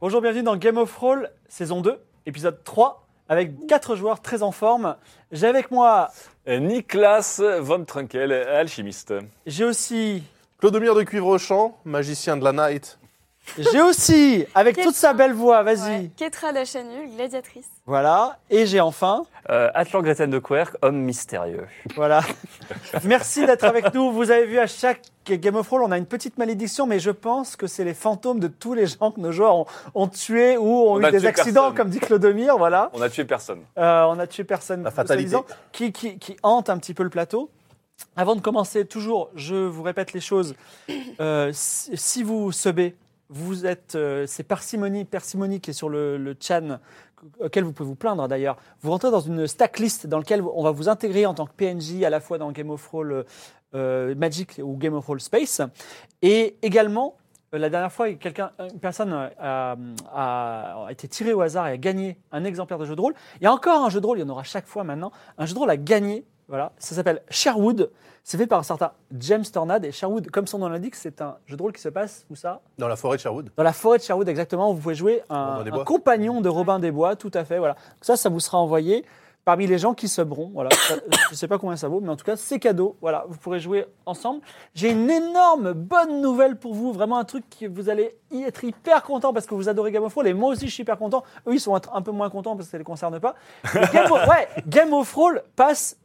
Bonjour, bienvenue dans Game of Roll, saison 2, épisode 3, avec 4 joueurs très en forme. J'ai avec moi, Euh, Niklas von Trunkel, alchimiste. j'ai aussi, Clodomir de Cuivre-Champ, magicien de la Night. j'ai aussi, avec toute sa belle voix, vas-y. Ouais. Ketra la chanule, gladiatrice. Voilà, et j'ai enfin, Euh, Atlan Gretten de Querc, homme mystérieux. voilà. Merci d'être avec nous. Vous avez vu à chaque Game of Roll, on a une petite malédiction, mais je pense que c'est les fantômes de tous les gens que nos joueurs ont, ont tués ou ont On eu a des tué accidents, personne. comme dit Clodomir, voilà. On n'a tué personne. Euh, on a tué personne. La fatalité. soi-disant, Qui, qui, qui hante un petit peu le plateau. Avant de commencer, toujours, je vous répète les choses. Euh, si, si vous subez, vous êtes, euh, c'est parcimonie, parcimonie qui est sur le, le chan auquel vous pouvez vous plaindre d'ailleurs. Vous rentrez dans une stack list dans laquelle on va vous intégrer en tant que PNJ à la fois dans Game of Roll euh, Magic ou Game of Roll Space. Et également, euh, la dernière fois, quelqu'un, une personne euh, a, a- a été tirée au hasard et a gagné un exemplaire de jeu de rôle. Il y a encore un jeu de rôle, il y en aura chaque fois maintenant. Un jeu de rôle a gagné. Voilà, ça s'appelle Sherwood. C'est fait par un certain James Tornade. Et Sherwood, comme son nom l'indique, c'est un jeu de rôle qui se passe où ça Dans la forêt de Sherwood. Dans la forêt de Sherwood, exactement. où Vous pouvez jouer un, Robin des un Bois. compagnon de Robin des Bois, tout à fait. Voilà. Donc Ça, ça vous sera envoyé parmi les gens qui subront. Voilà. Ça, je ne sais pas combien ça vaut, mais en tout cas, c'est cadeau. Voilà, vous pourrez jouer ensemble. J'ai une énorme bonne nouvelle pour vous. Vraiment un truc que vous allez y être hyper content parce que vous adorez Game of Thrones. Et moi aussi, je suis hyper content. Eux, ils sont un tr- un peu moins contents parce que ça les concerne pas. Mais Game of, ouais, Game of Thrones passe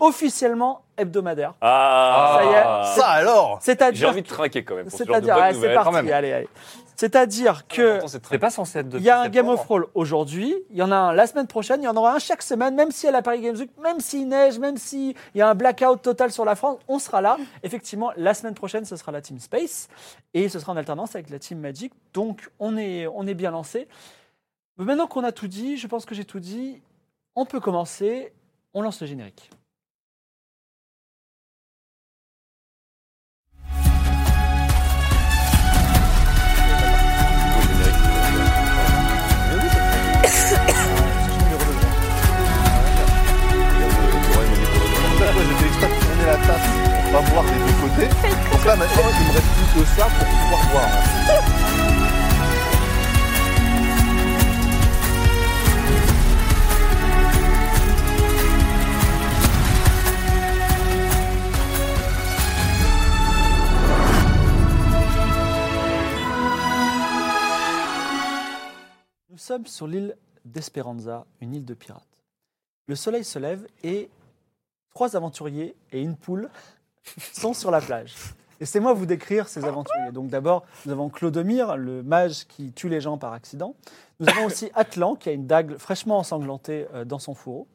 officiellement hebdomadaire. Ah, Ça Ça alors J'ai C'est-à-dire, envie de trinquer quand même pour ce genre de c'est-à-dire, bonne ouais, c'est nouvelle. parti, Quand même. Ah, allez, allez. C'est-à-dire que Pourtant, c'est C'est trinquer. pas censé être de hein. il y a un Game of Roll aujourd'hui, il y en a un la semaine prochaine, il y en aura un chaque semaine, même si à la Paris Games Week, même s'il neige, même s'il y a un blackout total sur la France, on sera là. Effectivement, la semaine prochaine, ce sera la Team Space et ce sera en alternance avec la Team Magic. Donc, on est, on est bien lancé. Mais Maintenant qu'on a tout dit, je pense que j'ai tout dit, on peut commencer. On lance le générique. Pourquoi j'ai fait exprès de tourner la tasse pour pas boire des deux côtés Donc là maintenant il me reste plus que ça pour pouvoir boire. Nous sommes sur l'île d'Esperanza, une île de pirates. Le soleil se lève et trois aventuriers et une poule sont sur la plage. Laissez-moi vous décrire ces aventuriers. Donc d'abord, nous avons Clodomir, le mage qui tue les gens par accident. Nous avons aussi Atlan, qui a une dague fraîchement ensanglantée euh, dans son fourreau.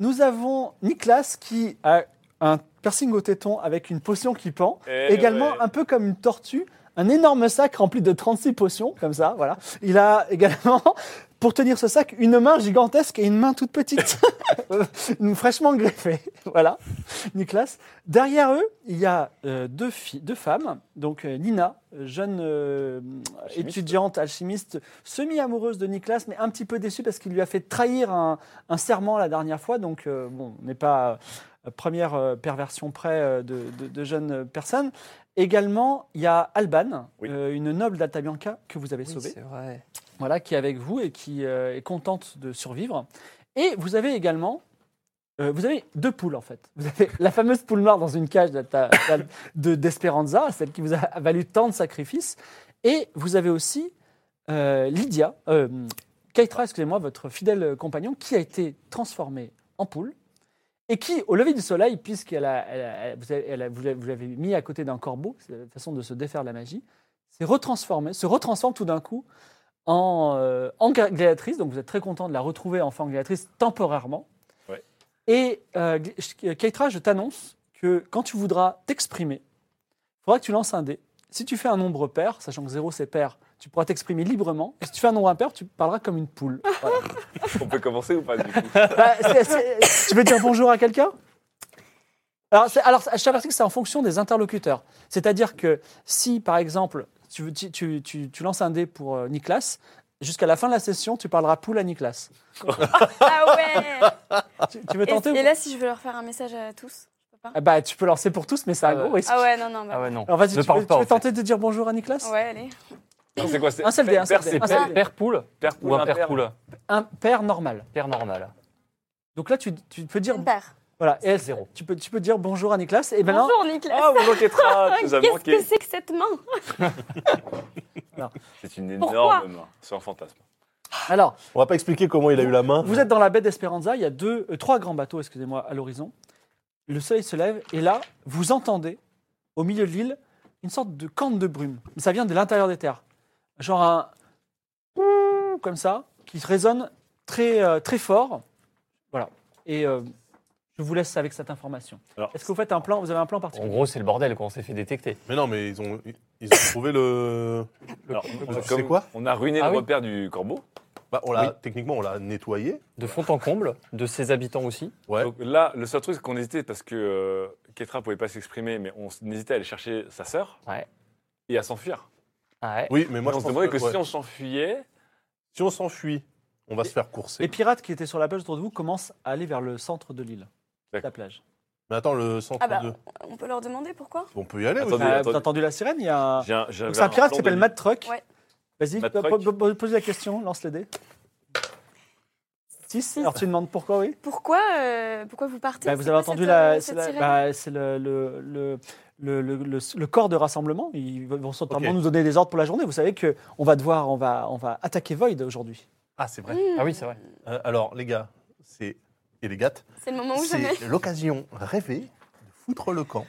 Nous avons Niklas, qui a un piercing au téton avec une potion qui pend. Eh également, ouais. un peu comme une tortue, un énorme sac rempli de 36 potions, comme ça, voilà. Il a également, pour tenir ce sac, une main gigantesque et une main toute petite, Une fraîchement greffée, voilà. Nicolas. Derrière eux, il y a euh, deux, filles, deux femmes. Donc euh, Nina, euh, jeune euh, étudiante alchimiste, semi-amoureuse de Nicolas, mais un petit peu déçue parce qu'il lui a fait trahir un, un serment la dernière fois. Donc, euh, bon, on n'est pas euh, première euh, perversion près euh, de, de- de jeunes personnes. Également, il y a Alban, Oui. euh, une noble d'Altabianca que vous avez sauvée C'est vrai. voilà, qui est avec vous et qui euh, est contente de survivre. Et vous avez également, euh, vous avez deux poules en fait. Vous avez la fameuse poule noire dans une cage d'Alta- d'Al- de- d'Esperanza, celle qui vous a valu tant de sacrifices. Et vous avez aussi euh, Lydia, euh, Keitra, excusez-moi, votre fidèle compagnon, qui a été transformée en poule. Et qui, au lever du soleil, puisqu'elle a, elle a- elle- vous avez- elle a- vous l'avez- vous l'avez mis à côté d'un corbeau, c'est la façon de se défaire de la magie, s'est retransformée, se retransforme tout d'un coup en, euh, en gla- gladiatrice, donc vous êtes très content de la retrouver enfin en gladiatrice temporairement. Ouais. Et euh, Gl- Keitra, je t'annonce que quand tu voudras t'exprimer, il faudra que tu lances un dé. Si tu fais un nombre pair, sachant que 0 c'est pair, tu pourras t'exprimer librement. Et si tu fais un nombre impair, tu parleras comme une poule. Voilà. On peut commencer ou pas du coup Bah, c'est- c'est- tu veux dire bonjour à quelqu'un alors, c'est- alors, je t'avertis que c'est en fonction des interlocuteurs. C'est-à-dire que si, par exemple, tu, veux- tu, tu, tu- tu lances un dé pour euh, Nicolas, jusqu'à la fin de la session, tu parleras poule à Nicolas. Ah ouais Tu, tu veux et, tenter ou- et là, si je veux leur faire un message à tous je peux pas. Ah Bah, Tu peux lancer pour tous, mais c'est un Ah ouais. gros risque. Ah ouais, non, non. bah. Ah ouais, non. Alors, vas-y, Ne tu, parle peux, pas, tu peux en fait. tenter de dire bonjour à Nicolas ouais, allez. Non, C'est quoi c'est- Un seul dé, un seul Père, dé, c'est un seul Père, dé. père poule Père ou un père impair. poule Un père normal. Père normal. Donc là, tu, tu peux dire. Une paire. Voilà, et Zéro. Tu peux, tu peux dire bonjour à Nicolas. Et maintenant, Bonjour, Nicolas. Ah, bonjour Ketra, tu nous as Qu'est-ce manqué. que c'est que cette main C'est une Pourquoi énorme main. C'est un fantasme. alors, On va pas expliquer comment il a eu la main. Vous êtes dans la baie d'Esperanza, il y a deux, euh, trois grands bateaux, excusez-moi, à l'horizon. Le soleil se lève et là, vous entendez, au milieu de l'île, une sorte de corne de brume. Mais ça vient de l'intérieur des terres. Genre un... ouh comme ça, qui résonne très, euh, très fort. Voilà. Et euh, je vous laisse avec cette information. Alors- Est-ce que vous faites un plan Vous avez un plan particulier En gros, c'est le bordel, quoi. On s'est fait détecter. Mais non, mais ils ont, ils ont trouvé le. Alors, on- comme- c'est quoi On a ruiné Ah le oui. repère du corbeau. Bah, on l'a Oui. techniquement on l'a nettoyé. De fond en comble, de ses habitants aussi. Ouais. Donc là, le seul truc, c'est qu'on hésitait parce que euh, Ketra pouvait pas s'exprimer, mais on s- hésitait à aller chercher sa sœur Ouais. et à s'enfuir. Ah Ouais. Oui, mais moi on je se pense demandait que ouais. si on s'enfuyait, si on s'enfuit, on va se faire courser. Les pirates qui étaient sur la plage autour de vous commencent à aller vers le centre de l'île, la D'accord. plage. Mais attends, le centre Ah bah. 2, On peut leur demander pourquoi on peut y aller Attendez, aussi. Euh, attendez. vous avez entendu la sirène Il y a un... Ah. j'ai un- j'avais Donc c'est un un pirate plan qui s'appelle de- Matt Truck. Ouais. Vas-y, Matt po- Truck. po- po- pose la question, lance les dés. 6 Alors tu demandes pourquoi, oui Pourquoi, euh, pourquoi vous partez Bah, Vous C'est avez quoi entendu cette, la. euh, C'est cette la- sirène bah, c'est le, le, le, le, le- le- le corps de rassemblement. Ils vont certainement Ok. nous donner des ordres pour la journée. Vous savez qu'on va devoir. On va, on va attaquer Void aujourd'hui. Ah, c'est bah, vrai. Hmm, Ah oui, c'est vrai. Euh, alors, les gars, c'est et les gattes, C'est le moment où jamais. c'est l'occasion rêvée de foutre le camp.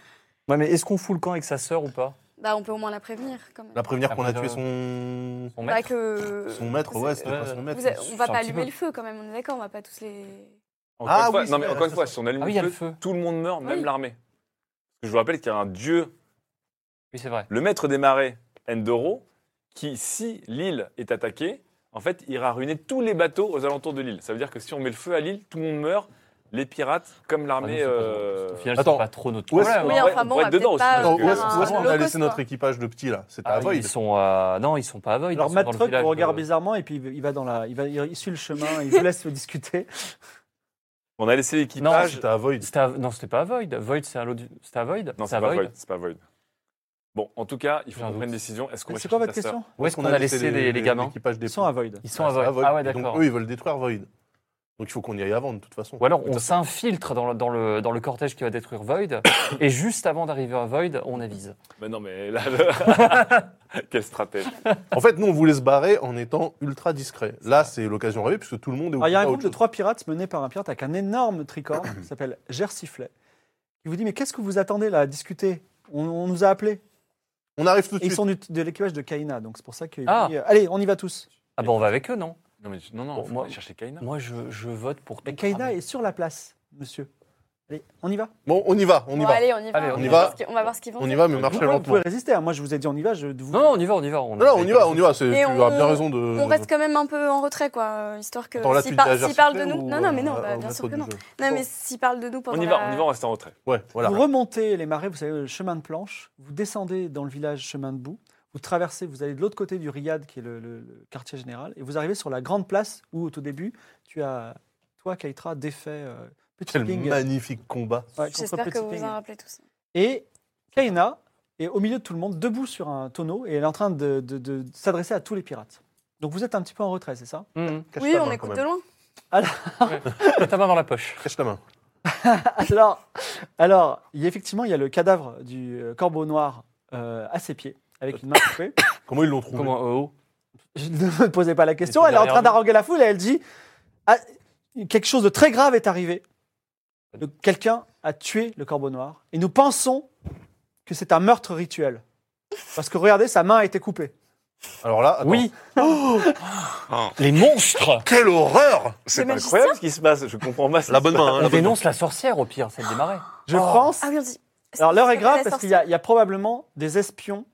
Ouais, mais est-ce qu'on fout le camp avec sa sœur ou pas Bah, on peut au moins la prévenir quand même. La prévenir Ah, qu'on a mais, tué euh, son Son Bah, maître que... son maître, ouais, c'était ouais, pas ouais. son maître. euh, Vous avez- on va C'est un pas petit allumer peu. le feu quand même, on est d'accord, on va pas tous les. Encore Ah une oui, fois, non, c'est mais vrai, encore une ça, fois, ça. si on allume Ah oui, il y a le le feu, feu. Ah tout le monde meurt, même Oui. l'armée. Parce que je vous rappelle qu'il y a un dieu, Oui, c'est vrai. le maître des marées, Endoro, qui, si l'île est attaquée, en fait, ira ruiner tous les bateaux aux alentours de l'île. Ça veut dire que si on met le feu à l'île, tout le monde meurt, les pirates, comme Ah non, l'armée. c'est pas- euh, Au final, Attends. c'est pas trop notre Où est-ce- problème. hein. Oui, ouais, enfin on bon, on pourrait va être dedans peut-être pas. aussi, Attends, euh, où est-ce faire un où est-ce qu'on a low laissé cost, notre quoi. équipage de petits là C'était Ah, à Void. ils sont à- Non, ils sont pas à Void. Alors, ils sont Matt dans le Truck village euh. vous regarde euh, de- bizarrement et puis il va dans la. Il, va, il suit le chemin, il vous laisse discuter. On a laissé Ah, l'équipage. c'était à Void. C'était à- Non, c'était pas à Void. Void, c'est à l'autre. C'était à Void Non, C'est c'est à pas Void. C'est pas Void. Bon, en tout cas, il faut J'ai un qu'on prenne doute. une décision. Est-ce qu'on va C'est quoi chercher votre ta sœur question Où est-ce qu'on a laissé les les gamins L'équipage des Ils sont à Void. Ils sont à Void. Ah ouais, Et d'accord. Donc eux, ils veulent détruire Void. Donc il faut qu'on y aille avant, de toute façon. Ou alors De toute on façon. s'infiltre dans le, dans, le, dans le cortège qui va détruire Void, et juste avant d'arriver à Void, on avise. Mais non, mais là. le- Quel stratège. En fait, nous, on voulait se barrer en étant ultra discret. Là, c'est l'occasion rêvée, puisque tout le monde est Alors, Ah, il y a un occupé à oh, groupe autre de chose. trois pirates mené par un pirate avec un énorme tricorne qui s'appelle Gersiflet. Il vous dit Mais qu'est-ce que vous attendez là à discuter on, on nous a appelés. On arrive tout de Et ils suite. sont du- de l'équipage de Kaina, donc c'est pour ça qu'il Ah. dit, euh, Allez, on y va tous. Ah bah on va avec eux, non Non, mais tu- non, non, Bon, faut moi- aller chercher Kaina. Moi je, je vote pour Ah, tout Mais Kaina cramer. est sur la place, monsieur. Allez, on y va. Bon, on y va, on y Bon, va. allez, on y va. Allez, on y va va. voir ce qu'ils- On va voir ce qu'ils vont On y faire. va, mais Vous marchez pouvez- vous lentement. pouvez résister, hein. moi je vous ai dit on y va. Je, vous... Non, non, on y va, on y va. Non, non, on y va, on y va. c'est- Et Tu on- as bien raison de. On reste quand même un peu en retrait, quoi, euh, histoire que Attends, là, tu s'ils dis par- à s'ils Gersuchet parlent de nous. ou Non, non, mais euh, non, à- bah, à bien maître sûr que du non. jeu Non, mais s'ils parlent de nous pendant On y va, la- on y va, on reste en retrait. Ouais, voilà. Vous remontez les marais, vous savez, le chemin de planche, vous descendez dans le village chemin de boue, vous traversez, vous allez de l'autre côté du Riyad, qui est le, le- le quartier général, et vous arrivez sur la grande place où, au tout début, tu as, toi, Kaitra, défait euh, Petit Quel Ping, euh, magnifique combat. ouais, contre J'espère que Petit vous vous Ping. en rappelez tous. Et Kaina est au milieu de tout le monde, debout sur un tonneau, et elle est en train de, de- de s'adresser à tous les pirates. Donc vous êtes un petit peu en retrait, c'est ça Mhm. Cache Oui, ta on main, écoute quand de même. loin. Mets ta main dans la poche. Cache ta main. Alors, alors il y a effectivement, il y a le cadavre du euh, corbeau noir euh, à ses pieds, avec une main coupée. Comment ils l'ont trouvé Comment oh, Je ne me posais pas la question. était Elle est en train derrière nous. d'arroguer la foule et elle dit Ah, Quelque chose de très grave est arrivé. Le- Quelqu'un a tué le corbeau noir et nous pensons que c'est un meurtre rituel. Parce que regardez, sa main a été coupée. Alors là, attends. Oui Les monstres Ah, Quelle horreur C'est Le incroyable ce qui se passe, je comprends pas. ce La qui bonne se passe. main, hein, On la bonne main. dénonce la sorcière au pire, celle des marais. Je Oh. pense. Ah oui, on dit. Alors l'heure est grave La parce qu'il y, a- il y a probablement des espions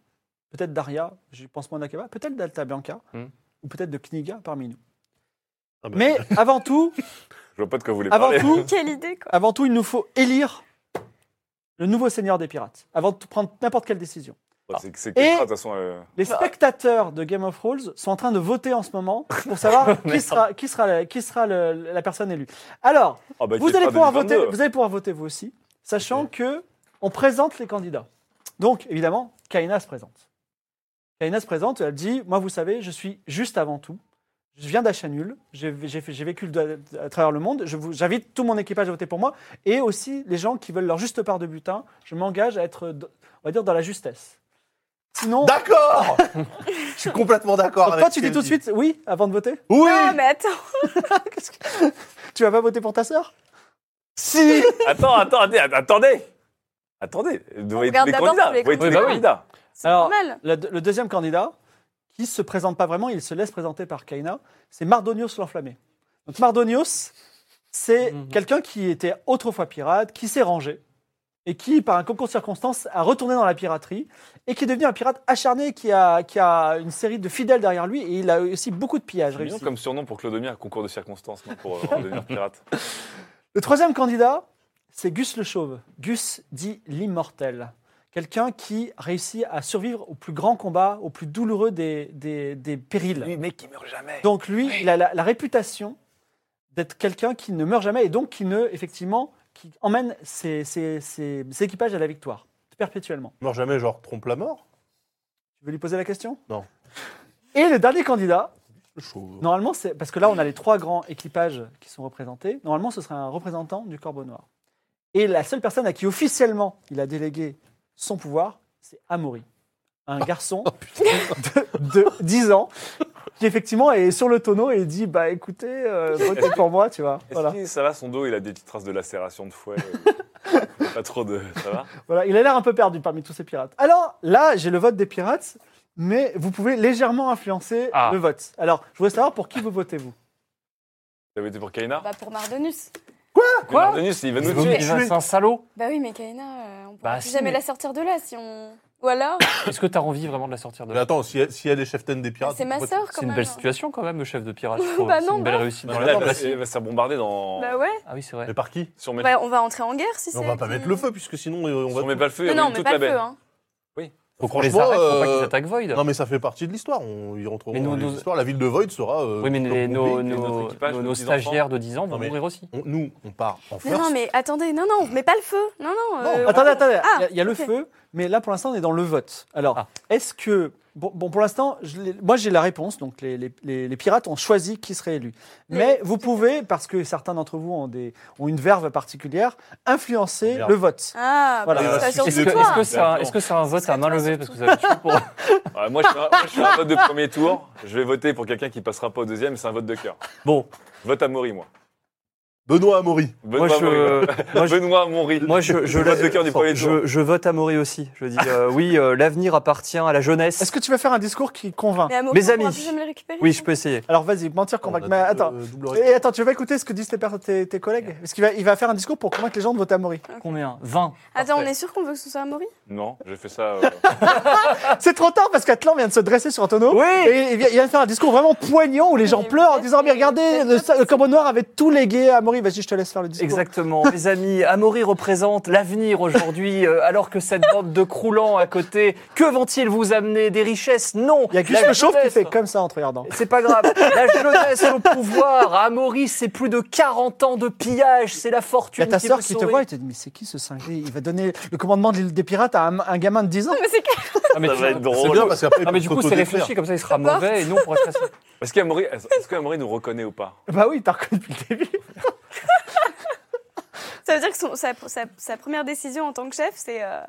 peut-être d'Aria, je pense moins d'Akaba, peut-être d'Alta Bianca, Hmm. ou peut-être de Kniga parmi nous. Ah bah. Mais avant tout, Je vois pas de quoi vous voulez avant parler. tout, Quelle idée, quoi. avant tout, il nous faut élire le nouveau seigneur des pirates, avant de prendre n'importe quelle décision. Bah, c'est c'est Et- que de toute façon. euh, Les spectateurs de Game of Thrones sont en train de voter en ce moment pour savoir qui sera, qui sera, la- qui sera le- la personne élue. Alors, ah bah, vous qui allez fera pouvoir 2022. voter. Vous allez pouvoir voter vous aussi, sachant que on présente les candidats. Donc évidemment, Kaina se présente. Kaina se présente. Elle dit moi, vous savez, je suis juste avant tout. Je viens d'Achanul, j'ai j'ai fait- j'ai vécu le- à travers le monde, Je vous- j'invite tout mon équipage à voter pour moi, et aussi les gens qui veulent leur juste part de butin, je m'engage à être, d- on va dire, dans la justesse. Sinon, donc D'accord Je suis complètement d'accord avec toi tu dis Kelly. tout de suite oui avant de voter Oui Ah, mais attends. Qu'est-ce que- Tu vas pas voter pour ta sœur Si Attends, attends, attendez, attendez. Attendez, vous voyez tous regarde les d'abord candidats. tous les vous voyez tous candidats. les Oui, bah oui. candidats. C'est Alors, normal. Le, le deuxième candidat, qui se présente pas vraiment, il se laisse présenter par Kaina, c'est Mardonios l'enflammé. Donc Mardonios, c'est Mhm. quelqu'un qui était autrefois pirate, qui s'est rangé et qui, par un concours de circonstances, a retourné dans la piraterie et qui est devenu un pirate acharné qui a, qui a une série de fidèles derrière lui et il a aussi beaucoup de pillages C'est mignon réussis. comme surnom pour Clodomir, concours de circonstances, non, pour euh, devenir pirate. Le troisième candidat, c'est Gus le Chauve. Gus dit l'immortel. Quelqu'un qui réussit à survivre au plus grand combat, au plus douloureux des, des- des périls. Lui, mec, qui meurt jamais. Donc lui, il a la, la réputation d'être quelqu'un qui ne meurt jamais et donc qui ne, effectivement, qui emmène ses, ses- ses- ses équipages à la victoire perpétuellement. Meurs jamais, genre trompe la mort. Tu veux lui poser la question Non. Et le dernier candidat, Chaud. normalement, c'est parce que là, on a les trois grands équipages qui sont représentés. Normalement, ce serait un représentant du Corbeau Noir. Et la seule personne à qui officiellement il a délégué son pouvoir, c'est Amaury, un garçon de, de 10 ans qui effectivement est sur le tonneau et dit bah écoutez euh, votez pour moi tu vois Est-ce voilà. que ça va, son dos, il a des petites traces de lacération de fouet euh, Pas trop de. Ça va Voilà, il a l'air un peu perdu parmi tous ces pirates alors là j'ai le vote des pirates mais vous pouvez légèrement influencer Ah. le vote alors je voulais savoir pour qui vous votez vous Vous avez été pour Kaina Bah, pour Mardonus. Quoi Mais Mardonius, il va nous tuer. Il va- C'est un salaud. Bah oui, mais Kaina, euh, on peut Bah, plus si, jamais mais- la sortir de là si on. Ou alors, Est-ce que t'as envie vraiment de la sortir de Mais là attends, si elle, si elle est cheftaine des pirates. c'est ma pourquoi- sœur quand C'est une même. belle situation quand même, le chef de pirate. je trouve. Bah c'est non, une belle bah. réussite. Non, dans mais la là, vie. elle va- elle va se faire bombarder dans. Bah ouais. Ah oui, c'est vrai. Mais par qui Si on met, Bah, on va entrer en guerre si Mais c'est. On va elle pas qui- mettre le feu, puisque sinon euh, on si va. on met pas le feu, Non, il y non, a mais toute pas la le baie. feu. Hein. Faut Qu'on les franchement, arrête pour pas qu'ils euh, attaquent Void. Non, mais ça fait partie de l'histoire. On y rentrera Mais dans nous, nous- l'histoire. La ville de Void sera. euh, Oui, mais les- nos, bombée. et nos- notre équipage, nos- nos nos petits enfants. stagiaires de 10 ans vont Non, mais- mourir aussi. On- nous, on part en Non, non, first. mais attendez, non, non, mais pas le feu. Non, non. euh, Oh, attendez attendez Ah, il y a, il y a le ok. feu mais là pour l'instant on est dans le vote alors Ah. est-ce que bon, bon, pour l'instant je l'ai- moi j'ai la réponse donc les, les- les- les pirates ont choisi qui serait élu mais vous pouvez parce que certains d'entre vous ont des ont une verve particulière influencer Merde. le vote Ah, Voilà. bah, Il va ça, suffire surtout Est-ce que de- toi. est-ce que c'est un- Exactement. est-ce que c'est un vote à main levée Parce que ça va être chaud pour Ah, moi, je fais un- moi, je fais un vote de premier tour. Je vais voter pour quelqu'un qui passera pas au deuxième, c'est un vote de cœur. Bon, Vote à Maury, moi. Benoît Amaury. Benoît Moi, je- Maury. moi, je- Benoît Maury. moi je, je vote de cœur du premier tour. je, je vote à Maury aussi. Je dis euh, oui, euh, l'avenir appartient à la jeunesse. est-ce que tu vas faire un discours qui convainc Mais à Maury, Mes on pourra amis. plus jamais le récupérer. Oui, je peux essayer. alors vas-y mentir convaincre euh, mais attends Et attends, tu veux pas écouter ce que disent tes, pères- tes- tes collègues Parce qu'il va, il va faire un discours pour convaincre les gens de voter à Maury. Combien 20. Attends, on Parfait. est sûr qu'on veut que ce soit à Maury Non, j'ai fait ça. euh, C'est trop tard parce qu'Atlan vient de se dresser sur un tonneau. Oui Et il vient, il vient de faire un discours vraiment poignant où les gens Mais pleurent en oui, disant Mais regardez, c'est- le, sa- le corbeau noir avait tout légué à Maury. Vas-y, je te laisse faire le discours. Exactement. Mes amis, Amaury représente l'avenir aujourd'hui, euh, alors que cette bande de croulants à côté, que vont-ils vous amener Des richesses Non Il y a Gus La le chauve qui jeunesse. fait comme ça en te regardant. C'est pas grave. La jeunesse au pouvoir. À Amaury, c'est plus de 40 ans de pillage. C'est la Il y fortune. a ta qui sœur peut qui te sauver. voit et te dit Mais c'est qui ce cinglé Il va donner le commandement de l'île des pirates à un, un gamin de 10 ans. Mais c'est clair. Ah, mais Ça tu- va être C'est drôle. bien parce qu'après. Ah, mais il du faut coup, c'est s'autodécrire. réfléchi, comme ça, il sera N'importe. mauvais et nous, on pourra se casser. Est-ce qu'Amaury est-ce qu'Amaury nous reconnaît ou pas Bah oui, t'as reconnu depuis le début. Ça veut dire que son- sa, sa- sa première décision en tant que chef, c'est. euh,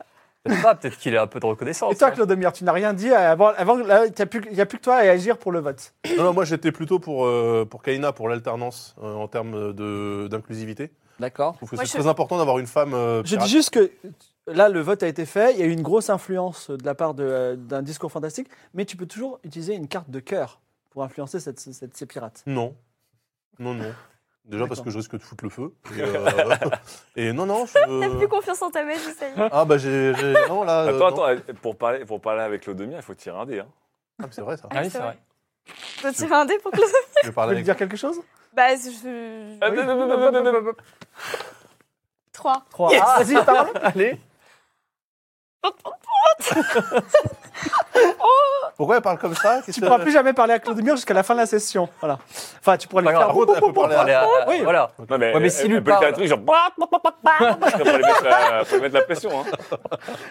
Je sais pas, peut-être qu'il a un peu de reconnaissance. Et toi, hein. Clodomir, tu n'as rien dit avant. avant là, il n'y a, plus que- il y a plus que toi à agir pour le vote. Non, non, moi j'étais plutôt pour, euh, pour Kaina, pour l'alternance euh, en termes de- d'inclusivité. D'accord. Je trouve que Moi, c'est je- très important d'avoir une femme. euh, Je pirate. dis juste que là, le vote a été fait. Il y a eu une grosse influence de la part de, euh, d'un discours fantastique. Mais tu peux toujours utiliser une carte de cœur pour influencer cette, cette- ces pirates. Non. Non, non. Déjà parce que je risque de foutre le feu. Et, euh, et non, non, T'as plus je. confiance en ta magie, ça y est. Ah bah j'ai. j'ai- Non, là. euh, Attends, non. attends, pour parler, pour parler avec l'Odomia, il faut tirer un dé. Hein. Ah, c'est vrai ça. Ah oui, c'est vrai. Je dois tirer un dé pour que le. Je vais Tu veux parler lui avec. dire quelque chose Bah, je. Euh, Ah, bah, bah, bah, bah, bah, bah, bah. 3. Trois. Ah, vas-y, parle. Allez. Pourquoi elle parle comme ça Qu'est-ce Tu que- pourras plus jamais parler à Claude Mur jusqu'à la fin de la session. Voilà. Enfin, tu pourras lui Pas faire. Par contre, elle peut parler à- Allez, à- à- Ah, Oui. Voilà. Non, mais, Ouais, mais elle- si elle, lui peut lui faire parle- un truc genre. bah, Pour lui mettre, la- faut lui mettre la pression. Hein.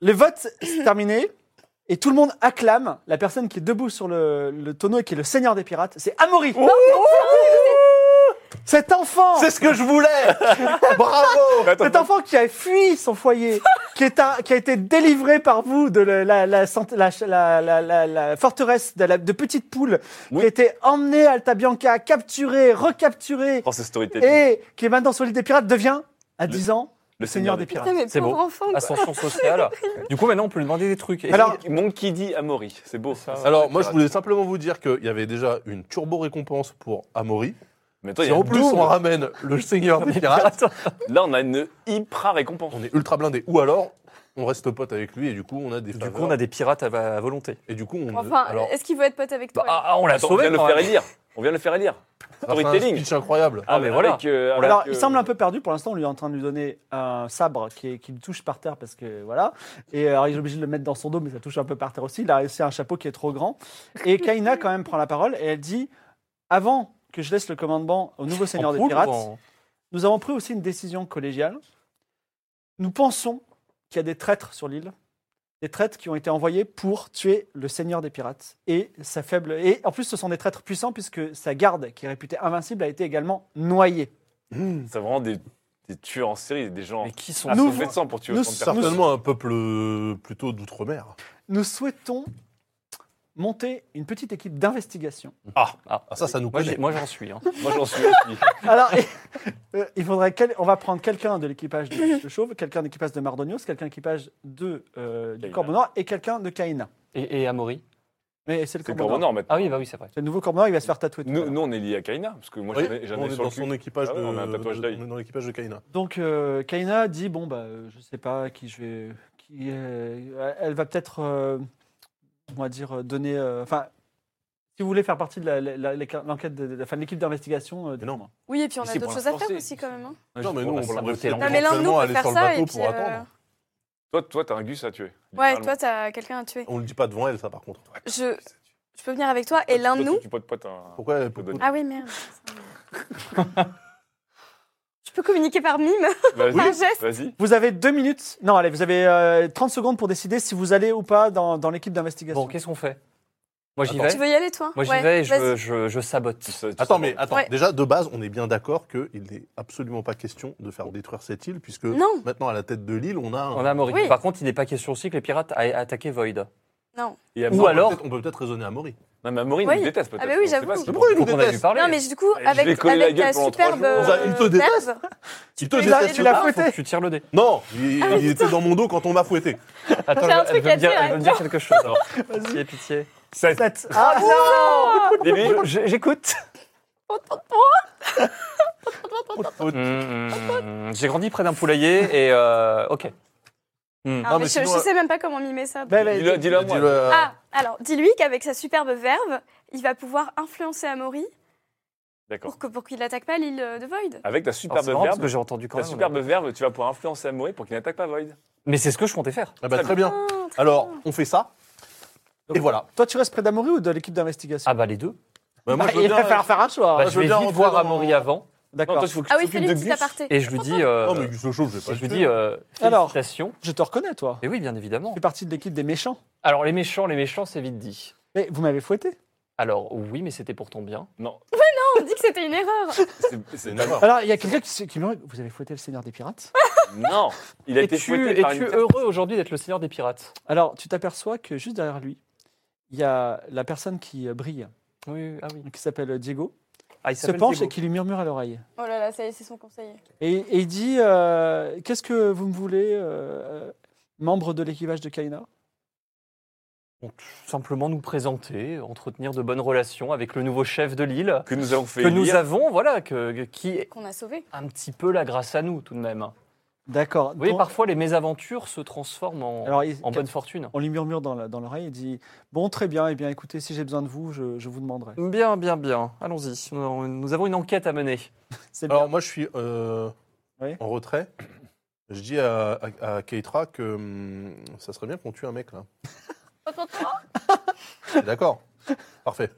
Le vote c'est terminé et tout le monde acclame la personne qui est debout sur le, le tonneau et qui est le seigneur des pirates. C'est Amaury. Cet enfant, C'est ce que je voulais Bravo Oh, Mais attends, cet enfant qui a fui son foyer, qui, est un- qui a été délivré par vous de le- la, la, cent- la- la- la- la- la forteresse de, la- de Petite Poule, qui Oui. a été emmené à Altabianca, capturé, Oh, recapturé, prends ce storytelling. et qui est maintenant sur l'île des pirates, devient, à Le- 10 ans, le le seigneur des pirates. Putain, mais C'est Ah, pauvre beau. enfant, quoi. Ascension sociale. Du coup, maintenant, on peut lui demander des trucs. Et- Alors- Alors, mon qui dit Amaury, c'est beau. Alors, moi, je voulais simplement vous dire qu'il y avait déjà une turbo récompense pour Amaury. Mais toi, il Si y a en plus double. on ramène le Seigneur des Pirates, Ah, Attends. Là, on a une hyper récompense. on est ultra blindé. Ou alors, on reste pote avec lui et du coup, on a des. Du faveurs. coup, on a des pirates à, à volonté. Et du coup, on. Enfin, alors, est-ce qu'il veut être pote avec toi Bah, ah, ah, on l'a Attends, on vient sauvé. de le quand faire même. élire. On vient de le faire élire. grâce à un storytelling. speech incroyable. Ah, mais voilà. Avec, euh, avec, Alors, il euh, semble un peu perdu pour l'instant. On lui est en train de lui donner un sabre qui, est- qui le touche par terre parce que voilà. Et euh, alors, il est obligé de le mettre dans son dos, mais ça touche un peu par terre aussi. Il a réussi à un chapeau qui est trop grand. Et Kaina, quand même, prend la parole et elle dit Avant que je laisse le commandement au nouveau seigneur En des poule ou pirates, en- nous avons pris aussi une décision collégiale. Nous pensons qu'il y a des traîtres sur l'île, des traîtres qui ont été envoyés pour tuer le seigneur des pirates et sa faible. Et en plus, ce sont des traîtres puissants puisque sa garde, qui est réputée invincible, a été également noyée. C'est vraiment des, des tueurs en série, des gens. Mais qui sont Ah, Nous- c'est fait de sang pour tuer nous autant de personnes. Certainement un peuple euh, plutôt d'outre-mer. Nous souhaitons monter une petite équipe d'investigation. Ah, Ah. ça, ça nous Moi, connaît. j'ai- moi, j'en suis. hein. Moi, j'en suis. aussi. Alors, euh, il faudrait quel- on va prendre quelqu'un de l'équipage de, de Chauve, quelqu'un de l'équipage de Mardonios, quelqu'un de l'équipage de, euh, du Kaina. Corbeau Noir et quelqu'un de Kaina. Et, et Amaury. Mais c'est le C'est Corbeau Corbeau Noir. Nord maintenant. Ah oui, bah oui, c'est vrai. C'est le nouveau Corbeau Noir, il va se faire tatouer. tout à Nous, l'heure. nous, on est lié à Kaina, parce que moi, Oui, j'en ai, j'en ai on est sur le dans cul. son équipage Ah ouais, de, on a un tatouage de- d'œil. on est dans l'équipage de Kaina. Donc euh, Kaina dit bon bah euh, je sais pas qui je vais qui euh, elle va peut-être euh, on va dire euh, donner euh, enfin si vous voulez faire partie de la- la- la- l'enquête de, de- enfin, de l'équipe d'investigation euh, Mais non. dites-moi. Oui, et puis on a Ici, d'autres pour choses à l'instant, faire c'est- aussi, quand même. hein. Non, mais nous, On va on pourrait saboter la Non, mais l'un de nous éventuellement peut aller faire sur le ça, bateau et puis. pour euh, attendre. Toi, toi, t'as un gus à tuer. Ouais, littéralement. toi, t'as quelqu'un à tuer. On le dit pas devant elle, ça, par contre. Je. Je peux venir avec toi et Toi, l'un de Ah, tu- nous. Tu potes potes un. Pourquoi elle peut- donner. Ah oui, merde. Je peux communiquer par mime, Vas-y. par geste. Vas-y. Vous avez deux minutes. Non, allez, vous avez euh, 30 secondes pour décider si vous allez ou pas dans, dans l'équipe d'investigation. Bon, qu'est-ce qu'on fait Moi, j'y Attends. vais. Tu veux y aller, toi Moi, j'y Ouais, vais et je, vas-y. je, je sabote. Tu sais- tu Attends, sais mais pas. attends. Ouais. Déjà, de base, on est bien d'accord qu'il n'est absolument pas question de faire détruire cette île, puisque Non. maintenant, à la tête de l'île, on a. un- On a Amaury. Oui. Par contre, il n'est pas question aussi que les pirates aient attaqué Void. Non. Et Amaury- Non, on peut alors- peut-être- On peut peut-être raisonner à Maury. Non, mais Amaury Oui. nous déteste peut-être. Ah bah oui, on sait j'avoue. pas ce qu'il Pourquoi il pense. nous Donc, on a déteste dû parler. Non, mais du coup, Je vais avec, coller la avec gueule ta pendant trois superbe. jours. On a- il te euh, déteste. verve, Il te Tu l'as- déteste. tu l'as Ah, faut fouetté. que tu tires le dé. Non, il, Ah, il était dans mon dos quand on m'a fouetté. Attends, J'ai un elle truc veut à me dire, dire, elle veut me dire quelque chose. alors. Pitié, pitié. Sept. Ah non Lily, Je- J'écoute. Mmh. On te fouette. Mm, mm, J'ai grandi près d'un poulailler et euh, ok. Mm. Ah, Non, mais mais je, sinon, je sais même pas comment mimer ça. Ben, ben, Dis-le dis-le à Dis-le moi. à- Ah, alors dis-lui qu'avec sa superbe verve, il va pouvoir influencer Amaury D'accord. pour que pour qu'il n'attaque pas l'île de Void. Avec ta Alors, superbe c'est marrant parce que verbe, j'ai entendu quand ta même. superbe verbe, tu vas pouvoir influencer Amaury pour qu'il n'attaque pas Void. Mais c'est ce que je comptais faire. Ah bah, très bien. Ah, très Alors, on fait ça. Donc, Et voilà. Toi, tu restes près d'Amaury ou de l'équipe d'investigation Ah bah les deux. Bah, moi, Bah, je veux Il va bien. falloir faire un choix. Bah, Ah, je je veux vais bien vite rentrer voir dans- Amaury avant Non, D'accord. toi, il faut que Ah oui, tu t'occupes fais-lui de une petite Gus. aparté. et je lui dis, euh, Non, mais Gus le Chauve, je vais pas le je lui tuer. dis euh, Alors. félicitations. Je te reconnais, toi. Et oui, bien évidemment. Tu fais partie de l'équipe des méchants. Alors les méchants, les méchants, c'est vite dit. Mais vous m'avez fouetté. Alors oui, mais c'était pour ton bien. Non, Oh, On dit que c'était une erreur. c'est- C'est c'est une erreur. Alors, il y a quelqu'un qui, se- qui me regarde. Vous avez fouetté le Seigneur des Pirates Non, il a été Es-tu fouetté par es-tu une. heureux aujourd'hui d'être le seigneur des pirates Alors, tu t'aperçois que juste derrière lui, il y a la personne qui euh, brille, Oui, oui, ah oui. qui s'appelle euh, Diego, Ah, il qui se s'appelle penche Diego. et qui lui murmure à l'oreille. Oh là là, ça y est, c'est son conseiller. Et, et il dit euh, Qu'est-ce que vous me voulez, euh, membre de l'équipage de Kaina Donc, tout simplement nous présenter, entretenir de bonnes relations avec le nouveau chef de l'île Que nous avons fait que nous élire. avons, voilà, que, qui est qu'on a sauvé. un petit peu là grâce à nous tout de même. D'accord. Vous voyez, Donc- parfois les mésaventures se transforment en, alors, il- en bonne fortune. on lui murmure dans la- dans l'oreille, il dit Bon, très bien, et bien écoutez, si j'ai besoin de vous, je, je vous demanderai. Bien, bien, bien. Allons-y. Nous, nous avons une enquête à Euh, mener. C'est bien. Alors moi je suis euh, Oui. en retrait. Je dis à, à, à Keitra que hum, ça serait bien qu'on tue un mec là. T'es D'accord. Parfait.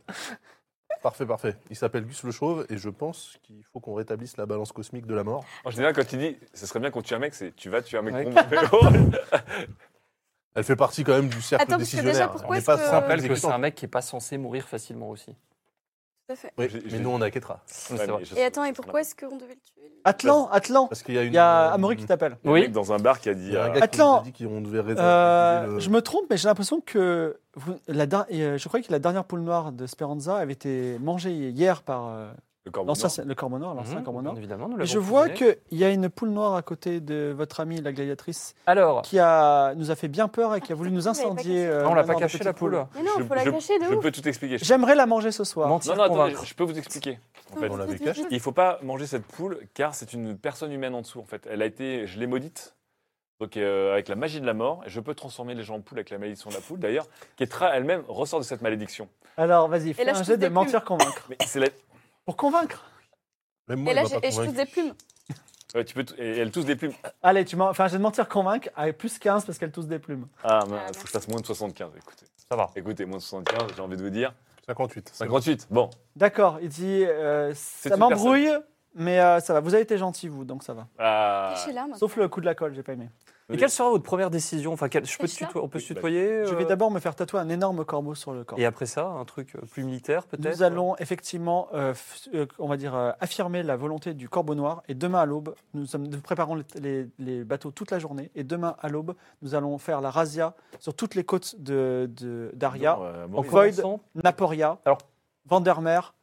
Parfait, parfait. Il s'appelle Gus le Chauve et je pense qu'il faut qu'on rétablisse la balance cosmique de la mort. En général, quand il dit ce serait bien qu'on tue un mec, c'est tu vas tuer un mec Ouais. combo pélo. Elle fait partie quand même du cercle Attends, parce que décisionnaire. déjà, pourquoi on n'est est-ce pas que- simple Je Je rappelle que c'est exécutant. un mec qui est pas censé mourir facilement aussi. Tout à fait. Oui, J'ai- mais j'ai- nous on a Keitra. Oui, c'est vrai. je- Et attends, et pourquoi est-ce qu'on devait le tuer lui Atlan, Atlan Parce euh, qu'il y a une. Il y a Amaury qui t'appelle. Il y a un Oui. mec dans un bar qui a Il dit y a un euh, gars Attends. qui nous a dit qu'on devait réserver. Euh, le- je me trompe, mais j'ai l'impression que vous- la, der- et, euh, je crois que la dernière poule noire de Speranza avait été mangée hier par euh, le corbeau l'ancien- mort. le corbeau noir, l'ancien Mhm, corbeau bien noir. évidemment, nous Et l'avons je vois prisonnier. qu'il y a une poule noire à côté de votre amie, la gladiatrice, Alors, qui a, nous a fait bien peur et qui a Ah, voulu putain, nous vous l'avez pas incendier. caché. euh, Ah. on l'a la pas mort de caché petite la poule. Mais non, Je- faut la je- cacher de Je ouf. peux tout expliquer. Je- J'aimerais la manger ce soir. Mentir, Non, non, attendez, convaincre. je peux vous expliquer. En fait, On l'avait caché. il faut pas manger cette poule car c'est une personne humaine en dessous. En fait, elle a été, je l'ai maudite. Donc euh, avec la magie de la mort, je peux transformer les gens en poule avec la malédiction de la poule. D'ailleurs, Ketra elle-même ressort de cette malédiction. Alors vas-y, fais là, je un pousse jet de des plumes. mentir convaincre. Mais c'est la- Pour convaincre Même moi, Et il là, m'a j'ai- pas et je touche convaincu. des plumes. ouais, tu peux t- et elle tousse des plumes. Allez, tu m'en- fais un jet de mentir convaincre avec plus 15 parce qu'elle tousse des plumes. Ah, mince, merde. faut que je fasse moins de 75. Écoutez, ça va. écoutez, moins de 75, j'ai envie de vous dire. 58. 58. Bon, D'accord, il dit euh, ça une m'embrouille, mais euh, ça va. Vous avez été gentil, vous, donc ça va. Ah, Cachez-la maintenant. Sauf le coup de la colle, j'ai pas aimé. Et quelle sera votre première décision Enfin, quelle- je peux te Cache-la. tuto- on peut se Oui, bah, tutoyer Je vais euh, d'abord me faire tatouer un énorme corbeau sur le corps. Et après ça, un truc euh, plus militaire peut-être Nous allons effectivement, euh, f- euh, on va dire, euh, affirmer la volonté du corbeau noir. Et demain à l'aube, nous, sommes, nous préparons les, les- les bateaux toute la journée. Et demain à l'aube, nous allons faire la razzia sur toutes les côtes d'Aria, de, d'Aria, non, euh, bon, En il- Void. commençant- Naporia, Alors- Vandermeer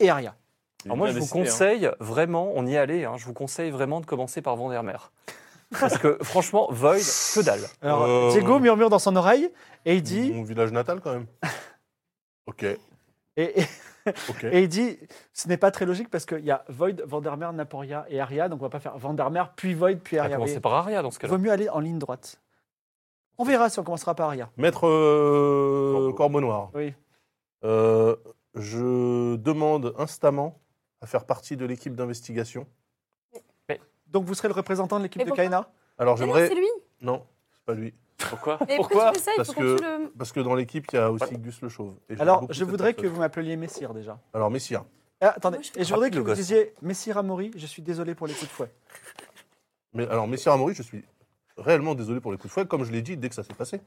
et Aria. il est Alors Ah, moi, bien je vous décidé, hein. conseille vraiment, on y allait, hein, je vous conseille vraiment de commencer par Vandermeer. Parce que franchement, Void, que dalle. Alors, Euh. Mm. Diego murmure dans son oreille et il dit, Mon village natal quand même. Ok, et, et- ok. et il dit ce n'est pas très logique parce qu'il y a Void, Vandermeer, Naporia et Aria. Donc, on va pas faire Vandermeer, puis Void, puis À Aria. commencer par Aria dans ce Il cas-là. vaut mieux aller en ligne droite. On verra si on commencera par Aria. Maître euh, Corbeau. Corbeau Noir, Oui. euh, je demande instamment à faire partie de l'équipe d'investigation. Donc vous serez le représentant de l'équipe Mais de pourquoi Kaina Alors Mais Ah non, c'est j'aimerais... lui. Non, c'est pas lui. Pourquoi Mais Pourquoi pourquoi tu fais ça Il Parce faut qu'on que- tue le. Parce que dans l'équipe, il y a aussi Pardon. Gus le Chauve. Et j'aime Alors beaucoup je cette voudrais que personne. vous m'appeliez Messire déjà. Alors Messire, Ah, attendez, Moi, je et je voudrais que le vous gosse. disiez Messire Amaury, je suis désolé pour les coups de fouet. mais, alors Messire Amaury, je suis réellement désolé pour les coups de fouet, comme je l'ai dit dès que ça s'est passé.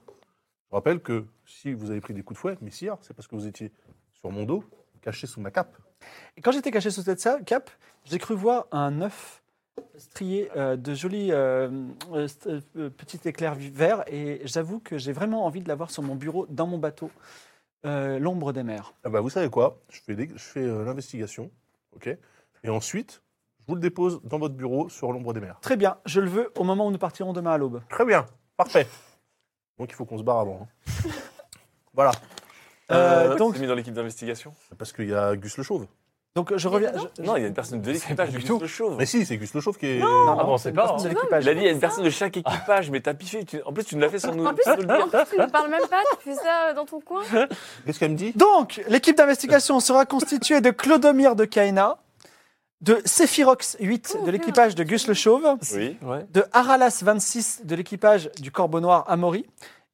Je rappelle que si vous avez pris des coups de fouet, Messire, c'est parce que vous étiez sur mon dos, caché sous ma cape. Et quand j'étais caché sous cette salle, cap, j'ai cru voir un œuf strié euh, de jolis euh, euh, st- euh, petits éclairs vi- verts et j'avoue que j'ai vraiment envie de l'avoir sur mon bureau, dans mon bateau, euh, l'ombre des mers. Ah bah, vous savez quoi Je fais, les- je fais euh, l'investigation, ok Et ensuite, je vous le dépose dans votre bureau sur l'ombre des mers. Très bien, je le veux au moment où nous partirons demain à l'aube. Très bien, parfait. Donc il faut qu'on se barre avant. hein. voilà, Euh, Pourquoi donc, t'es mis dans l'équipe d'investigation parce qu'il y a Gus le Chauve. donc je reviens. je- Non, il y a une personne de l'équipage du tout. chauve. Mais si, c'est Gus le Chauve qui est. Non, Ah bon, c'est c'est une pas, personne hein. de l'équipage. Il a dit, il y a une personne de chaque équipage, mais t'as piffé. tu- En plus, tu nous l'as fait sans nous. En plus, sans nous le en dire. plus, tu ne parles même pas, tu fais ça dans ton coin. Qu'est-ce qu'elle me dit Donc, l'équipe d'investigation sera constituée de Clodomir de Kaina, de Sephirox 8 de l'équipage de Gus le Chauve, Oui. Ouais. de Aralas 26 de l'équipage du Corbeau Noir Amaury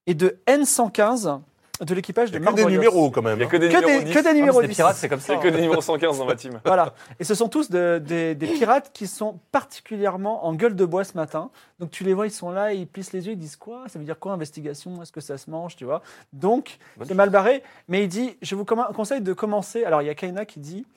et de N115 de l'équipage de Il y a que des Mordorios. numéros quand même. Il n'y a hein. que des Que numéros des, 10. que des Ah, mais numéros c'est des 10. pirates, c'est comme ça. Il n'y a que des numéros 115 dans ma team. Voilà. Et ce sont tous de- des, des pirates qui sont particulièrement en gueule de bois ce matin. Donc tu les vois, ils sont là, ils plissent les yeux, ils disent quoi Ça veut dire quoi investigation Est-ce que ça se mange Tu vois Donc c'est mal barré. Mais il dit, je vous commen- conseille de commencer. Alors il y a Kaina qui dit,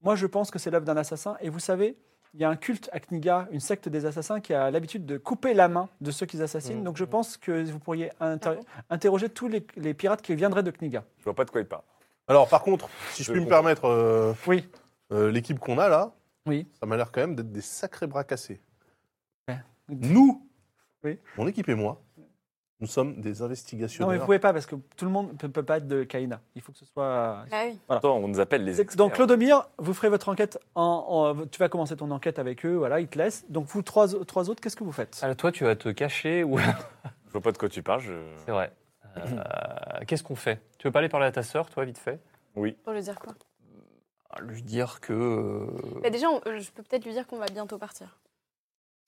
moi je pense que c'est l'œuvre d'un assassin. Et vous savez, il y a un culte à Kniga, une secte des assassins qui a l'habitude de couper la main de ceux qu'ils assassinent. Mhm. Donc je pense que vous pourriez inter- Ah bon interroger tous les, les pirates qui viendraient de Kniga. Je vois pas de quoi il parle. Alors par contre, si je Je puis me comprends. permettre, euh, Oui. euh, l'équipe qu'on a là, Oui. ça m'a l'air quand même d'être des sacrés bras cassés. Ouais. Nous, Oui. mon équipe et moi, Nous sommes des investigations. Non, mais vous pouvez pas parce que tout le monde ne peut, peut pas être de Kaina. Il faut que ce soit. Bah oui. Attends, on nous appelle les experts. Donc Clodomir, vous ferez votre enquête. En, en- tu vas commencer ton enquête avec eux. Voilà, ils te laissent. Donc vous trois, trois autres, qu'est-ce que vous faites Alors, Ah, toi, tu vas te cacher ou. Je vois pas de quoi tu parles. je- C'est vrai. Euh, Qu'est-ce qu'on fait Tu veux pas aller parler à ta sœur, toi, vite fait Pour lui dire quoi Ah, Lui dire que. euh, Bah Déjà, on- euh, je peux peut-être lui dire qu'on va bientôt partir.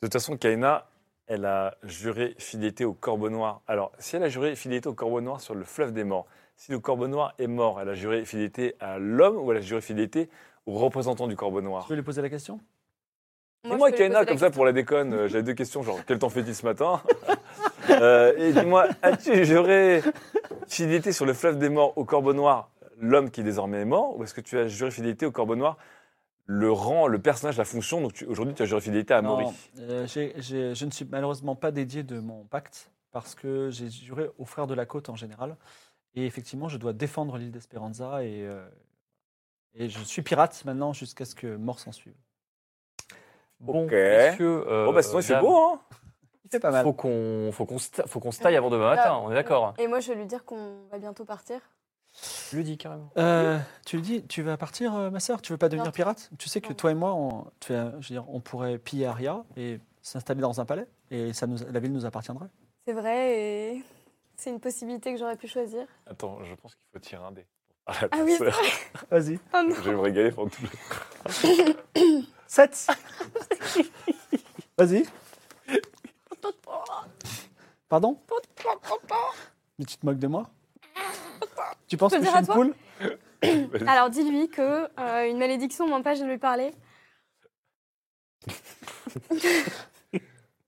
De toute façon, Kaina, elle a juré fidélité au corbeau noir. Alors, si elle a juré fidélité au corbeau noir sur le fleuve des morts, si le corbeau noir est mort, elle a juré fidélité à l'homme ou elle a juré fidélité au représentant du corbeau noir Je vais lui poser la question. je Dis-moi, peux lui poser Kaina, la comme ça, pour la déconne, euh, j'avais deux questions, genre, quel temps fait-il ce matin Euh, Et dis-moi, as-tu juré fidélité sur le fleuve des morts au corbeau noir, l'homme qui désormais est mort, ou est-ce que tu as juré fidélité au corbeau noir, le rang, le personnage, la fonction Donc tu- aujourd'hui, tu as juré fidélité à Maury. Non, euh, j'ai- j'ai- je ne suis malheureusement pas dédié de mon pacte parce que j'ai juré aux frères de la côte en général. Et effectivement, je dois défendre l'île d'Espéranza et, euh, et je suis pirate maintenant jusqu'à ce que mort s'en suive. Bon, Ok. messieurs. Oh, bah sinon, il Euh, fait dames, beau, hein C'est pas mal. Faut qu'on faut qu'on se, faut qu'on se taille avant demain matin, on est d'accord Et moi, je vais lui dire qu'on va bientôt partir. Je Bah, lui dis carrément. Euh, tu le dis, tu vas partir, euh, ma sœur Tu veux pas devenir Non. pirate Tu sais que Non. toi et moi, on, tu vois, je veux dire, on pourrait piller Aria et s'installer dans un palais et ça nous, la ville nous appartiendrait. C'est vrai et c'est une possibilité que j'aurais pu choisir. Attends, je pense qu'il faut tirer un dé. Ah, la Ah oui, c'est sœur. vrai. Vas-y. Oh non. je vais me régaler pendant tout le 7 Vas-y. Pardon Mais tu te moques de moi Tu penses Je que peux je dire suis à une toi poule Alors dis-lui que euh, une malédiction m'empêche de lui parler.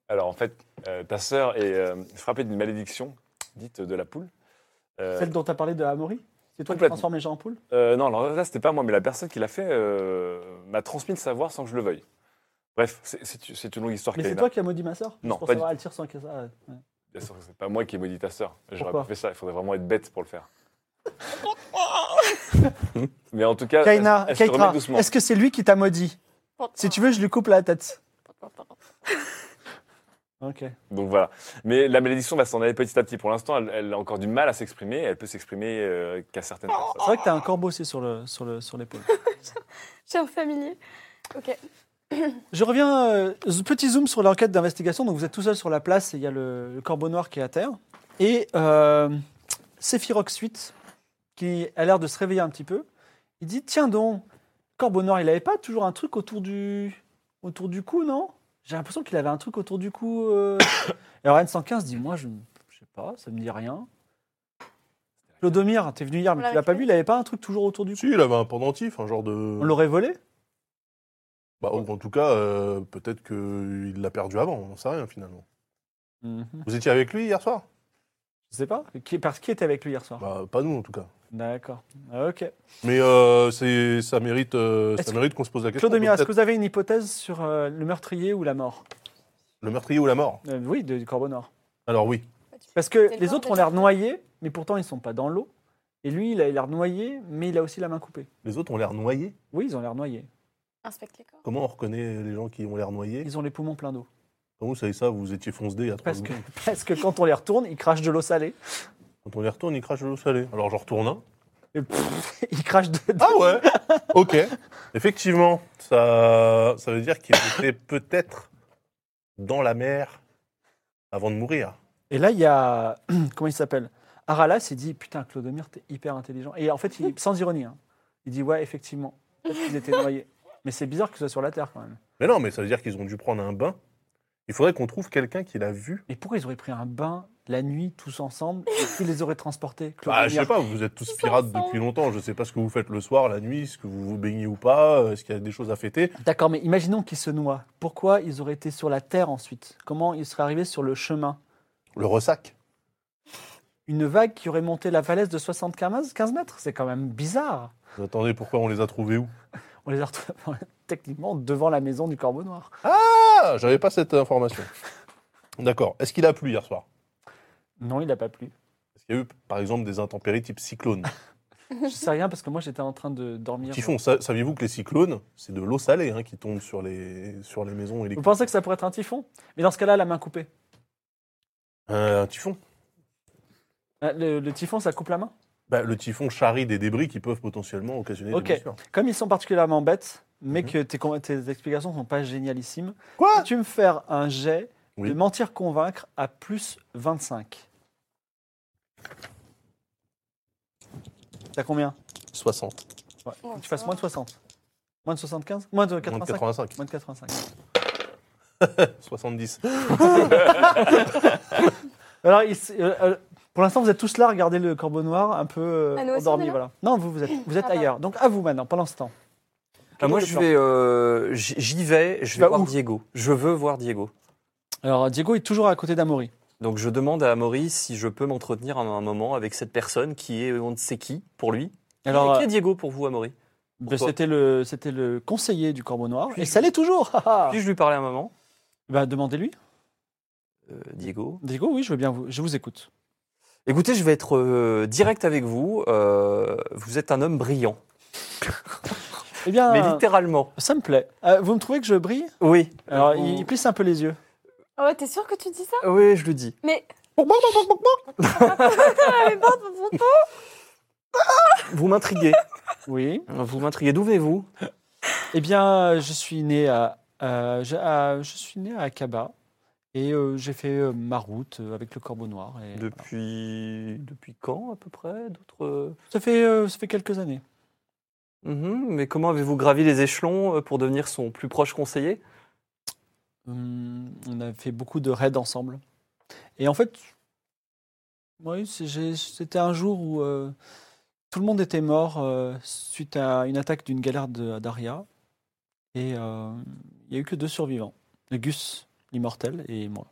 Alors en fait, euh, ta sœur est euh, frappée d'une malédiction dite de la poule. Euh, Celle dont tu as parlé de Amaury C'est toi qui Complètement. transformes les gens en poules euh, non, alors là, c'était pas moi, mais la personne qui l'a fait euh, m'a transmis le savoir sans que je le veuille. Bref, c'est- c'est c'est une longue histoire. Mais c'est Kaina. toi qui as maudit ma sœur Non, Pour pas du savoir, elle tire sans que ça. ouais. Bien sûr que c'est pas moi qui ai maudit ta sœur. J'aurais Pourquoi pas fait ça. Il faudrait vraiment être bête pour le faire. mais en tout cas, Kaina, elle, elle se Keitra, remet doucement. est-ce que c'est lui qui t'a maudit Si tu veux, je lui coupe la tête. Ok. Donc voilà. Mais la malédiction va s'en aller petit à petit. Pour l'instant, elle, elle a encore du mal à s'exprimer. Elle peut s'exprimer euh, qu'à certaines personnes. C'est vrai que t'as un corbeau aussi sur le sur le sur l'épaule. J'ai un familier. Ok. Je reviens euh, z- petit zoom sur l'enquête d'investigation. Donc vous êtes tout seul sur la place et il y a le, le corbeau noir qui est à terre et euh, Sephiroth Suite qui a l'air de se réveiller un petit peu. Il dit tiens donc corbeau noir il avait pas toujours un truc autour du autour du cou non J'ai l'impression qu'il avait un truc autour du cou. euh. et Oren 115 dit moi je je sais pas ça me dit rien. Lodomir, t'es venu hier, mais tu On l'a l'as pas récupéré. vu, il avait pas un truc toujours autour du cou. Si, il avait un pendentif, un genre de. On l'aurait volé Bah, en en tout cas, euh, peut-être qu'il l'a perdu avant, on n'en sait rien finalement. Vous étiez avec lui hier soir Je sais pas. Qui, parce qui était avec lui hier soir bah, Pas nous en tout cas. D'accord. Ah, Ok. Mais euh, c'est- ça mérite, euh, Est-ce ça que- mérite qu'on se pose la question. Claude Mira, est-ce peut-être que vous avez une hypothèse sur euh, le meurtrier ou la mort Le meurtrier ou la mort Euh, Oui, de- du corbeau noir. Alors oui. Parce que C'est le les corps autres de ont l'air la- noyés, mais pourtant ils ne sont pas dans l'eau. Et lui, il a l'air noyé, mais il a aussi la main coupée. Les autres ont l'air noyés. Oui, ils ont l'air noyés. Inspecte les corps. Comment on reconnaît les gens qui ont l'air noyés Ils ont les poumons pleins d'eau. Comment vous savez ça Vous étiez foncedé il y a trois Parce que, secondes. parce que quand on les retourne, ils crachent de l'eau salée. Quand on les retourne, ils crachent de l'eau salée. Alors j'en retourne un. Et pff, ils crachent de l'eau. Ah ouais Ok. Effectivement, ça, ça veut dire qu'il était peut-être dans la mer avant de mourir. Et là, il y a. Comment il s'appelle Aralas, il dit Putain, Clodomir, t'es hyper intelligent. Et en fait, il, sans ironie, hein, il dit Ouais, effectivement. Peut-être qu'ils étaient noyés. Mais c'est bizarre que ce soit sur la Terre quand même. Mais non, mais ça veut dire qu'ils ont dû prendre un bain. Il faudrait qu'on trouve quelqu'un qui l'a vu. Mais pourquoi ils auraient pris un bain la nuit tous ensemble et qui les aurait transportés Claude Bah, je sais Lumière pas, vous êtes tous Ils pirates sont ensemble. depuis longtemps. Je sais pas ce que vous faites le soir, la nuit, est-ce que vous vous baignez ou pas, euh, est-ce qu'il y a des choses à fêter. D'accord, mais imaginons qu'ils se noient. Pourquoi ils auraient été sur la terre ensuite Comment ils seraient arrivés sur le chemin Le ressac. Une vague qui aurait monté la falaise de 75 15 mètres C'est quand même bizarre. Vous attendez, pourquoi on les a trouvés où On les a retrouvés techniquement devant la maison du Corbeau Noir. Ah, j'avais pas cette information. D'accord. Est-ce qu'il a plu hier soir Non, il n'a pas plu. Est-ce qu'il y a eu, par exemple, des intempéries type cyclone Je sais rien parce que moi j'étais en train de dormir. Typhon, sa- saviez-vous que les cyclones, c'est de l'eau salée hein, qui tombe sur les, sur les maisons et les... Vous pensez que ça pourrait être un typhon Mais dans ce cas-là, la main coupée. Euh, un typhon Euh, Le, le typhon, ça coupe la main Bah, le typhon charrie des débris qui peuvent potentiellement occasionner Ok. des blessures. Comme ils sont particulièrement bêtes, mais que tes, con- tes explications sont pas génialissimes, Quoi tu me faire un jet de Oui. mentir-convaincre à plus 25. T'as combien 60. Ouais, faut Oh, que Tu ça fasses va. moins de 60. Moins de 75 Moins de Moins de 85 85. Moins de 85. 70. Alors, il s- euh, euh, pour l'instant, vous êtes tous là, regardez le corbeau noir, un peu euh, Ah, nous aussi, on est endormi. là Voilà. Non, vous, vous êtes, vous êtes Ah, pardon. ailleurs. Donc, à vous maintenant, pendant ce temps. Ah, moi, Quel est je le vais, euh, j- j'y vais, je vais vas voir où Diego. Je veux voir Diego. Alors, Diego est toujours à côté d'Amaury. Donc, je demande à Amaury si je peux m'entretenir un, un moment avec cette personne qui est on ne sait qui pour lui. Alors, Alors, euh, qui est Diego pour vous, Amaury Ben, Pourquoi c'était le c'était le conseiller du Corbeau Noir et ça l'est toujours. haha. Puis-je lui parler un moment Ben, demandez-lui. Euh, Diego. Diego, oui, je veux bien vous je vous écoute. Écoutez, je vais être euh, direct avec vous. Euh, vous êtes un homme brillant, Eh bien, mais littéralement. ça me plaît. Euh, vous me trouvez que je brille Oui. Alors, vous- Ah il, il plisse un peu les yeux. Oh, t'es sûr que tu dis ça Oui, je le dis. Mais. Vous m'intriguez. Oui. vous m'intriguez. D'où venez-vous Eh bien, je suis né à, euh, je, à- je suis né à Akaba et euh, j'ai fait euh, ma route euh, avec le Corbeau Noir. Et, voilà. Depuis depuis quand à peu près D'autres. Ça fait euh, ça fait quelques années. Mhm, Mais comment avez-vous gravi les échelons euh, pour devenir son plus proche conseiller Hum, on a fait beaucoup de raids ensemble. Et en fait, oui, c'est- j'ai- c'était un jour où euh, tout le monde était mort euh, suite à une attaque d'une galère de- d'Aria. Et euh, il n'y a eu que deux survivants. Le Gus, l'immortel, et moi.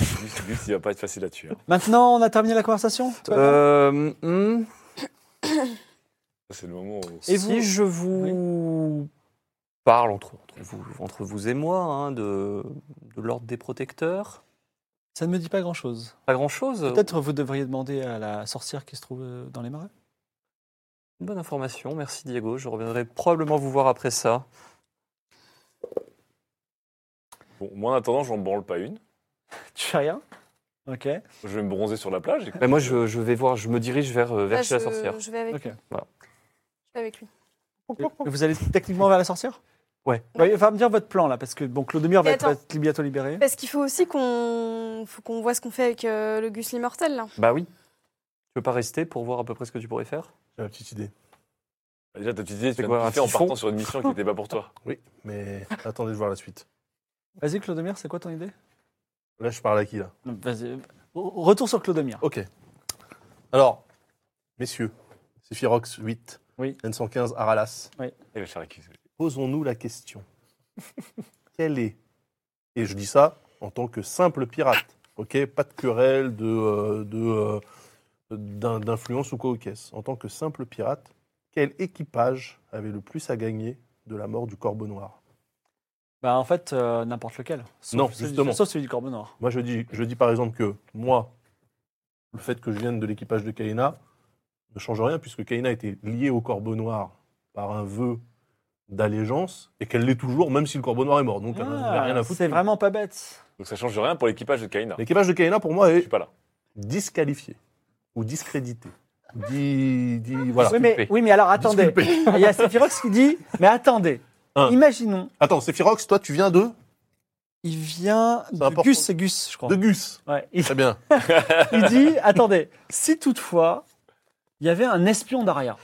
Gus, Gus, il va pas être facile à tuer. hein. Maintenant, on a terminé la conversation Euh, mhm. Ça, C'est le moment où. Et si vous je vous parle entre, entre vous entre vous et moi hein, de de l'ordre des protecteurs, Ça ne me dit pas grand-chose. pas grand chose. Peut-être vous devriez demander à la sorcière qui se trouve euh, dans les marais. Une Bonne information, merci Diego. Je reviendrai probablement vous voir après ça. Bon, moi, en attendant, j'en branle pas une. Tu fais rien Ok. Je vais me bronzer sur la plage. et- Mais moi, je, je vais voir, je me dirige vers, euh, vers Là, chez la sorcière. Bah, Je vais avec Ok. lui. Voilà. Je vais avec lui. Et Vous allez techniquement vers la sorcière Ouais. Ouais, Enfin, me dire votre plan là, parce que bon, Claude Mure va Mais être, attends. va être bientôt libéré. Parce qu'il faut aussi qu'on faut qu'on voit ce qu'on fait avec euh, le Gus l'immortel, là. Bah oui. Tu veux pas rester pour voir à peu près ce que tu pourrais faire J'ai une petite idée. Déjà, ta petite idée, tu C'est viens quoi, de un kiffer en typhon partant sur une mission qui n'était pas pour toi. Oui, mais attendez de voir la suite. Vas-y, Claude Mire, c'est quoi ton idée Là, je parle à qui, là Vas-y. Retour sur Claude Mire. Ok. Alors, messieurs, Sephirox 8, Oui. N115 Aralas, Eh Et ben, le charcuterie. posons-nous la question. Quel est, et je dis ça en tant que simple pirate, ok Pas de querelle, de, euh, de, euh, d'in- d'influence ou quoi aux caisses. En tant que simple pirate, quel équipage avait le plus à gagner de la mort du Corbeau Noir Bah, en fait, euh, n'importe lequel. Sauf Non, celui- justement. Sauf celui du Corbeau Noir. Moi, je dis, je dis par exemple que moi, le fait que je vienne de l'équipage de Kaina ne change rien puisque Kaina était liée au Corbeau Noir par un vœu d'allégeance et qu'elle l'est toujours, même si le Corbeau Noir est mort. Donc, elle n'en a Ah, rien à foutre. c'est vraiment pas bête. Donc ça change rien pour l'équipage de Kaina. L'équipage de Kaina, pour moi, Je est suis pas là. disqualifié ou discrédité. Di- di- voilà. Oui, mais, Disculpé. oui, mais alors attendez. Il y a Sephirox qui dit Mais attendez, Hein. imaginons, Attends, Sephirox, toi, tu viens de, il vient. de important. Gus, c'est Gus, je crois. de Gus. Ouais, il, Très bien. il dit Attendez, si toutefois, il y avait un espion d'Aria,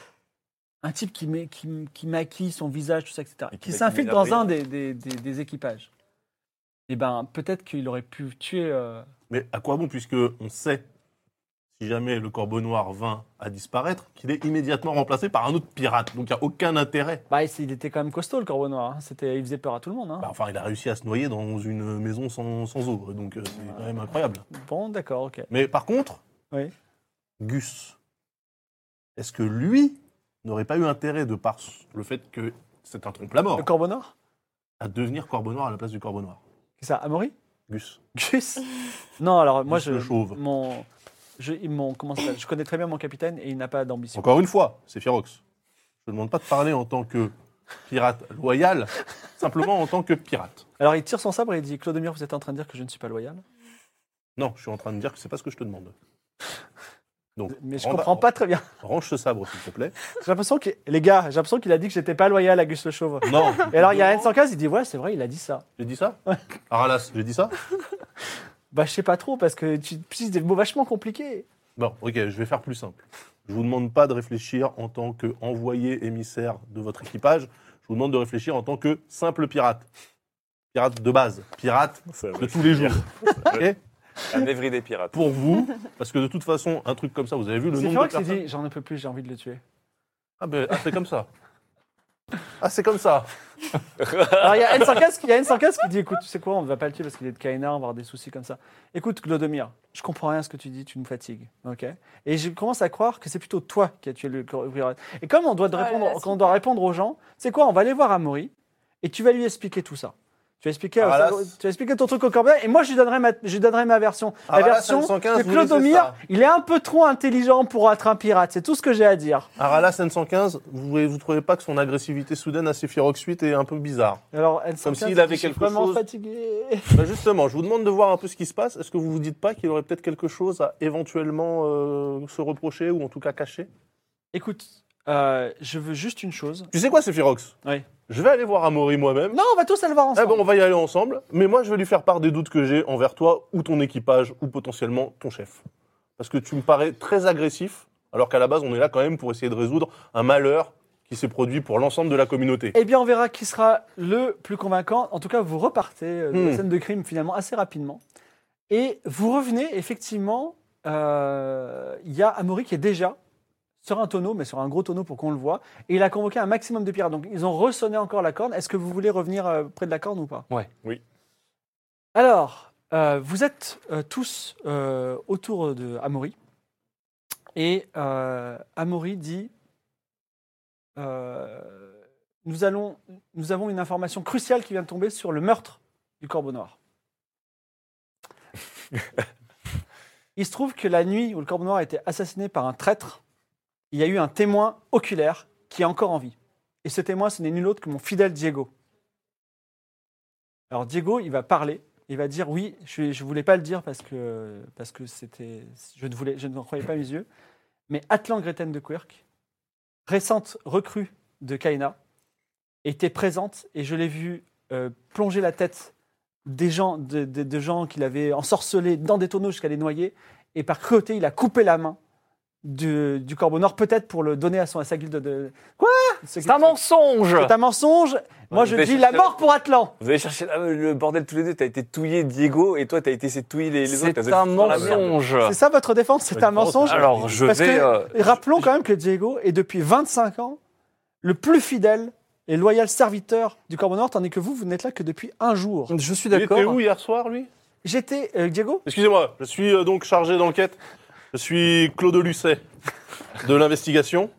un type qui, met, qui, qui maquille son visage, tout ça, etc., Et qui qui maquille s'infiltre la dans brigade. un des, des- des- des équipages, eh ben, peut-être qu'il aurait pu tuer. euh, Mais à quoi bon, puisque on sait, si jamais le Corbeau Noir vint à disparaître, qu'il est immédiatement remplacé par un autre pirate. Donc, il n'y a aucun intérêt. Bah, il était quand même costaud, le corbeau noir. hein. C'était, il faisait peur à tout le monde. hein. Bah, enfin, il a réussi à se noyer dans une maison sans, sans eau, donc euh, c'est quand même incroyable. Bon, d'accord, ok. Mais par contre, Oui. Gus, est-ce que lui n'aurait pas eu intérêt, de par le fait que c'est un trompe la mort, Le corbeau noir à devenir corbeau noir à la place du corbeau noir C'est ça, Amaury Gus. Gus Non, alors moi, Gus je. le chauve. Mon, je, mon, comment ça s'appelle je connais très bien mon capitaine et il n'a pas d'ambition. Encore une fois, c'est Firox. Je ne demande pas de parler en tant que pirate loyal, simplement en tant que pirate. Alors il tire son sabre et il dit Claude Mire, vous êtes en train de dire que je ne suis pas loyal Non, je suis en train de dire que c'est pas ce que je te demande. Donc, Mais je rends- comprends pas très bien. Range ce sabre, s'il te plaît. J'ai l'impression que les gars, j'ai l'impression qu'il a dit que j'étais pas loyal à Gus le Chauve. Non. Et alors il y a N115, il dit ouais, c'est vrai, il a dit ça. J'ai dit ça Aralas, j'ai dit ça Bah je sais pas trop parce que tu utilises des mots vachement compliqués. Bon, ok, je vais faire plus simple. Je vous demande pas de réfléchir en tant qu'envoyé émissaire de votre équipage. Je vous demande de réfléchir en tant que simple pirate. Pirate de base, pirate de tous les jours. Ok Un évry des pirates. Pour vous, parce que de toute façon, un truc comme ça, vous avez vu le C'est nombre Fiora de qui s'est personnes. dit j'en ai peux plus, j'ai envie de le tuer. Ah, ben, ah, c'est comme ça. Ah, c'est comme ça. Alors il y a N115 qui, il y a N115 qui dit écoute, tu sais quoi, on va pas le tuer parce qu'il est de Kaina, on va avoir des soucis comme ça. Écoute Clodomir, je comprends rien à ce que tu dis, tu me fatigues. OK Et je commence à croire que c'est plutôt toi qui as tué le Fiora. Et comme on doit te Oh là répondre là, quand on doit répondre aux gens, c'est quoi, on va aller voir Amaury et tu vas lui expliquer tout ça. Tu vas, expliquer, euh, Aralas. tu vas expliquer ton truc au corbillard et moi je lui donnerai ma, je lui donnerai ma version. La Aralas, version 515, de vous laissez Clodomir, ça. il est un peu trop intelligent pour être un pirate, c'est tout ce que j'ai à dire. Aralas N115, vous vous trouvez pas que son agressivité soudaine à Sephiroth 8 est un peu bizarre Alors, N115, Comme s'il avait je suis quelque vraiment chose. fatigué. Bah, justement, je vous demande de voir un peu ce qui se passe. Est-ce que vous vous dites pas qu'il aurait peut-être quelque chose à éventuellement euh, se reprocher ou en tout cas cacher Écoute, euh, je veux juste une chose. Tu sais quoi, Sephirox Oui. Je vais aller voir Amaury moi-même. Non, on va tous aller voir Ah ensemble. bon, on va y aller ensemble. Mais moi, je vais lui faire part des doutes que j'ai envers toi ou ton équipage ou potentiellement ton chef. Parce que tu me parais très agressif, alors qu'à la base, on est là quand même pour essayer de résoudre un malheur qui s'est produit pour l'ensemble de la communauté. Eh bien, on verra qui sera le plus convaincant. En tout cas, vous repartez euh, de la Hmm. scène de crime finalement assez rapidement. Et vous revenez, effectivement, euh, il y a Amaury qui est déjà sur un tonneau, mais sur un gros tonneau pour qu'on le voit. Et il a convoqué un maximum de pirates. Donc, ils ont ressonné encore la corne. Est-ce que vous voulez revenir euh, près de la corne ou pas Ouais. Oui. Alors, euh, vous êtes euh, tous euh, autour de Amaury. Et euh, Amaury dit euh, nous, allons, nous avons une information cruciale qui vient de tomber sur le meurtre du Corbeau Noir. il se trouve que la nuit où le Corbeau Noir a été assassiné par un traître, il y a eu un témoin oculaire qui est encore en vie. Et ce témoin, ce n'est nul autre que mon fidèle Diego. Alors Diego, il va parler, il va dire oui, je ne voulais pas le dire parce que, parce que c'était, je ne voulais, je n'en croyais pas mes yeux, mais Atlan Greten de Quirk, récente recrue de Kaina, était présente et je l'ai vue euh, plonger la tête des gens, de, de- de gens qu'il avait ensorcelés dans des tonneaux jusqu'à les noyer. Et par cruauté, il a coupé la main du, du corbeau noir, peut-être pour le donner à, son, à sa guilde de. Quoi C'est un mensonge C'est un mensonge Moi, je Mais dis c'est- la mort pour Atlan Vous avez cherché la- le bordel tous les deux. T'as été touillé Diego et toi t'as été essayé de touiller les, les autres. C'est T'as- un dans la merde. mensonge C'est ça votre défense C'est Votre un défense, mensonge Ah. Alors, je Parce vais... que- euh, Et rappelons quand même que Diego est depuis 25 ans le plus fidèle et loyal serviteur du Corbeau Noir, tandis que vous, vous n'êtes là que depuis un jour. je suis Il était d'accord. où hier soir, lui J'étais, euh, Diego Excusez-moi, je suis euh, donc chargé d'enquête. Je suis Claude Lucet de l'investigation,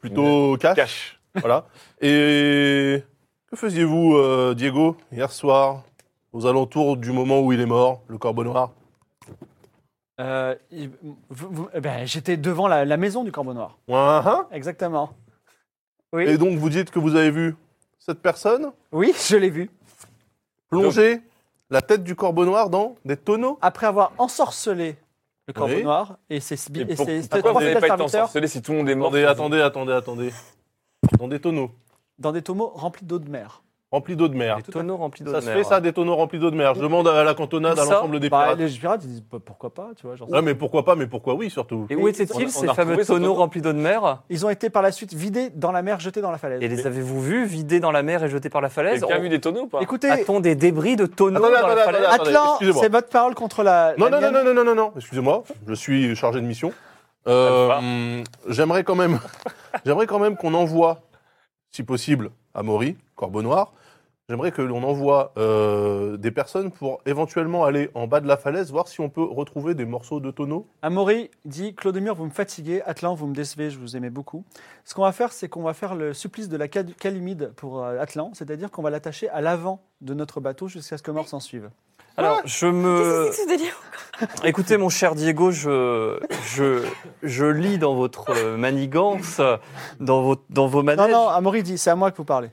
plutôt cash. Cache. Voilà. Et que faisiez-vous, euh, Diego, hier soir, aux alentours du moment où il est mort, le corbeau noir Euh, il- vous- vous- eh ben, J'étais devant la, la maison du Corbeau Noir. Ouin, hein Exactement. Et donc, vous dites que vous avez vu cette personne Oui, je l'ai vu. plonger la tête du corbeau noir dans des tonneaux Après avoir ensorcelé le Corbeau Oui. Noir et ses, sbi- Et et pour- ses- ses pourquoi trois vous n'avez fidèles pas été serviteurs ensorcelé si tout le monde est mort Attendez, attendez, attendez, attendez. Dans des tonneaux dans des tombeaux remplis d'eau de mer. remplis d'eau de mer. Des tonneaux remplis d'eau Ça de se mer. fait, ça, des tonneaux remplis d'eau de mer. Je demande à la cantonade, à Ça l'ensemble des Bah, pirates. les pirates, ils disent bah, pourquoi pas, tu vois. j'en sais Ouais, Ah, mais pourquoi pas, mais pourquoi oui, surtout Et où On a- étaient-ils, on a ces retrouvé fameux ce tonneau. tonneaux remplis d'eau de mer Ils ont été par la suite vidés dans la mer, jetés dans la falaise. Et les avez-vous vus, vidés dans la mer et jetés par la falaise Quelqu'un a On- vu des tonneaux ou pas Écoutez, A-t-on des débris de tonneaux Attendez, dans la attendez, falaise attendez. Atlan, excusez-moi. c'est votre parole contre la. Non, la non, non, mienne. non, non, non, non, non, excusez-moi, je suis chargé de mission. Euh, Ça hum, j'aimerais quand même, j'aimerais quand même qu'on envoie, si possible, à Maury, Corbeau Noir. J'aimerais que l'on envoie euh, des personnes pour éventuellement aller en bas de la falaise, voir si on peut retrouver des morceaux de tonneaux. Amaury dit Claudemire, vous me fatiguez. Atlan, vous me décevez. Je vous aimais beaucoup. Ce qu'on va faire, c'est qu'on va faire le supplice de la cal- calimide pour euh, Atlan, c'est-à-dire qu'on va l'attacher à l'avant de notre bateau jusqu'à ce que mort s'en suive. Alors, je Qu'est-ce me... que c'est que ce délire Écoutez, mon cher Diego, je, je, je lis dans votre euh, manigance, dans vos, dans vos Non, manèges. non, Amaury dit c'est à moi que vous parlez.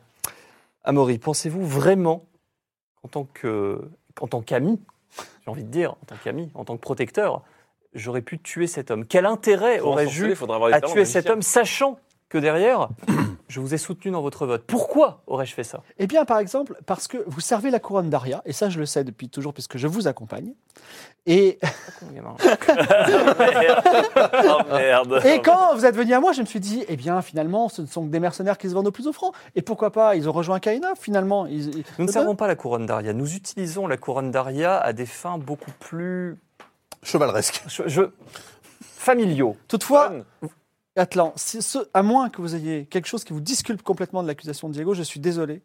Amaury, pensez-vous vraiment, en tant que- en tant qu'ami, j'ai envie de dire, en tant qu'ami, en tant que protecteur, j'aurais pu tuer cet homme. Quel intérêt Pour aurais ensorceler, eu faudra avoir des à talents tuer de cet magicien. homme, sachant que derrière, je vous ai soutenu dans votre vote Pourquoi aurais-je fait ça Eh bien, par exemple, parce que vous servez la couronne d'Aria, et ça, je le sais depuis toujours, puisque je vous accompagne. Et, gamin Oh merde. et quand vous êtes venu à moi, je me suis dit, eh bien, finalement, ce ne sont que des mercenaires qui se vendent aux plus offrants. Et pourquoi pas Ils ont rejoint Kaina, finalement. Ils, ils- Nous ne Eh servons pas la couronne d'Aria. Nous utilisons la couronne d'Aria à des fins beaucoup plus. Chevaleresque. Je, je- familiaux. ben, Toutefois, Atlan, si ce- à moins que vous ayez quelque chose qui vous disculpe complètement de l'accusation de Diego, je suis désolé.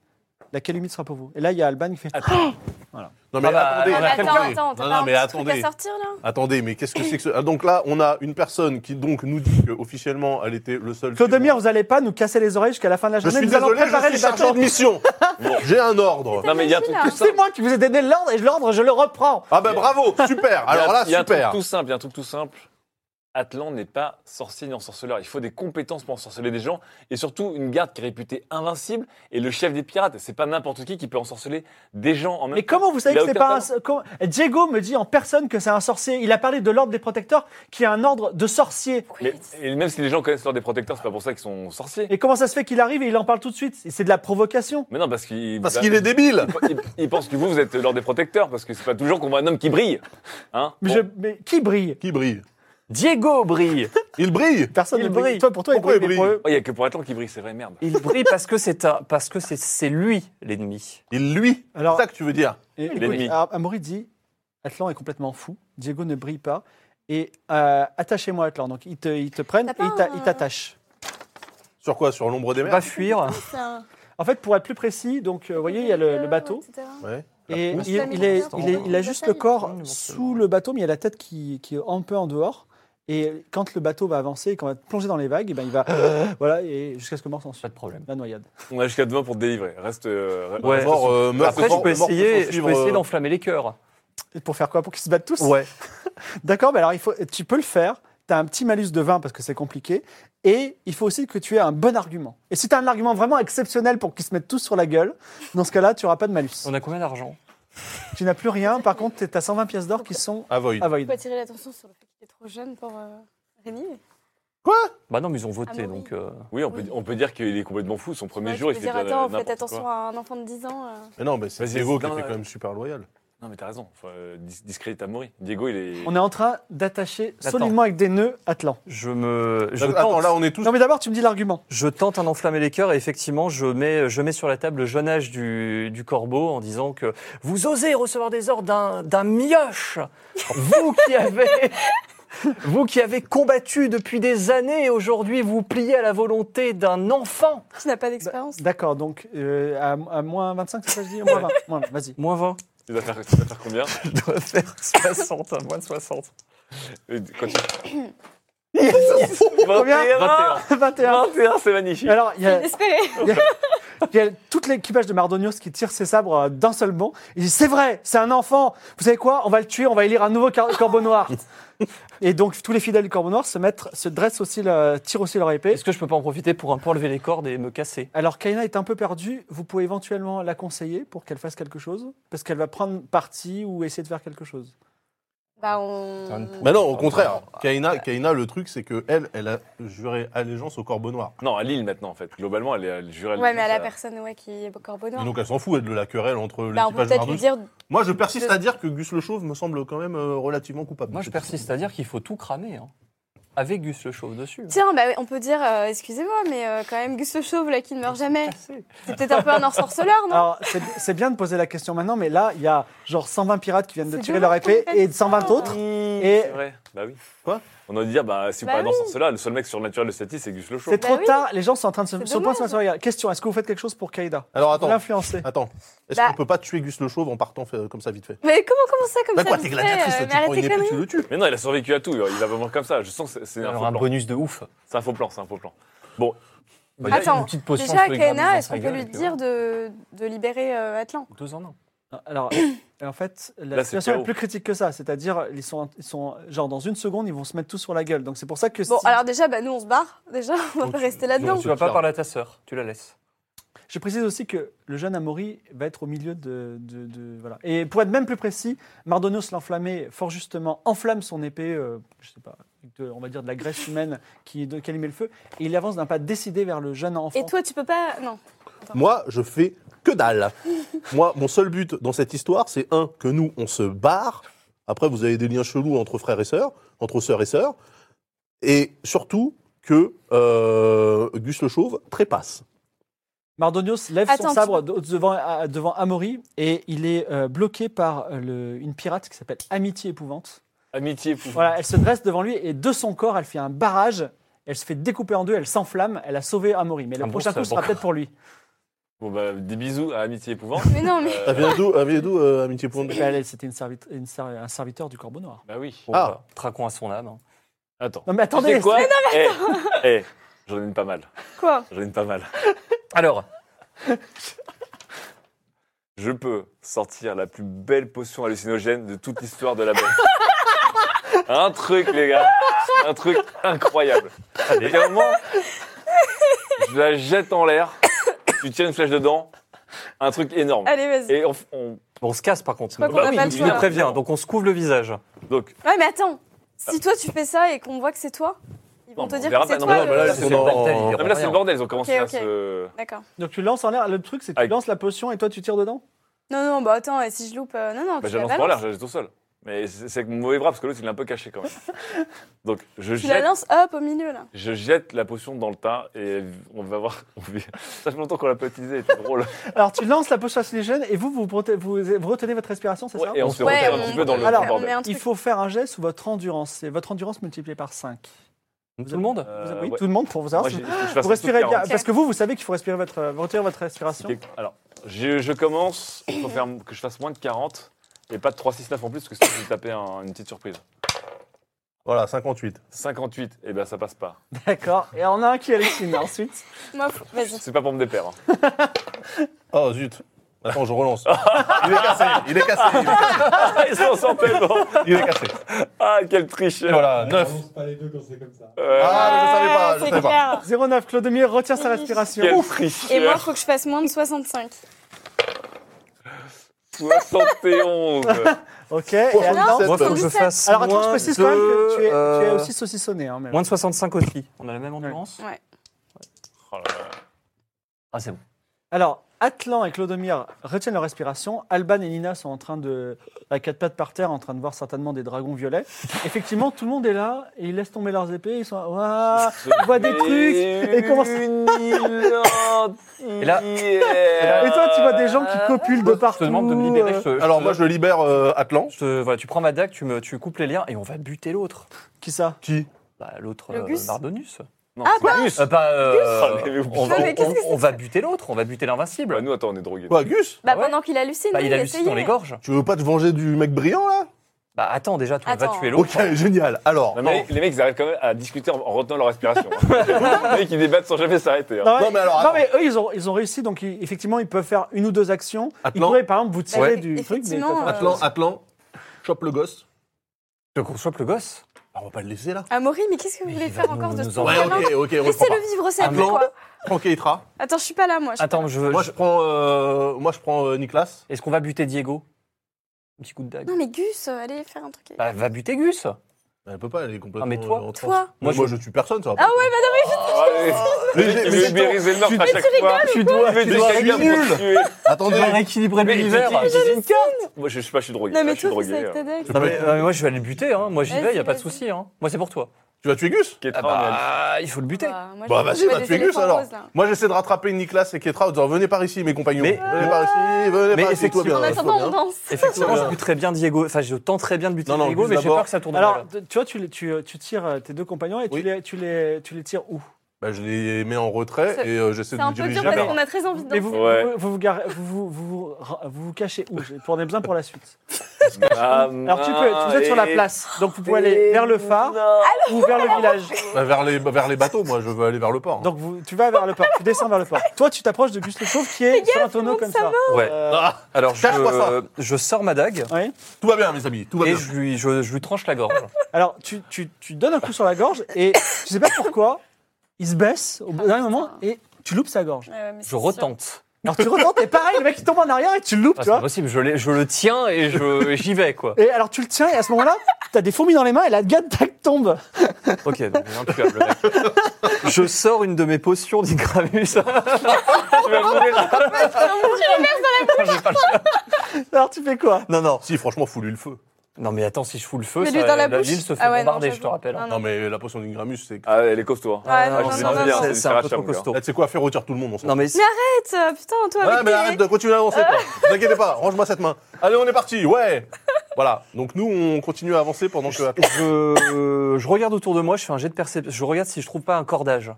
La calamite sera pour vous. Et là, il y a Alban qui fait. Non, mais Ah bah, attendez. on Non, mais a attends, quelqu'un- attends, t'as Non, pas non, un mais petit truc attendez. à sortir là Attendez, mais qu'est-ce que c'est que ce... Ah, donc là, on a une personne qui donc nous dit qu'officiellement, elle était le seul... Clodomir, vous n'allez pas nous casser les oreilles jusqu'à la fin de la Je journée. suis nous allons désolé, préparer je les suis chargé argents. de mission. J'ai un ordre. Non, mais il y a un truc Imagine, tout là. C'est simple. moi qui vous ai donné l'ordre et l'ordre, je le reprends. Ah ben bravo, super. Alors là, Il y a un truc super. tout simple, il y a un truc tout simple. Atlan n'est pas sorcier ni ensorceleur. Il faut des compétences pour ensorceler des gens et surtout une garde qui est réputée invincible et le chef des pirates. C'est pas n'importe qui qui peut ensorceler des gens en même Mais comment vous savez Il a que c'est aucun pas un. comment- Diego me dit en personne que c'est un sorcier. Il a parlé de l'ordre des protecteurs qui est un ordre de sorcier. Mais- et même si les gens connaissent l'ordre des protecteurs, c'est pas pour ça qu'ils sont sorciers. Et comment ça se fait qu'il arrive et il en parle tout de suite C'est de la provocation. Mais non, parce qu'ils Parce qu'il est débile. ils, ils pensent que vous, vous êtes l'ordre des protecteurs parce que c'est pas toujours qu'on voit un homme qui brille. Hein Mais, Bon, je- mais qui brille Qui brille Diego brille. Il brille Personne Il ne brille. brille. Toi, pour toi, Pourquoi il brille. il mais pour brille eux- Oh, Il y a que pour Atlan qui brille, c'est vrai, merde. Il brille parce que c'est un, parce que c'est, c'est lui l'ennemi. Il lui C'est Alors- ça que tu veux dire Et, Il est écoute, demi. alors, ah, Amaury dit Atlan est complètement fou. Diego ne brille pas. Et euh, attachez-moi, Atlan. Donc, ils te, ils te prennent T'as et pas ils t'a- un- euh, ils t'attachent. Sur quoi Sur l'ombre des Va mers fuir. En fait, pour être plus précis, donc, euh, vous voyez, il y a le, le bateau. Ouais. Ah, Et La il, pousse. il est- il est- il est- il a juste le corps Mmh, sous le bateau, mais il a la tête qui, qui est un peu en dehors. Et quand le bateau va avancer, et qu'on va plonger dans les vagues, et ben il va voilà et jusqu'à ce que mort s'en Pas suive. de problème. La noyade. On a jusqu'à demain pour te délivrer. Reste. euh, Ouais. reste- Mort, euh, meurt, Après, je mort- peux mort essayer, pour je suivre, peux essayer euh, d'enflammer les cœurs. Et pour faire quoi Pour qu'ils se battent tous Ouais. D'accord, mais alors il faut, tu peux le faire. Tu as un petit malus de 20 parce que c'est compliqué. Et il faut aussi que tu aies un bon argument. Et si tu as un argument vraiment exceptionnel pour qu'ils se mettent tous sur la gueule, dans ce cas-là, tu n'auras pas de malus. On a combien d'argent Tu n'as plus rien. Par contre, tu as 120 pièces d'or qui sont Avoid. à void. Faut attirer l'attention sur le fait qu'il est trop jeune pour euh, Rémi. Bah non, mais ils ont voté, Ah, mais oui. donc. euh, Oui, on peut, on peut dire qu'il est complètement fou. Son premier Ouais, jour, tu il peux fait dire, de la- attends, n'importe faites attention quoi. à un enfant de 10 ans. euh. Mais non, mais c'est Vas-y, Diego vas-y, qui non, était non. quand même super loyal. hein. Non, mais t'as raison. Faut, euh, dis- discret est à mourir. Diego, il est. On est en train d'attacher Attends. solidement avec des nœuds Atlan. Je me. Je Attends, tente, là, on est tous... Non, mais d'abord, tu me dis l'argument. je tente un enflammer les cœurs et effectivement, je mets, je mets sur la table le jeune âge du, du corbeau en disant que vous osez recevoir des ordres d'un, d'un mioche Vous qui avez. Vous qui avez combattu depuis des années et aujourd'hui vous pliez à la volonté d'un enfant. Tu n'as pas d'expérience. D'accord, donc euh, à, à moins 25, c'est ça que je dis Moins 20, moins 20, vas-y. Moins 20. Tu vas faire, tu vas faire combien Je dois faire 60, hein, moins de 60. Euh, quand tu- Combien 21 21. 21, c'est magnifique. Alors, il y a, Désespéré. il y a tout l'équipage de Mardonios qui tire ses sabres euh, d'un seul bond. Il dit C'est vrai, c'est un enfant. Vous savez quoi On va le tuer, on va élire un nouveau car- corbeau noir. Et donc, tous les fidèles du corbeau noir se, mettent, se dressent aussi, le- tirent aussi leur épée. Est-ce que je peux pas en profiter pour un peu enlever les cordes et me casser Alors, Kaina est un peu perdue. Vous pouvez éventuellement la conseiller pour qu'elle fasse quelque chose, parce qu'elle va prendre parti ou essayer de faire quelque chose. Bah, Faire une on. poule. Bah non, au contraire. Kaina, Kaina, le truc, c'est que elle, elle a juré allégeance au corbeau noir. Non, à Lille maintenant, en fait. Globalement, elle est elle est jurée. Ouais, mais à la ça- personne ouais, qui est au corbeau Et noir. donc elle s'en fout elle, de la querelle entre Bah, on peut l'équipage de peut-être lui Marduk. dire. Moi, je persiste à dire que Gus le Chauve me semble quand même euh, relativement coupable. Moi, je persiste à dire qu'il faut tout cramer. hein. Avec Gus le Chauve dessus. Tiens, bah, on peut dire, euh, excusez-moi, mais euh, quand même, Gus le Chauve, là, qui ne meurt jamais. Cassé. C'est peut-être un peu un ensorceleur, non Alors, c'est- c'est bien de poser la question maintenant, mais là, il y a genre 120 pirates qui viennent de C'est tirer leur dommage épée qu'on fasse Bah et 120 ça. autres. Et... Et- C'est vrai. Bah oui. Quoi On aurait dû dire, bah, si vous Bah parlez dans ce sens-là, le seul mec surnaturel de cette île, c'est Gus Le Chauve. C'est Bah trop oui. tard, les gens sont en train de se, C'est sont au point de se dommage. mettre sur la gueule. Question est-ce que vous faites quelque chose pour Kaïda Alors Pour attends, l'influencer attends. Est-ce Bah- qu'on peut pas tuer Gus le Chauve en partant fait, comme ça vite fait Mais comment, comment ça, comme Bah ça quoi, vite t'es fait, gladiatrice, euh, tu Mais arrête prends une tes épée, tu conneries. le tues. Mais non, il a survécu à tout. Il va pas mourir comme ça. Je sens que c'est- c'est un, Alors, faux un plan. bonus de ouf. C'est un faux plan. C'est un faux plan. Bon, Bah, Attends, il y a une petite potion, Déjà, je peux lui gratter dans Kaina, est-ce sa qu'on peut gueule, et lui puis dire voilà. de, de libérer euh, Atlan Deux en un. Ah, Alors, en fait, la Là, c'est situation est chaos. plus critique que ça. C'est-à-dire, ils sont, ils sont genre dans une seconde, ils vont se mettre tous sur la gueule. Donc, c'est pour ça que Bon, si- alors déjà, bah, nous, on se barre. Déjà, on va Donc, pas tu- rester là-dedans. donc, Tu vas pas parler à ta sœur, tu la laisses. Je précise aussi que le jeune Amaury va être au milieu de. de- de- voilà. Et pour être même plus précis, Mardonos l'enflammé, fort justement, enflamme son épée, euh, je sais pas, de- on va dire de la graisse humaine qui, de, qui allumait le feu, et il avance d'un pas décidé vers le jeune enfant. Et toi, tu peux pas. Non. Moi, je fais que dalle. Moi, mon seul but dans cette histoire, c'est un, que nous, on se barre. Après, vous avez des liens chelous entre frères et sœurs, entre sœurs et sœurs. Et surtout, que euh, Gus le Chauve trépasse. Mardonios lève Attends, son tu- sabre de- devant, à- devant Amaury et il est euh, bloqué par euh, le- une pirate qui s'appelle Amitié Épouvante. Amitié pour Mhm. Voilà, elle se dresse devant lui et de son corps, elle fait un barrage. Elle se fait découper en deux, elle s'enflamme, elle a sauvé Amaury. Mais le Ah Un bon prochain coup sabre. sera peut-être pour lui. Bon, bah, des bisous à Amitié épouvante. Mais non, mais. Elle vient d'où, elle vient d'où, euh, Amitié Pointe Elle, elle, C'était une servite- une ser- un serviteur du Corbeau Noir. Bah oui. Bon, Ah. bah, traquons à son âme. hein. Attends. Non mais attendez, Tu sais quoi Eh, eh, j'en ai une pas mal. Quoi J'en ai une pas mal. Alors, Je peux sortir la plus belle potion hallucinogène de toute l'histoire de la bête. Un truc, les gars. Un truc incroyable. Il y a un moment, je la jette en l'air, tu tiens une flèche dedans, un truc énorme. Allez, vas-y. Et on, f- on- on se casse par contre. Bah crois qu'on a oui, pas le il choix. nous prévient, donc on se couvre le visage. donc, Ouais, mais attends. Si toi, tu fais ça et qu'on voit que c'est toi, ils Ah. vont Non, te mais on dire verra que c'est pas. Non, toi. mais non, le- mais là, Ça, c'est c'est le dans- bordel, il Non, non, verra mais là c'est rien. le bordel, ils ont commencé Ok, à ok. se. D'accord. donc tu lances en l'air. Le truc, c'est que Aïe. tu lances la potion et toi, tu tires dedans Non, non, bah attends, et si je loupe. euh, non, non, Bah, tu la j'annonce pas en l'air, balances. j'allais tout seul. Mais c'est c'est avec mon mauvais bras parce que l'autre il l'a un peu caché quand même. Donc je Tu la jette, lances, hop, au milieu, là. je jette la potion dans le tas et on va voir. on vit- Ça fait longtemps qu'on l'a pas utilisé, c'est drôle. Alors tu lances la potion hallucinogène et vous, vous, prote- vous, vous retenez votre respiration, c'est Ouais, ça euh, et on se fait Ouais, repérer un on- petit peu dans le Alors, on met bordel. un Il truc. faut faire un geste sous votre endurance. C'est votre endurance multipliée par 5. Tout le monde Euh, oui, ouais. tout le monde pour vous savoir Moi, si j'ai- vous- il faut que je fasse vous un saut de respirez bien. 40. Parce que vous, vous savez qu'il faut respirer votre, euh, retenir votre respiration. Alors, je, je commence, il faut faire que je fasse moins de 40 et pas de 3, 6, 9 en plus, parce que sinon je vais taper un- une petite surprise. Voilà, 58. 58, et eh ben ça passe pas. D'accord. Et on a un qui hallucine ensuite. Moi, faut- vas-y. C'est pas pour me déplaire. hein. Oh zut. Attends, je relance. Il est cassé, il est cassé, il est cassé. Ah, ils s'en sortent tellement Il est cassé. Ah, quel tricheur Voilà, 9. On pas les deux quand c'est comme ça. Euh, Ah, je savais pas, je c'est savais pas. clair. 09, Clodomir retient sa respiration. Quel Et moi, tricheur faut que je fasse moins de 65. 71 Ok. et attends. Moi, faut que je 77. fasse. Alors attends, je moins précise quand même que de, tu es, tu es euh, aussi saucissonné. hein, mais- Moins de 65 aussi. On a la même endurance Ouais. Oh là là. Ah, c'est bon. Alors, Atlan et Clodomir retiennent leur respiration. Alban et Nina sont en train de. à quatre pattes par terre, en train de voir certainement des dragons violets. Effectivement, tout le monde est là et ils laissent tomber leurs épées. Ils sont. Ouah Je voit des trucs, et commence- Et là, Et toi, tu vois des gens qui copulent de Je te partout. demande de me libérer. euh, je te- je Alors te- moi, je libère euh, Atlan. je te- voilà, tu prends ma dague, tu, me, tu coupes les liens et on va buter l'autre. Qui ça Qui Bah, l'autre Le euh, Gus Mardonius. ah, quoi Euh, bah, euh, Gus. Ah, mais oui. on, va, Non, mais qu'est-ce que on- on va buter l'autre, on va buter l'invincible. bah, Nous, attends, on est drogués. Quoi, Gus Bah, Ah ouais pendant qu'il hallucine, Bah, oui, il a lucide essayez. dans les gorges. Tu veux pas te venger du mec brillant, là Bah attends déjà, tu vas Attends. tuer l'autre. Ok, génial. Alors, Non, mais les, les mecs, ils arrivent quand même à discuter en, en retenant leur respiration. les mecs, ils débattent sans jamais s'arrêter. hein. Non, mais alors, non, attends. mais eux, ils ont, ils ont réussi, donc ils- effectivement, ils peuvent faire une ou deux actions. Ils Atlan, pourraient, par exemple, vous tirer Ouais. du truc. Mais ils Effectivement, peuvent- Euh, Atlan, Atlan, chope le gosse. Donc on chope le gosse. Ah, on va pas le laisser, là. Amaury, mais qu'est-ce que vous Mais voulez il va faire nous- encore de nous ce envoyer- Ouais, talent ok, ok, on le prend Laissez-le pas. vivre sa vie, Atlan. quoi. Prends Keitra. Attends, je suis pas là, moi. je- Attends, je, Moi, je- je prends, euh, moi, je prends euh, Nicolas. est-ce qu'on va buter Diego Un petit coup de dague. Non, mais Gus, euh, allez faire un truc. avec- Bah va buter Gus. Elle peut pas, elle est complètement. Ah, mais toi, euh, en transe. Toi Moi, Moi, je... tue personne, ça. va Ah pas. ouais, bah Allez. Mais- Les mecs, ils mais- veulent ubériser le meurtre à tu- chaque fois. Tu dois, tu dois des être camions pour nul. tuer. Attendez. rééquilibrer Mais l'univers. ils utilisent une carte. Moi, je je sais pas, je suis drogué. non, Là, mais je suis toi, fais ça avec drogué. hein. ta dague. Non mais, non, mais moi je vais aller le buter, hein. moi j'y Vas-y, vais, y a pas de vas-y. souci. Hein. Moi c'est pour toi. Tu vas tuer Gus Kétra, Ah on est à- bah il faut le buter. Bah, moi, je- Bah, je vas-y, vois va des tuer Gus éléphants alors. roses, là. Moi, j'essaie de rattraper Nicolas et Keitra en disant Venez par ici, mes compagnons. Mais- venez par ici, venez Mais par ici. Toi, bien, En toi, attendant, bien. on danse. Effectivement, je buterais bien Diego. Enfin, je tenterais bien de buter Non, non, Diego, Gus mais j'ai d'abord. peur que ça tourne. Alors, mal. t- tu vois, tu, les- tu, euh, tu tires euh, tes deux compagnons et tu, Oui. les, tu, les, tu les tires où Bah, je les mets en retrait C'est- et euh, j'essaie C'est de me un peu diriger dur vers. parce qu'on a très envie de Mais danser. vous Ouais. vous, vous, vous garez- vous- vous- vous- vous- vous vous cachez où J'ai- Pour des besoins pour la suite. Ah, Alors, tu peux, vous êtes sur la et- Ah. place, donc vous pouvez aller vers le phare ou vers le village. Bah, vers, les, vers les bateaux, moi, je veux aller vers le port. Donc vous, tu vas vers le port, tu descends vers le port. Toi, tu t'approches de Gus le Chauve qui est sur un tonneau monte comme sa ça. Ouais. Euh, Alors Cache-moi Ah. ça. je, euh, je sors ma dague ouais. Tout va bien, mes amis, tout va et bien. je lui, je, je lui tranche la gorge. Alors, tu, tu, tu donnes un coup sur la gorge et tu sais pas pourquoi, il se baisse au bout d'un moment et Tu loupes sa gorge. Je retente. Alors tu retentes et pareil, le mec il tombe en arrière et tu le loupes, Ah, tu c'est pas vois. possible, je, l'ai- je le tiens et je- j'y vais, quoi. Et alors tu le tiens et à ce moment-là, t'as des fourmis dans les mains et la gueule tac tombe. Ok, donc il est intouchable, le mec. Je sors une de mes potions d'Igramus. Tu vas mourir. Alors tu fais quoi non, non. Si, franchement, fout-lui le feu. Non, mais attends, si je fous le feu, Mais lui, ça, dans la bouche. ville se fait Ah ouais, non, bombarder, je j'avoue. te rappelle. Non, non. Non, mais la potion d'Ingramus, c'est. Ah, elle est costaud. hein. Ouais, Ah, non, c'est- non, non, bien, non. c'est- c'est un peu trop Racham, costaud. Là, tu sais quoi, fais rôtir tout le monde, on s'en Non, mais Arrête, euh, putain, toi, Ouais, avec mais tes- arrête de continuer à avancer, toi. Ne t'inquiète pas, range-moi cette main. Allez, on est parti, ouais Voilà, donc nous, on continue à avancer pendant que... je, je regarde autour de moi, je fais un jet de perception. Je regarde si je trouve pas un cordage.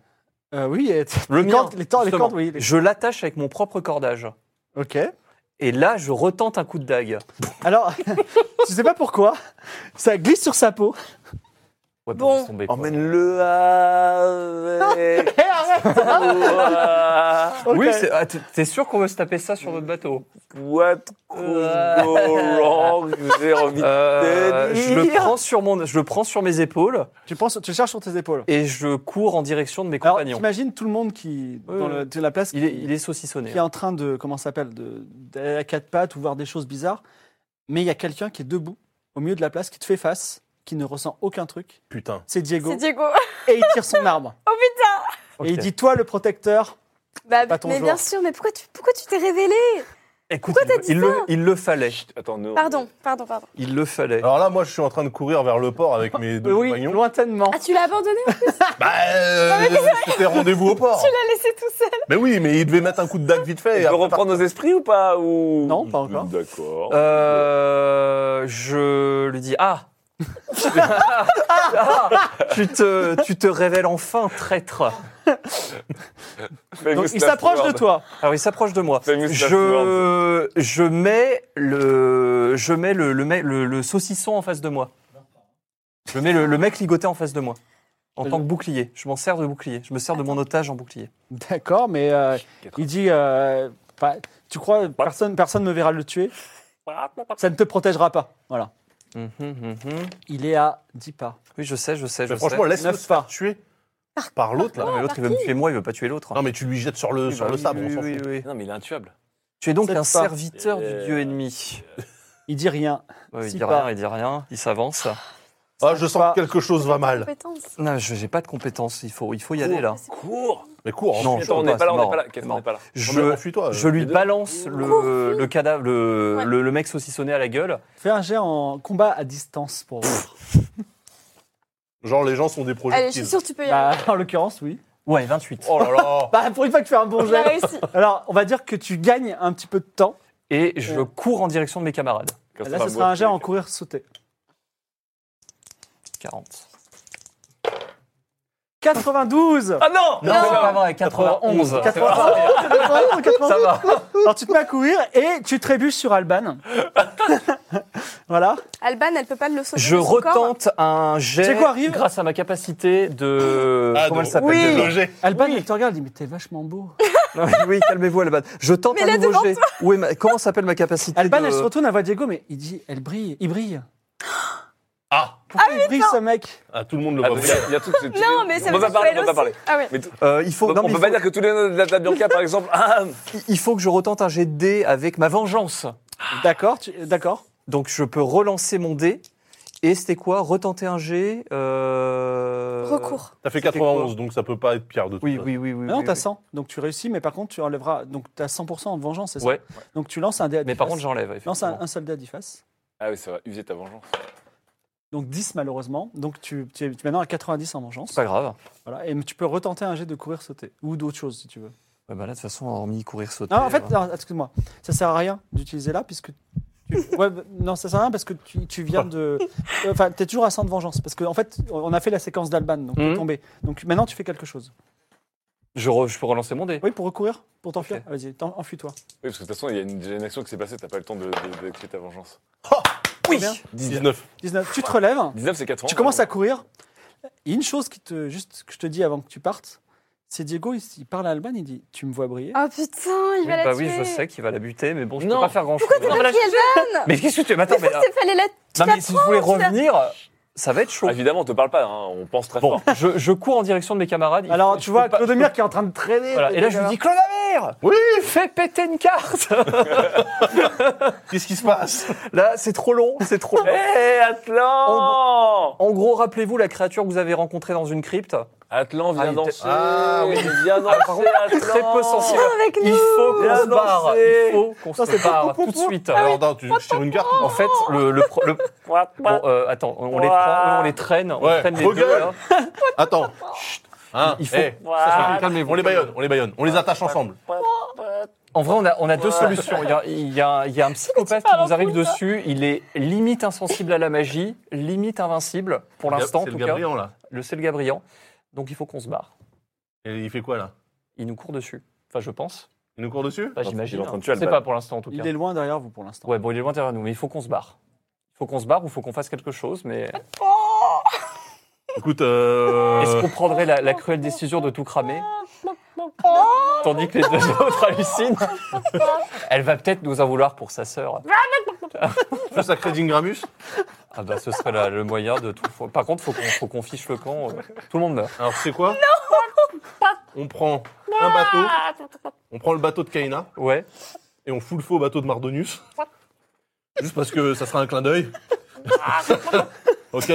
Euh, Oui, et t- Le les mien, cordes, les, tor- les justement. cordes, oui. les- Je l'attache avec mon propre cordage. Ok. Et là, je retente un coup de dague. Alors, je sais pas pourquoi, ça glisse sur sa peau. Ouais, Bon. laisse tomber, quoi. Emmène-le avec Hé, Eh, arrête toi. Ok. Oui, c'est- ah, t'es- t'es sûr qu'on veut se taper ça sur notre bateau What could go wrong J'ai envie de Euh, T'es je, le dire. prends sur mon, je le prends sur mes épaules Tu, penses, tu le cherches sur tes épaules. et je cours en direction de mes Alors, compagnons. t'imagines tout le monde qui, Ouais, dans ouais. le- de la place, il, est, il est saucissonné. hein. qui est en train de, comment ça s'appelle, de- d'aller à quatre pattes ou voir des choses bizarres. Mais il y a quelqu'un qui est debout, au milieu de la place, qui te fait face, qui ne ressent aucun truc. Putain. C'est Diego. C'est Diego. Et il tire son arbre. Ok. Et il dit, toi le protecteur. Bah, pas ton mais genre. bien sûr, mais pourquoi tu pourquoi tu t'es révélé Écoute, il, le, il le fallait. Attends, nous. Pardon, pardon, pardon. Il le fallait. Alors là, moi, je suis en train de courir vers le port avec mes deux oui, compagnons. lointainement. Ah, tu l'as abandonné Bah, Ah, euh, c'était rendez-vous au port. Tu l'as laissé tout seul. Mais oui, mais il devait mettre un coup de dague vite fait. On et peut après- reprendre nos esprits ou Euh, pas ou... Non, pas encore. Mm, D'accord. Euh, je lui dis ah. Ah, tu, te, tu te révèles enfin traître. Famous Donc, il last s'approche de word. toi. Alors il Ah s'approche de moi. Famous last word. Je, je mets le je mets le, le, mec- le- le saucisson en face de moi. Je mets le, le mec ligoté en face de moi. En tant que bouclier. Je m'en sers de bouclier. Je me sers de mon otage en bouclier. D'accord, mais euh, il dit, euh, pas- tu crois, Bah. personne personne ne verra le tuer. Ça ne te protégera pas. Voilà. Mhm, mhm. Il est à 10 pas. Oui, je sais, je sais, je Mais franchement, sais. laisse-le Neuf se faire pas. tuer par l'autre, Non, là. mais l'autre, il veut me tuer moi, il veut pas tuer l'autre. Non, mais tu lui jettes sur le, Oui, sur bah le oui, sabre, on oui, s'en oui, fout. oui. Non, mais il est intuable. Tu es donc Sept un pas. serviteur du Euh, dieu ennemi. Il dit rien. Ouais, il six dit pas. rien, il dit rien, il s'avance. Ah, je sens pas. que quelque chose va mal. Compétence. Non, je j'ai pas de compétences, il faut, il faut y aller là. Cours Mais cours, hein. Non, non, je Attends, on n'est comprends pas là, on pas, n'est pas là. c'est Qu'est-ce qu'on mort. n'est pas là Je, Enfuis-toi. je lui les deux. balance le, le cadavre, le, Ouais. le, le mec saucissonné à la gueule. Fais un jet en combat à distance pour voir. Genre, les gens sont des projectiles. Allez, je suis sûre que tu peux y Bah, aller. en l'occurrence, oui. Ouais, 28. Oh là là Bah, pour une fois que tu fais un bon On a jet. réussi. Alors, on va dire que tu gagnes un petit peu de temps. Et je cours en direction de mes camarades. Qu'est-ce Là, qu'on ce va sera un jet en boire courir sauter. 40. 92 Ah non Non, c'est pas vrai, 91. 91 91, 92. Ça va. Alors, tu te mets à courir et tu trébuches sur Alban. voilà. Alban, elle peut pas le sauver. Je de son corps. retente un jet Tu sais quoi, arrive grâce à ma capacité de... Ah, Comment de- elle s'appelle de déjà loger. Alban, il te regarde, il dit Mais t'es vachement beau. Non, mais oui, calmez-vous, Alban. Je tente Mais un là, nouveau devant jet. Où est ma- Comment s'appelle ma capacité Alban, de- elle se retourne, elle voit Diego, mais il dit Elle brille, il brille. Ah, Pourquoi il brille, ce mec Ah, tout le monde le Attends, voit. il y a- il y a tout- c'est- Non, mais ça on veut va pas dire parler, qu'elle on va pas parler. aussi. Ah ouais. Mais Euh, il faut, non, on mais il peut faut- pas dire que tous les noms de la- de la Bianca, par exemple, ah, il faut que je retente un jet de dés avec ma vengeance. Ah. D'accord, tu- d'accord. Donc je peux relancer mon dé. Et c'était quoi Retenter un jet euh... Recours. T'as fait C'était 91, donc ça peut pas être pire de tout. Oui, oui, oui. oui Ah non, oui, t'as oui. 100, donc tu réussis, mais par contre, tu enlèveras. Donc, t'as 100% en vengeance, c'est ça Ouais. Donc, tu lances un dé à Mais 10 par faces. contre, j'enlève. Lance effectivement. un, un soldat à 10 faces. Ah oui, ça va user ta vengeance. Donc 10 malheureusement. Donc tu, tu es tu es maintenant à 90 en vengeance. C'est pas grave. Voilà. Et tu peux retenter un jet de courir sauter. Ou d'autres choses si tu veux. Ouais, bah là, de toute façon, hormis courir sauter. Non, en fait, euh, non, excuse-moi. Ça sert à rien d'utiliser là puisque. tu- Ouais, bah, non, ça sert à rien parce que tu, tu viens de. euh, Enfin, t'es toujours à 100 de vengeance. Parce qu'en en fait, on a fait la séquence d'Alban, donc t'es Mhm. tombé. Donc maintenant, tu fais quelque chose. je, re- je peux relancer mon dé. Oui, pour recourir, pour t'enfuir. Ok. Ah, Vas-y, t'en- enfuis-toi. Oui, parce que de toute façon, il y a une, j'ai une action qui s'est passée, t'as pas le temps de, de, de créer ta vengeance. Oui 19. 19. Tu te relèves, 19, c'est 4 ans. hein. tu commences à courir. Il y a une chose qui te, juste, que je te dis avant que tu partes. C'est Diego, il, il parle à Alban, il dit Tu me vois briller Ah, Oh putain, il Oui, va la bah tuer. oui, je sais qu'il va la buter, mais bon, je Non. peux pas faire grand-chose. Pourquoi t'as pas pris Alban Mais qu'est-ce que tu. Mais attends, mais, Il fallait la non, mais si je voulais tu l'as- revenir, ça va être chaud. Ah, évidemment, on te parle pas, hein, on pense très Bon, fort. je, je cours en direction de mes camarades. Il- Alors, je tu peux vois, pas- Clodomir qui est en train de traîner. Voilà, Et là, je lui dis Clodamir Oui Fais péter une carte Qu'est-ce qui se passe Là, c'est trop long, c'est trop Hé, long. Oh! Atlan En gros, rappelez-vous la créature que vous avez rencontrée dans une crypte. Atlan, Ah, viens il danser. Ah, oui. viens danser, Atlan. Très peu sensible. avec Il faut qu'on Viens se barre. danser. Il faut qu'on se barre tout de suite. Alors, attends, tu tires une carte En fait, le, le pro- le- Ouah, bon, ouah. euh, attends, on on les Ouah. prend, on les traîne, on Ouais, traîne les regarde. deux. hein. là. Attends. Chut. Hein, Il faut- eh, Ouah. on les baillonne, on les baillonne, on les Ah. attache ensemble. En vrai, on a, on a deux Ouais. solutions. Il y a, il y a un- il y a un psychopathe qui nous arrive dessus. Il est limite insensible à la magie, limite invincible pour l'instant en C'est tout le cas. Gabriel, là. Le c'est le Gabriel. Donc il faut qu'on se barre. Et il fait quoi, là Il nous court dessus. Enfin, je pense. Il nous court dessus Enfin, j'imagine. il est en train de tuer Je sais Alban. pas pour l'instant en tout cas. Il est loin derrière vous pour l'instant. Ouais, bon, il est loin derrière nous, mais il faut qu'on se barre. Il faut qu'on se barre ou faut qu'on fasse quelque chose, mais Écoute, euh... est-ce qu'on prendrait la, la cruelle décision de tout cramer Tandis que les deux autres hallucinent. Elle va peut-être nous en vouloir pour sa sœur. tu veux sacrer Dingramus Ah bah ce serait la- le moyen de tout. Par contre, faut qu'on faut qu'on fiche le camp. euh, Tout le monde meurt. Alors, tu sais quoi On prend un bateau, on prend le bateau de Kaina, Ouais. et on fout le feu au bateau de Mardonius. Juste parce que ça sera un clin d'œil. ok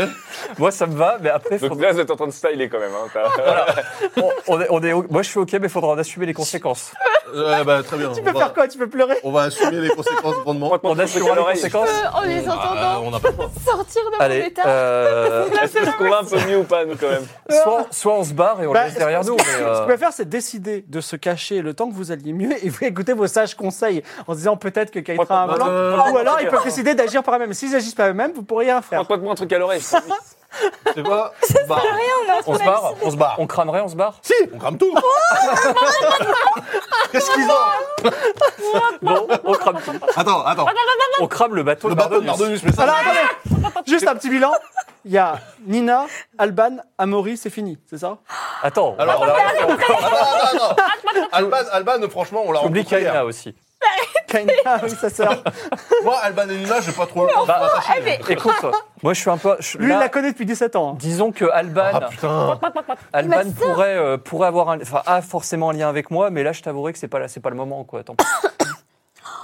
Moi ça me va, mais après Donc faudra- là, vous êtes en train de styler quand même. hein, t'as- on, on est, on est au- Moi je suis ok, mais faudra en assumer les conséquences. Euh, bah, Très bien. Tu on peux va- faire quoi Tu peux pleurer On va assumer les conséquences grandement. On assumera les l'oreille. conséquences. en les Ah, entendant on n'a pas le droit. sortir de mon Allez. état. euh, Est-ce que je convainc un peu mieux ou pas, nous, quand même soit, soit on se barre et on Bah, le laisse derrière ce- nous. Ce ce mais, que vous euh, pouvez faire, c'est décider de se cacher le temps que vous alliez mieux et vous écoutez vos sages conseils en se disant peut-être que Kaitra a un Non, plan. non, non, Ou alors ils peuvent décider d'agir par eux-mêmes. S'ils agissent par eux-mêmes, vous pourriez rien faire. Raconte-moi un truc à l'oreille. C'est quoi On se barre. on se barre. On se barre. On cramerait, on se barre. Si, on crame tout. Qu'est-ce qu'ils ont Bon, on crame tout. Attends, attends. On crame le bateau Le de bateau de Mardonius, Mardonius. mais ça. Alors attendez, juste un petit bilan. Il y a Nina, Alban, Amaury, c'est fini, c'est ça Attends, Alors, on a- Attends, attends, attends. Alban, Alban, franchement, on l'a on oublie rencontré Kaina hier. aussi. Kaina, oui, sa sœur. Moi, Alban et Nina, j'ai pas trop le temps. Bah, écoute, moi je suis un peu. je- Lui, il là, la connaît depuis 17 ans. hein. Disons que Alban, Ah putain. Alban pourrait, euh, pourrait avoir un, enfin, a forcément un lien avec moi, mais là je t'avouerai que c'est pas là, c'est pas le moment quoi. Tant pis.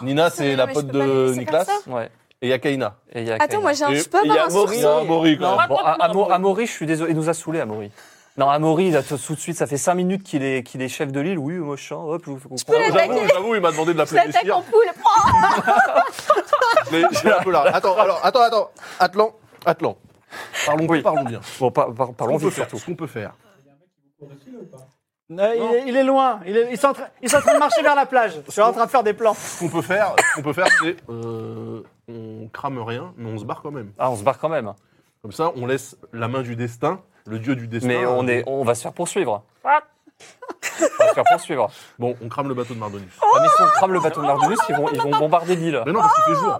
Nina, c'est la mais pote je peux pas le de laisser Nicolas. comme Ouais. Et il y a Kaina. Et il y a Attends, Kaina. moi j'ai un. Et- Je peux et il y a avoir un Amaury. sourcil. Non, Mori, Non, bon, à- à Mo- à Maury, je suis désolé, il nous a saoulé Amaury. Non, Amaury, là, tout tout de suite, ça fait 5 minutes qu'il est, qu'il est chef de l'île. Oui, machin, hop, je vous vous comprends. J'avoue, j'avoue, il m'a demandé de Je l'appeler l'attaque en Lucie. poule. Mais j'ai un peu là. Attends, alors, attends, attends. Atlan, Atlan. Parlons, Oui. parlons bien. Bon, par- par- On parlons peut vite faire tout ce surtout. qu'on peut faire. Euh, il, est, il est loin, il est, ils, sont en train, ils sont en train de marcher vers la plage. Je suis en train de faire des plans. Ce qu'on peut faire, ce qu'on peut faire, c'est euh, on crame rien, mais on se barre quand même. Ah, on se barre quand même. Comme ça, on laisse la main du destin, le dieu du destin. euh, Mais on, est, on va se faire poursuivre. On va se faire poursuivre. Bon, on crame le bateau de Mardonius. Ah, mais si on crame le bateau de Mardonius, ils vont, ils vont bombarder l'île. Mais non, parce qu'il fait jour.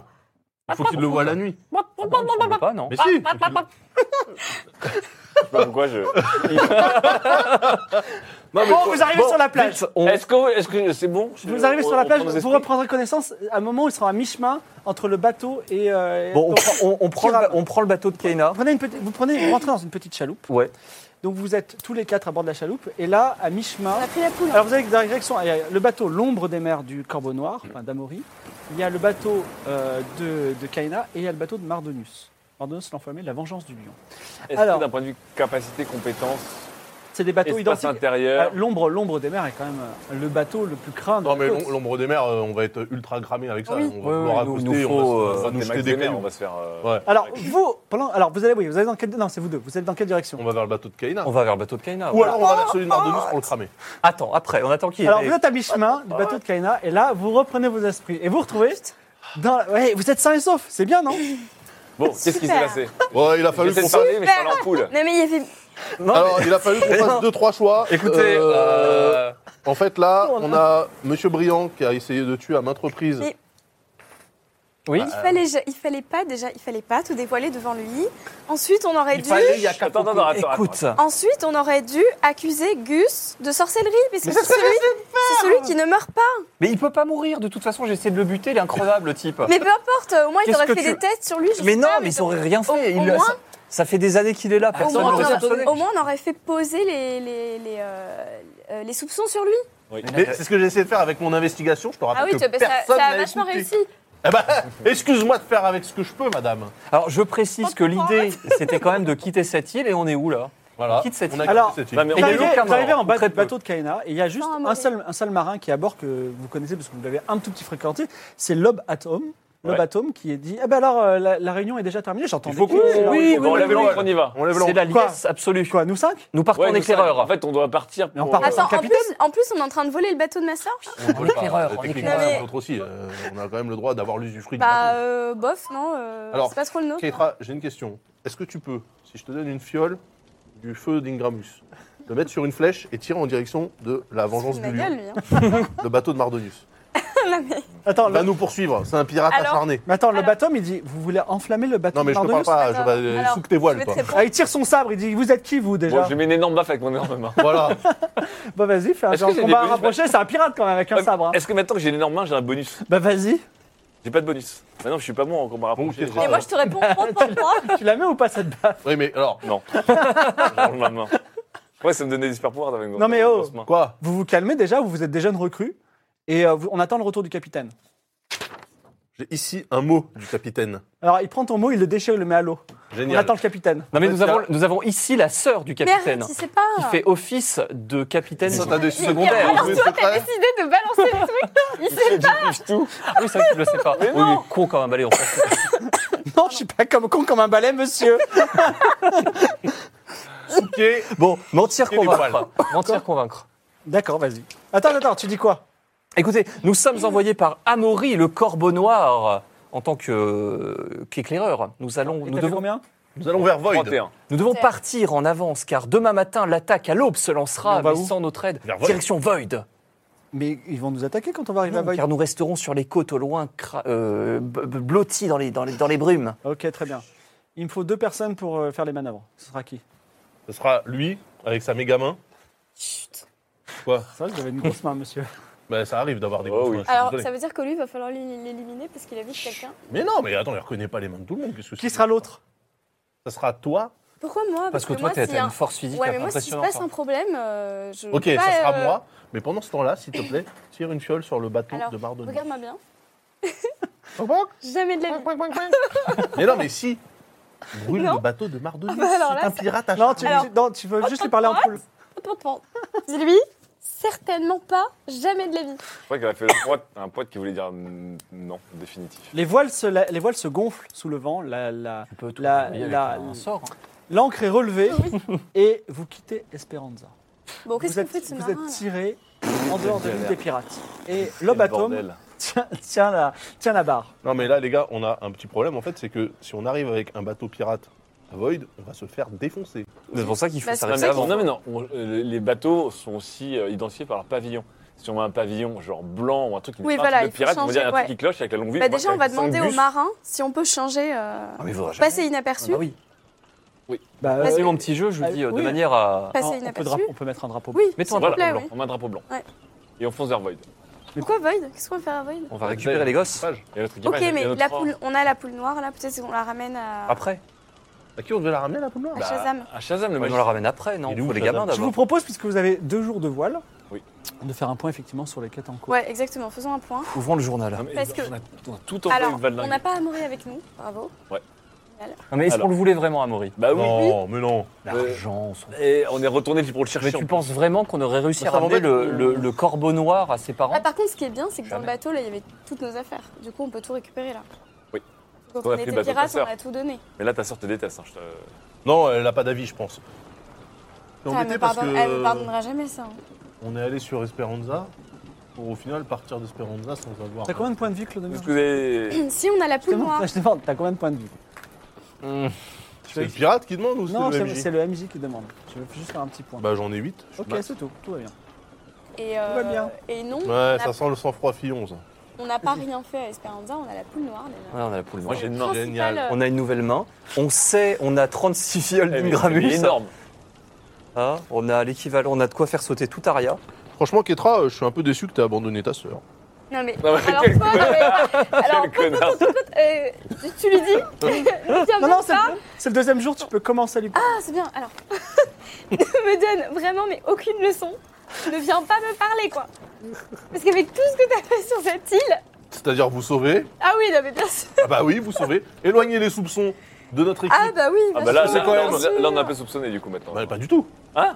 Il faut qu'il le voie la nuit. Ah bon, il semble pas, non Mais si. il faut qu'il le- Pourquoi je. Non, mais Bon, faut- Oh, vous arrivez sur la plage. Vite, on- Est-ce que est-ce que c'est bon Vous arrivez sur la Euh, On plage, prend nos vous esprits reprendrez connaissance à un moment où ils seront à mi-chemin entre le bateau et. euh, Bon, on, donc, prend- on- on prend le, ba- on prend le bateau de Kaina. vous, prenez une petite- vous prenez, vous rentrez dans une petite chaloupe. Ouais. Donc vous êtes tous les quatre à bord de la chaloupe. Et là, à mi-chemin. On a pris la poule. Alors vous avez dans la direction il y a le bateau L'ombre des mers du Corbeau Noir, enfin d'Amaury. Il y a le bateau euh, de, de Kaina et il y a le bateau de Mardonius. Mardonius l'enflammé, la vengeance du lion. Est-ce Alors. que d'un point de vue capacité, compétence, C'est des bateaux espace identiques. Euh, intérieur, L'ombre, l'ombre des mers est quand même euh, le bateau le plus craint. de Non, la mais côte. l'om- l'ombre des mers, euh, on va être ultra cramé avec ça. Oui. On va Oui, vouloir oui, nous- accoster, nous on faut, va, se- euh, on va nous Max jeter des Demer, pelles. on va se faire. euh, Ouais. Alors vous, pendant, alors vous allez, oui, vous allez dans quelle Non, c'est vous deux. Vous êtes dans quelle direction On va vers le bateau de Ah Kaina. On va vers le bateau de Kaina. Ou voilà. alors on va vers celui de Mardonius pour le cramer. Attends, après, on attend qu'il Alors ait- vous êtes à mi-chemin du bateau de Kaina et là vous reprenez vos esprits et vous vous retrouvez dans la- ouais, vous êtes sains et saufs, c'est bien non Bon, qu'est-ce qui s'est Super. passé Ouais, il a fallu J'essaie qu'on de fasse, parler, mais je parle en poule. Non, mais il y avait. Non, Ah, alors, il a fallu qu'on fasse Non. deux, trois choix. Écoutez, Euh, euh, En fait, là, on a Monsieur Briand qui a essayé de tuer à maintes reprises. Mais- oui. Il fallait, ja- il fallait pas déjà, il fallait pas tout dévoiler devant lui. Ensuite, on aurait dû. il y a Attends, attends, attends. Écoute, Ensuite, on aurait dû accuser Gus de sorcellerie, parce que c'est celui, c'est celui qui ne meurt pas. mais il peut pas mourir. De toute façon, j'essaie de le buter. Il est increvable, le type. Mais peu importe, au moins il Qu'est-ce aurait que fait tu- des tests sur lui. je Mais sais non, pas, mais ils auraient rien Au- fait. au Il- moins- ça- Ça fait des années qu'il est là, Au personne moins, ne on le aurait- soupçonnait. au moins, on aurait fait poser les, les, les, euh, euh, les soupçons sur lui. Mais c'est ce que j'ai essayé de faire avec mon investigation, je te rappelle euh, Ah oui, que tu- bah, ça, personne ça a n'a vachement écouté. réussi. Eh ben, excuse-moi de faire avec ce que je peux, madame. Alors, je précise que l'idée, c'était quand même de quitter cette île et on est où là Voilà. On quitte cette On a île. quitté Alors, cette Non, île. mais Vous Et il y a arrivez- aucun vous arrivez mort, en bas très du peu. bateau de Kaena et il y a juste Sans un un mauvais. seul, un seul marin qui est à bord que vous connaissez parce que vous l'avez un tout petit fréquenté, c'est Lob Atom. Lob Ouais. Atom qui est dit Eh ben alors, euh, la, la réunion est déjà terminée, j'entends Il faut des qu'on- cris, c'est la oui, réunion. Bon, on lève l'ancre, on y va. On lève C'est l'encre. la Quoi liesse absolue. Quoi, nous cinq Nous partons Ouais, en nous, éclaireur. En fait, on doit partir Mais on pour. euh, part- Attends, en capitaine plus, en plus, on est en train de voler le bateau de ma sœur. On vole pas. éclaireur, en Euh, Techniquement, éclaireur. c'est notre aussi. euh, on a quand même le droit d'avoir l'usufruit du Bah, bateau. euh, bof, non euh, Alors, C'est pas trop le nôtre. Keitra, j'ai une question. Est-ce que tu peux, si je te donne une fiole du feu d'Ingramus, le mettre sur une flèche et tirer en direction de la vengeance Il m'a du gueule, lion, lui. hein. le bateau de Mardonius Non, mais- Attends, Il va le, nous poursuivre, c'est un pirate Oh, Alors- acharné. mais attends, Lob Alors- Atom, il dit Vous voulez enflammer le bateau Non mais de je te parle Mardonius pas, je D'accord. vais euh, Alors, sous que tes je voiles vais toi. te répondre. Ah, il tire son sabre, il dit Vous êtes qui, vous, déjà Bon, je mets une énorme baffe avec mon énorme main. Voilà. Bah, vas-y, fais un Est-ce genre que j'ai des combat bonus rapproché, c'est un pirate quand même avec un sabre. hein. Est-ce que maintenant que j'ai l'énorme main, j'ai un bonus Bah, vas-y, J'ai pas de bonus. Maintenant, je suis pas bon en combat Bon, rapproché. Kétra, Et moi, je te réponds, prends, prends, prends. tu la mets ou pas cette baffe Oui mais alors, Non. J'enlève ma main. Ouais, ça me donnait des super pouvoirs avec Non, mais oh. quoi Vous vous calmez déjà, vous vous êtes des jeunes recrues et euh, vous- on attend le retour du capitaine. J'ai ici un mot du capitaine. Alors, il prend ton mot, il le déchire, il le met à l'eau. On Génial. attend le capitaine. Non, mais En fait, nous il y a- avons, nous avons ici la sœur du Mais arrête, capitaine il sait pas. qui fait office de capitaine. Ça, t'as des Mais- secondaires. Alors, oui, toi, c'est vrai. t'as décidé de balancer le truc. Il sait pas. Ah oui, c'est vrai que je le sais pas. Oui, il est con comme un balai. on s'en fout. Non, je suis pas comme con comme un balai, monsieur. Ok. Bon, mentir, Il est convaincre. Mentir, convaincre. D'accord, vas-y. Attends, attends, tu dis quoi Écoutez, nous sommes envoyés par Amaury, le corbeau noir, en tant que euh, qu'éclaireur. Nous allons, Et nous t'as fait devons, combien Nous allons vers Void. 31. nous devons partir en avance, car demain matin, l'attaque à l'aube se lancera, On va mais où sans notre aide. Vers Void. Direction bah Void. Mais ils vont nous attaquer quand on va arriver Non, à Void. car nous resterons sur les côtes au loin, cra- euh, b- b- blottis dans les, dans les, dans les brumes. Ok, très bien. Il me faut deux personnes pour euh, faire les manœuvres. Ce sera qui Ce sera lui avec sa méga main. Quoi C'est vrai que vous avez une grosse main, monsieur. Bah ça arrive d'avoir des Oh grosses oui. mains, je suis Alors, désolé. ça veut dire que lui, il va falloir l'é- l'éliminer parce qu'il a vu que quelqu'un. Mais non, mais attends, il reconnaît pas les mains de tout le monde. Qu'est-ce que Qui c'est sera l'autre Ça sera toi. Pourquoi moi Parce que toi, moi, t'as si t'as un- une force physique Ouais, mais moi, si je impressionnante. passe un problème, euh, je. Ok, peux ça pas, sera euh, moi. Mais pendant ce temps-là, s'il te plaît, tire une fiole sur le bateau Alors, de Mardoni. euh, Regarde-moi bien. Mais Jamais de la vie. non, mais si Brûle Non. le bateau de Mardoni. bah alors c'est là, un pirate à Non, tu, Alors- tu- non, tu veux juste lui parler en poule. Attends, attends. Dis-lui, certainement pas, jamais de la vie. C'est vrai qu'elle a fait le pote, un pote qui voulait dire mm, non, définitif. Les voiles, se, la- les voiles se gonflent sous le vent. la- la- Tu peux tout La- envoyer avec la- un sort, hein. L'ancre est relevée Oui. et vous quittez Esperanza. Bon, qu'est-ce Vous qu'on fait de êtes, ce vous êtes marin tiré en dehors de l'île galère. des pirates. Et Quel Lobatom bordel. tient, tient, la, tient la barre. Non, mais là, les gars, on a un petit problème en fait, c'est que si on arrive avec un bateau pirate à Void, on va se faire défoncer. C'est pour ça qu'il faut Bah, c'est Non s'arrêter mais, ça qu'il avant. non, mais non, on- euh, les bateaux sont aussi euh, identifiés par leur pavillon. Si on met un pavillon genre blanc ou un truc qui Oui, peint un voilà, truc il de faut pirate, on va dire il y a un changer, truc qui cloche avec la longue vie. Bah, Moi, déjà, on avec va cinq demander aux bus, marins si on peut changer, euh, Ah, mais il faudra jamais- passer inaperçu. Ah oui. Bah, Vas-y. C'est mon petit jeu, je vous Ah dis, euh, Oui. de manière à. on, Passer on peut inaperçu. drapeau- on peut mettre un drapeau. Oui, Mettons un s'il vous Voilà, plaît, blanc. oui. on met un drapeau blanc. Ouais. Et on fonce vers Void. Pourquoi Void Qu'est-ce qu'on va faire à Void On va récupérer les gosses Page. Et l'autre qui Ok, passe, il y a mais notre la or. poule, on a la poule noire là, peut-être qu'on la ramène à, après. À qui on devait la ramener, la poule noire à Shazam. Ah, Shazam, le On magicien. la ramène après, non Il est où, Faut les Shazam gamins Je vous d'abord. propose, puisque vous avez deux jours de voile, Oui. de faire un point effectivement sur les quêtes en cours. Ouais, exactement, faisons un point. Ouvrons le journal. Ah, mais Parce que- on, a, on a tout envoyé Alors, de on n'a Valdingue. pas Amaury avec nous, bravo. Non, mais est-ce Alors. qu'on le voulait vraiment, Amaury Bah oui. Non, mais non. L'argent, son- Et on est retourné pour le chercher. Mais tu en- penses vraiment qu'on aurait réussi à Ça ramener m'embête. le, le- le corbeau noir à ses Ah, parents par contre, ce qui est bien, c'est que dans le Jamais. bateau, là, il y avait toutes nos affaires. Du coup, on peut tout récupérer là. Oui. Quand On on, a pris le était bateau de ta pirates, on sœur. a tout donné. Mais là, ta soeur te déteste. hein, je te- Non, elle n'a pas d'avis, je pense. C'est Ah, elle, embêté me parce pardonne- que- elle me pardonnera jamais ça. hein. On est allé sur Esperanza pour au final partir d'Esperanza sans avoir. T'as combien de points de vie, Claude Mur Est-ce que vous avez- Si on a la Je poule demande- noire, je demande, t'as combien de points de vie Mmh. C'est le pirate qui demande ou c'est Non, le c'est MJ c'est le MJ qui demande. Je veux juste faire un petit point. Bah j'en ai 8. ok, c'est tout, tout va bien. et, euh, va bien. et non, Ouais, on a- ça sent le sang-froid Fillon, ça. on n'a pas rien fait à Esperanza, on a la poule noire déjà. Ouais, on a la poule Moi, noire. j'ai Le une main. principal, Génial. euh, On a une nouvelle main. On sait, on a 36 fioles Eh, d'une mais c'est gramus. énorme. Ah, on a l'équivalent, on a de quoi faire sauter tout Aria. Franchement, Ketra, euh, je suis un peu déçu que t'aies abandonné ta sœur. Non mais. Non, mais alors, quel toi, non, mais- alors, Quel connard euh, tu- tu lui dis. ne viens Non, même non, c'est Ah, pas. le, c'est le deuxième jour, tu peux commencer à lui Ah, c'est bien. Alors, ne me donne vraiment mais aucune leçon. Ne viens pas me parler, quoi. Parce qu'avec tout ce que t'as fait sur cette île. C'est-à-dire, vous sauvez. Ah oui, non, mais bien sûr. Ah bah oui, vous sauvez. Éloignez les soupçons de notre équipe. Ah bah oui. Ah bah là, bien là, sûr, quand là, même- bien sûr. on- là, on a un peu soupçonné du coup maintenant. Bah, pas du tout. Hein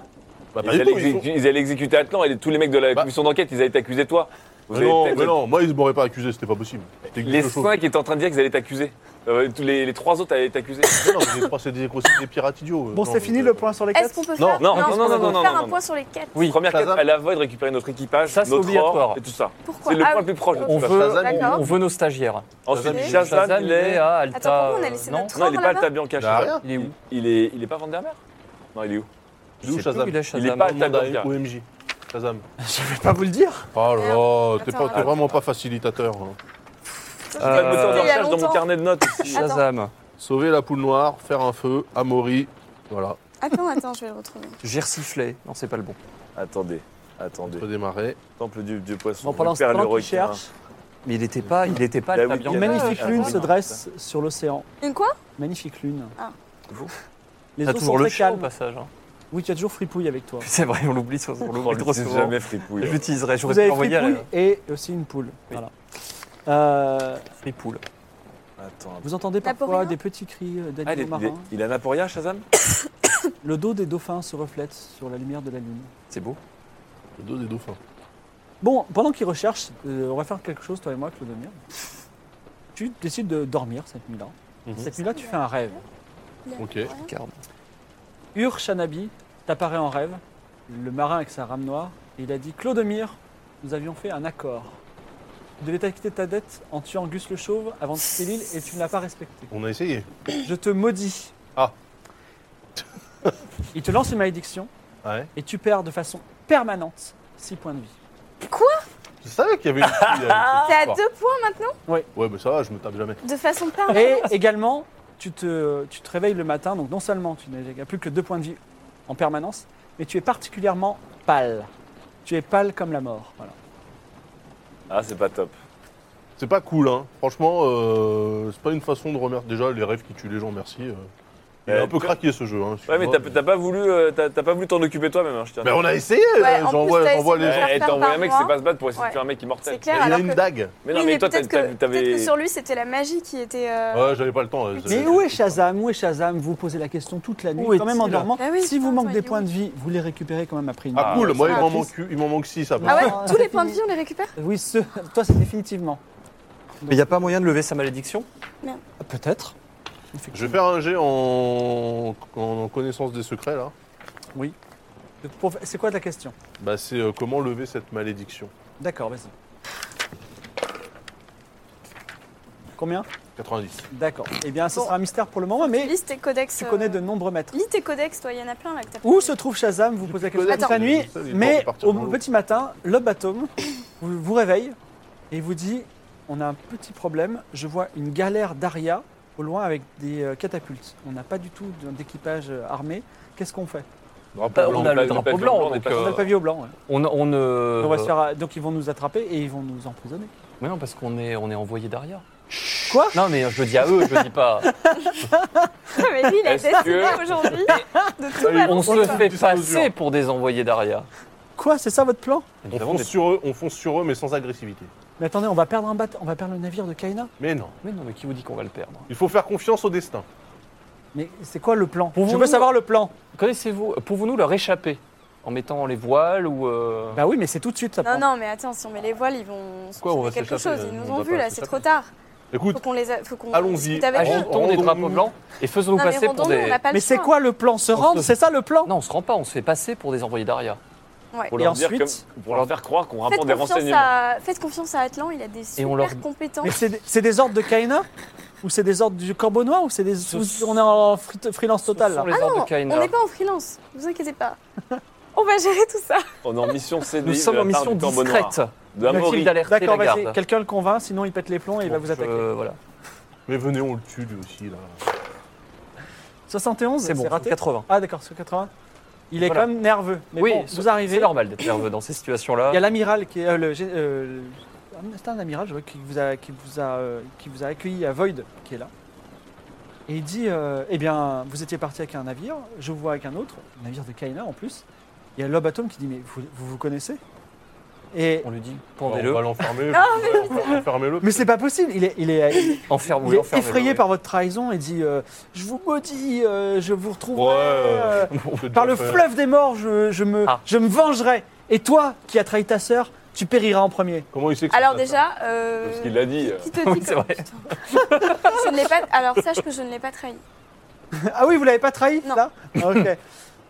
Bah, ils, pas du allaient tout. ils sont- exécu- ils allaient exécuter Atlan et tous les mecs de la Bah. commission d'enquête, ils allaient t'accuser toi. Vous Mais avez non, peut-être- mais non, moi ils m'auraient pas accusé, c'était pas possible. C'était Les quelque chose. cinq étaient en train de dire qu'ils allaient t'accuser. Euh, tous les, les trois autres allaient t'accuser. Mais Non, mais les trois, c'est des, c'est des pirates idiots. euh, Bon, Non, c'est fini vous- le point sur les Est-ce quatre qu'on peut Non, faire, non, est-ce non, qu'on non, peut non, non, faire non, un non. point sur les quêtes Oui. Première quête, Shazam. elle a voix de récupérer notre équipage, Ça, c'est notre obligatoire. or et tout ça. Pourquoi C'est le Ah, point le plus proche. de On toute veut, façon. D'accord. on veut nos stagiaires. Ensuite, Shazam, Shazam, Shazam, il est à Hein Alta. Attends, pourquoi on a laissé non. notre Non, il est or pas là-bas Alta Bianca, Bah, Shazam. Il est où Il est, il est pas Vandermeer Non, il est où Il est où, Je sais plus Shazam où il Il est, est Shazam. pas- Demande à Shazam. OMJ. Shazam. Je vais pas vous le dire. Oh là là, t'es Attends, pas- t'es attends. vraiment pas facilitateur. hein. J'ai pas le moteur de Euh, il y a recherche dans mon longtemps. carnet de notes. ici. Shazam. Sauver la poule noire, faire un feu, Amaury. Voilà, Attends, attends, je vais le retrouver. J'ai sifflé. Non, c'est pas le bon. Attendez, on attendez. peut démarrer. Temple du dieu poisson. Bon, pendant le ce père le temps, tu requin. cherches. Mais il était pas, il était pas Bah Alta oui, Une Ah, Bianca. magnifique ah, lune ah, se ah. dresse sur l'océan. Une quoi Magnifique lune. Ah. Vous Les T'as eaux toujours sont le très chien au calmes. passage. hein. Oui, tu as toujours fripouille avec toi. C'est vrai, on l'oublie sur on On l'oublie trop le Oh, sait souvent. jamais fripouille. Je l'utiliserai, j'aurais Vous pu avez l'envoyer à la fripouille et aussi une poule. Voilà. Euh, fripoule. Attends. vous entendez parfois Naporia des petits cris euh, Ah, il, d'animaux est, il, est, marins. il est anaporia, Shazam Le dos des dauphins se reflète sur la lumière de la lune. C'est beau. Le dos des dauphins. Bon, pendant qu'ils recherchent, euh, on va faire quelque chose, toi et moi, Clodomir. Tu décides de dormir cette nuit-là. Mhm. Cette nuit-là, tu fais un rêve. Ok. Hein Regarde. Ur Shanabi t'apparaît en rêve, le marin avec sa rame noire, et il a dit Clodomir, nous avions fait un accord. Tu devais t'acquitter de ta dette en tuant Gus le Chauve avant de quitter l'île et tu ne l'as pas respecté. On a essayé. Je te maudis. Ah. il te lance une malédiction Ouais. et tu perds de façon permanente 6 points de vie. Je savais qu'il y avait une fille avec T'es à cette histoire. deux points maintenant Ouais, mais ça va, je me tape jamais. De façon permanente Et également, tu te, tu te réveilles le matin, donc non seulement tu n'as plus que deux points de vie en permanence, mais tu es particulièrement pâle. Tu es pâle comme la mort. Voilà. Ah, c'est pas top. C'est pas cool, hein. Franchement, euh, c'est pas une façon de remercier. Déjà, les rêves qui tuent les gens, merci. euh. Il est Euh, un peu tu- craqué ce jeu. Hein, Ouais, mais excuse-moi. t'as t'as pas voulu euh, t'as- t'as pas voulu t'en occuper toi-même, hein, je tiens. Mais on a essayé. Ouais, euh, en plus, J'envoie t'as j'envoie essayé les de gens. faire Eh, t'as par envoyé un mec, moi. c'est pas se battre pour essayer Ouais. de tuer un mec immortel. C'est clair. Il a alors une que- dague. Mais non, oui, mais, mais toi, t'as- peut-être que, t'avais. peut-être que sur lui, c'était la magie qui était. euh, Ouais, j'avais pas le temps. euh, Mais j'avais- où est Shazam Où est Shazam Vous vous posez la question toute la nuit, Où quand même en est-il dormant. Ah oui, si vous putain, manque des il est points où de vie, vous les récupérez quand même après une Ah, cool. heure. Moi, il ça m'en va, manque, il m'en manque 6 après. Ah ouais Non, Tous c'est les points de fini. vie, on les récupère Oui, ce- toi, c'est définitivement. Mais il n'y a pas moyen de lever sa malédiction Ah, Peut-être. Je vais faire un jet en, en connaissance des secrets là. Pour- C'est quoi ta question Bah, c'est euh, comment lever cette malédiction. D'accord, vas-y. Combien 90. D'accord. Eh bien, ce sera un mystère pour le moment, mais Lis tes codex. tu euh, connais de nombreux maîtres. Lis tes codex, toi, il y en a plein là que t'as pas Où fait. se trouve Shazam Vous posez la question Attends. toute la nuit. Ça, il est mort Mais de partir au dans l'eau. petit matin, le Batome vous, vous réveille et vous dit On a un petit problème. Je vois une galère d'Aria au loin avec des euh, catapultes. On n'a pas du tout d- d'équipage euh, armé. Qu'est-ce qu'on fait Bah, On blanc, a le le drapeau pavillon blanc, blanc, donc on est pas- On a le euh, pavillon blanc. ouais. on on ne. On va se faire, euh, donc ils vont nous attraper et ils vont nous emprisonner. Mais non, parce qu'on est on est envoyé derrière. Quoi Non, mais je le dis à eux, je le dis pas. Ah, mais lui, il a Est-ce décidé que- aujourd'hui de tout balancer. on se fait disclosure. passer pour des envoyés d'Aria. Quoi C'est ça votre plan On fonce, sur eux, on fonce sur eux, mais sans agressivité. Mais attendez, on va perdre un bateau, on va perdre le navire de Kaina. Mais non. Mais non, mais qui vous dit qu'on va le perdre Il faut faire confiance au destin. Mais c'est quoi le plan Je veux vous- savoir le plan. Connaissez-vous Pouvons-nous leur échapper En mettant les voiles ou. euh, Bah oui, mais c'est tout de suite ça. Ah. Non, prend. non, mais attends, si on met les voiles, ils vont Quoi, on va soupçonner quelque s'échapper, chose. Ils euh, nous on ont va vus pas là, se c'est taper. trop tard. Faut Écoute, qu'on les. a- Faut qu'on. Allons-y. discute avec eux. Agis- Agitons des Rendons-nous- drapeaux blancs et faisons-nous Bah, Non, mais passer pour rendons-nous, des. on n'a pas le Mais c'est choix. quoi le plan Se On rendre se- C'est ça le plan Non, on se rend pas, on se fait passer pour des envoyés d'Aria. Ouais. Pour Et leur, dire ensuite- que- pour leur faire croire qu'on Faites rapporte des confiance, renseignements. à... Faites confiance à Atlan, il a des Et super on leur- compétences. Mais c'est des- c'est des ordres de Kaina Ou c'est des ordres du Corbeau Noir Ou c'est des. ou on est en frit- freelance total Ce là sont les Ah ordres non, de Kaina. on n'est pas en freelance, vous inquiétez pas. On va gérer tout ça. On est en mission CDI. Nous de sommes la en part mission du Corbeau Noir. discrète. De Amaury. Inutile d'alerter D'accord, la vas-y, garde. quelqu'un le convainc, sinon il pète les plombs et il va Donc, vous attaquer. euh, voilà. mais venez, on le tue lui aussi là. 71, C'est bon, raté. 80. Ah d'accord, sur 80. Il est Voilà. quand même nerveux. Mais oui, bon, c'est- vous arrivez. Ah. C'est normal d'être nerveux dans ces situations-là. Il y a l'amiral qui est. euh, le, gé- euh, c'est un amiral, je vois, qui vous a, qui vous a, euh, qui vous a accueilli à Void, qui est là. Et il dit, euh, eh bien, vous étiez parti avec un navire, je vous vois avec un autre, un navire de Kaina en plus. Il y a Lob Atom qui dit, mais vous vous, vous connaissez Et On lui dit, On pendez-le, va l'enfermer. Ah, Enfermez-le. mais c'est pas possible, il est, il est, il est enferme-le. enfermez-le, effrayé ouais. par votre trahison et dit, euh, je vous maudis, euh, je vous retrouverai. Ouais, euh, on peut Par déjà le faire. fleuve des morts, je, je me, Ah. je me vengerai. Et toi, qui as trahi ta sœur, tu périras en premier. Comment il sait que Alors c'est déjà, euh, Parce qu'il l'a dit. euh, qui te dit Oui, que- c'est vrai. je ne l'ai pas. Alors sache que je ne l'ai pas trahi. ah oui, vous l'avez pas trahi, Non. là Ah, Ok.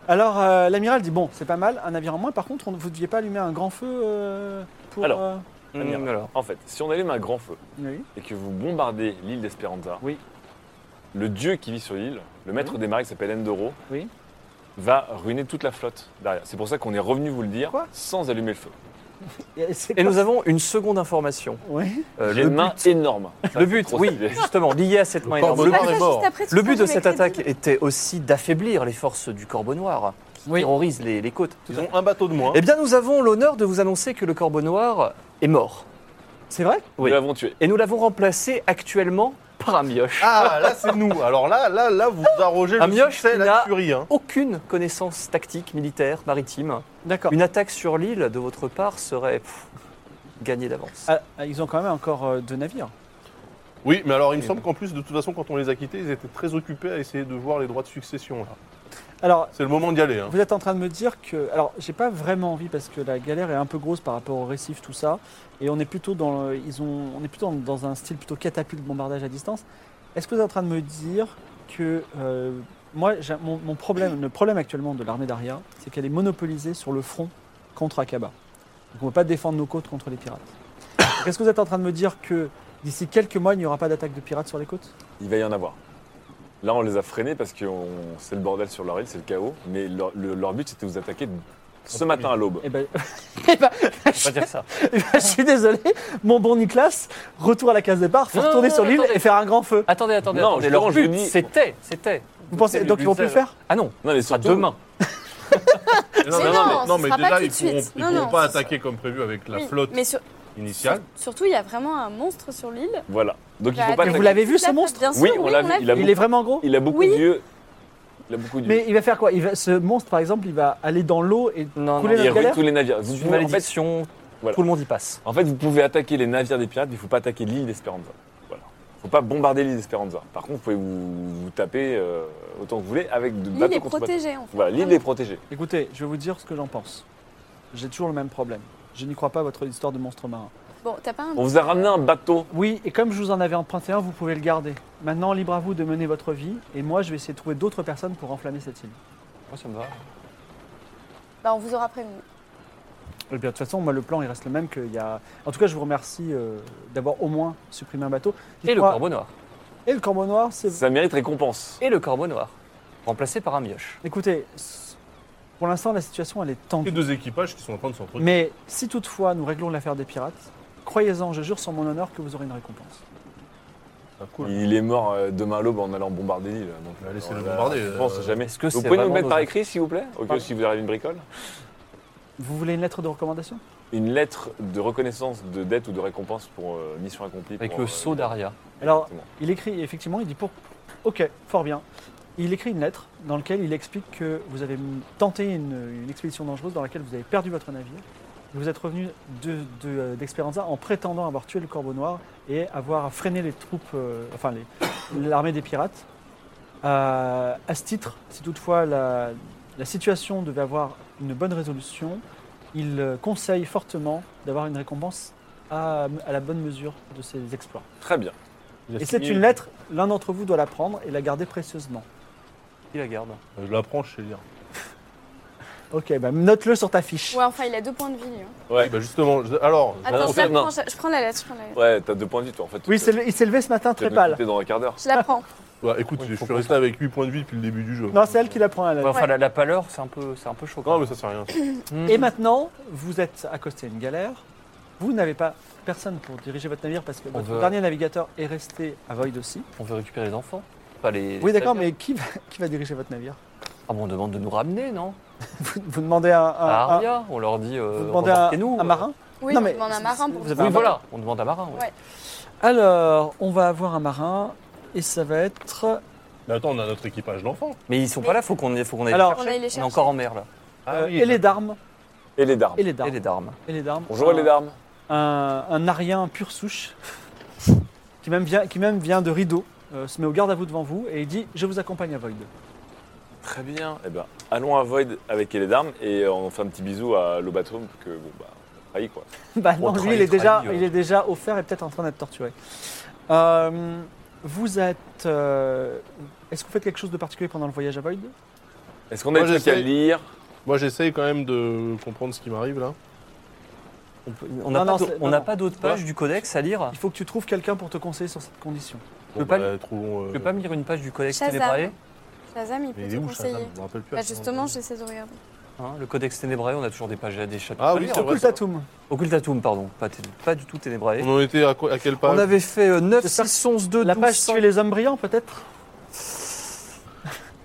Alors, euh, l'amiral dit, bon, c'est pas mal, un navire en moins. Par contre, on, vous ne deviez pas allumer un grand feu euh, pour... Alors. euh, Amiral. Hum, alors. En fait, si on allume un grand feu oui. et que vous bombardez l'île d'Esperanza, Oui. le dieu qui vit sur l'île, le maître des marées qui s'appelle Endoro, Oui. va ruiner toute la flotte derrière. C'est pour ça qu'on est revenu vous le dire Quoi sans allumer le feu. Et, c'est Et quoi nous avons une seconde information. Oui. Euh, J'ai le, une main but, énorme. Ça, le c'est but, trop oui, stylé. justement, lié à cette Le main corps énorme. de Le Pas Noir but- est ça, mort. juste après, tu Le te but de fais cette du mercredi. attaque était aussi d'affaiblir les forces du Corbeau Noir, qui Oui. terrorisent les, les côtes. Ils ont un bateau de moins. Eh bien, nous avons l'honneur de vous annoncer que le Corbeau Noir est mort. C'est vrai Oui. Nous l'avons tué. Et nous l'avons remplacé actuellement par un mioche. Ah, là, c'est nous. Alors là, là, là, vous arrogez Un le mioche succès, qui la n'a- furie. Hein. Aucune connaissance tactique, militaire, maritime. D'accord. Une attaque sur l'île de votre part serait pff, gagnée d'avance. Ah, ah, ils ont quand même encore euh, deux navires. Oui, mais alors il me semble qu'en plus, de toute façon, quand on les a quittés, ils étaient très occupés à essayer de voir les droits de succession. Là. Alors, C'est le moment d'y aller. Hein. vous êtes en train de me dire que... Alors, j'ai pas vraiment envie parce que la galère est un peu grosse par rapport au récif, tout ça. Et on est plutôt dans, le- ils ont, on est plutôt dans un style plutôt catapulte bombardage à distance. Est-ce que vous êtes en train de me dire que euh, moi, j'ai- mon, mon problème, le problème actuellement de l'armée d'Aria, c'est qu'elle est monopolisée sur le front contre Akaba. Donc on ne peut pas défendre nos côtes contre les pirates. Donc, Est-ce que vous êtes en train de me dire que d'ici quelques mois, il n'y aura pas d'attaque de pirates sur les côtes Il va y en avoir. Là, on les a freinés parce que on- c'est le bordel sur leur île, c'est le chaos. Mais leur, le- leur but, c'était de vous attaquer ce matin à l'aube. Eh ben, eh ben, Faut pas dire ça. je suis désolé, mon bon Nicolas, retour à la case départ, faut Non, retourner non, sur l'île attendez. et faire un grand feu. Attendez, attendez, Non, attendez. je Leur pense, je but, vous dis- c'était, c'était. Vous pensez C'était donc ils vont le plus le faire Ah non, Non, mais ce sera surtout, demain. non, Mais non, ce sera pas tout de ils pourront, suite. ils Non, pourront non, pas ce sera- attaquer comme prévu avec la Oui, flotte Mais sur- initiale. surtout, il y a vraiment un monstre sur l'île. Voilà. Donc il Bah, faut pas. attends, Et vous attaquer. l'avez vu ce Là, monstre Bien sûr, Oui, on l'a vu. l'a Il a, Il beaucoup- est vraiment gros il a beaucoup Oui. d'yeux. Il a beaucoup d'yeux. Mais il va faire quoi Il va- Ce monstre, par exemple, il va aller dans l'eau et Non, non, Couler il y Il a notre ruine galère tous les navires. Vous une pouvez- en, fait, malédiction, Voilà. tout le monde y passe. en fait, vous pouvez attaquer les navires des pirates, mais il faut pas attaquer l'île d'Esperanza. Voilà. Faut pas bombarder l'île d'Esperanza. Par contre, vous pouvez vous, vous taper euh, autant que vous voulez avec de L'île bateaux est contre bateaux. protégée, en fait. Voilà, l'île Vraiment. est protégée. Écoutez, je vais vous dire ce que j'en pense. J'ai toujours le même problème. Je n'y crois pas à votre histoire de monstre marin. Bon, t'as pas un. On vous a ramené un bateau. Oui, et comme je vous en avais emprunté un, vous pouvez le garder. Maintenant, libre à vous de mener votre vie, et moi, je vais essayer de trouver d'autres personnes pour enflammer cette île. Moi, ça me va. Bah, on vous aura prévenu. Eh bien, de toute façon, moi, le plan, il reste le même qu'il y a... En tout cas, je vous remercie euh, d'avoir au moins supprimé un bateau. J'y Et le crois- Corbeau Noir. Et le corbeau noir, c'est... Ça mérite récompense. Et le Corbeau Noir. Remplacé par un mioche. Écoutez, c- pour l'instant, la situation, elle est Les tendue. deux équipages qui sont en train de s'entretenir. Mais si toutefois, nous réglons l'affaire des pirates, croyez-en, je jure sur mon honneur que vous aurez une récompense. Ah, cool. Il est mort euh, demain à l'aube en allant bombarder l'île. donc, Bah, laissez-le euh, bombarder, Je pense euh, jamais. est-ce que vous c'est pouvez nous le vraiment mettre par nos- écrit, s'il vous plaît Au cas où Pardon si vous arrivez une bricole Vous voulez une lettre de recommandation Une lettre de reconnaissance de dette ou de récompense pour euh, mission accomplie. Avec pour, le euh, saut d'Aria. Alors, Exactement. il écrit, effectivement, il dit pour. Ok, fort bien. Il écrit une lettre dans laquelle il explique que vous avez m- tenté une, une expédition dangereuse dans laquelle vous avez perdu votre navire. Et vous êtes revenu d'Experanza de, euh, d'Espéranza en prétendant avoir tué le Corbeau Noir et avoir freiné les troupes, euh, enfin les- l'armée des pirates. Euh, à ce titre, si toutefois la, la situation devait avoir une bonne résolution, il euh, conseille fortement d'avoir une récompense à- à la bonne mesure de ses exploits. Très bien. Il a Et c'est signé. une lettre, l'un d'entre vous doit la prendre et la garder précieusement. Qui la garde Je la prends, je sais lire. Ok, bah note-le sur ta fiche. Ouais, enfin, il a deux points de vie. lui, hein. Oui, bah justement, je- alors, je- Attends, non, je la Ah, non. prends, je je prends la lettre. Je prends la lettre. Ouais, t'as deux points de vie, toi, en fait. Oui, c'est le- il s'est levé ce matin très pâle. dans un quart d'heure. Je la prends. bah, écoute, Oui, je faut suis resté avec 8 points de vie depuis le début du jeu. Non, c'est elle qui la prend. elle. Ouais, Enfin, Ouais. la, la pâleur, c'est un peu, c'est un peu choquant. Non, mais ça sert à rien. Hmm. Et maintenant, vous êtes accosté à une galère. Vous n'avez pas personne pour diriger votre navire parce que votre veut- dernier navigateur est resté à Void aussi. On veut récupérer les enfants. Pas les. Oui, les d'accord, navires. mais qui va, qui va diriger votre navire Ah bon, on demande de nous ramener, non vous, vous demandez à un, À un- Ah. Aria, on leur dit. Euh, Ah, vous demandez à un- nous un marin Oui, Non, on mais demande un marin pour vous avez Oui, un voilà, on demande à Marin. ouais. Ouais. Alors, on va avoir un marin et ça va être. Mais attends, on a notre équipage d'enfants. Mais ils sont pas là, faut qu'on faut qu'on aille. Alors, On aille les on est chercher. encore en mer là. Ah euh, et les d'armes. Et les darmes. Et les d'armes. Et les darmes. Et les d'armes. Bonjour, Ah. les darmes. un, un arien pur souche qui même vient, qui même vient de rideau, euh, se met au garde à vous devant vous et il dit Je vous accompagne à Void. Très bien. Eh ben, allons à Void avec les darmes et euh, on fait un petit bisou à Lobatrum que bon bah on a trahi quoi. Bah Oh, non, lui, trahi, il est, trahi, déjà, euh. il est déjà offert et peut-être en train d'être torturé. Euh, vous êtes. euh, Est-ce que vous faites quelque chose de particulier pendant le voyage à Void Est-ce qu'on a Moi, des trucs à j'essaie. lire Moi, j'essaye quand même de comprendre ce qui m'arrive là. On peut- On n'a Non, non, pas d'au- c'est- on non, n'a non. pas d'autres pages du codex à lire. Il faut que tu trouves quelqu'un pour te conseiller sur cette condition. peux pas bah, trouvons, euh, Je peux pas me lire une page du codex Shazam. ténébrae Shazam, il Mais peut il est te où Shazam conseiller. Je me rappelle plus. Bah justement, j'essaie de regarder. hein, Le codex ténébrae, on a toujours des pages, des chapitres. Ah à oui, lire. c'est vrai. Occultatum. Occultatum, pardon, pas, té- pas du tout ténébrae. On en était à, quoi- à quelle page On avait fait euh, 9, J'espère 6, 11, 2, La 12, page 100, Tuer les hommes brillants, peut-être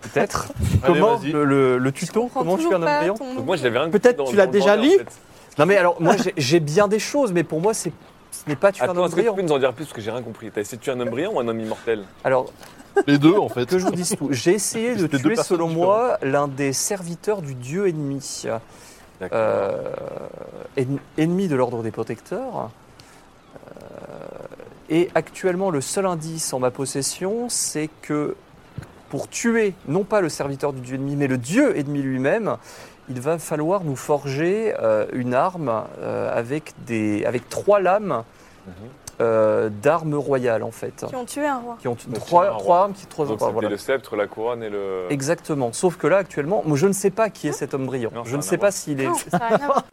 peut-être. Allez, comment vas-y. le, le- le tuto Comprends Comment tu toujours fais un homme pas brillant ton- Donc moi je l'avais rien que Peut-être dans- tu l'as dans le déjà journal, lu en fait. Non mais alors, moi j'ai- j'ai bien des choses, mais pour moi c'est ce n'est pas tuer un Attends, homme est-ce que tu brillant. peux nous en dire plus parce que j'ai rien compris. T'as essayé de tuer un homme brillant ou un homme immortel Alors, Les deux en fait. que je vous dise tout. J'ai essayé de C'était deux tuer, personnes selon moi, l'un des serviteurs du dieu ennemi. D'accord. euh, en- ennemi de l'ordre des protecteurs. Euh, et actuellement, le seul indice en ma possession, c'est que pour tuer non pas le serviteur du dieu ennemi, mais le dieu ennemi lui-même, il va falloir nous forger euh, une arme euh, avec, des, avec trois lames Mhm. euh, d'armes royales, en fait. Qui ont tué un roi. Qui ont Donc, trois, tu as un trois armes qui trois Donc voilà. c'était le sceptre, la couronne et le. Exactement. Sauf que là, actuellement, moi, je ne sais pas qui est cet homme brillant. Non, ça je n'a ne sais rien à pas s'il est, Hein Non, ça a rien à voir.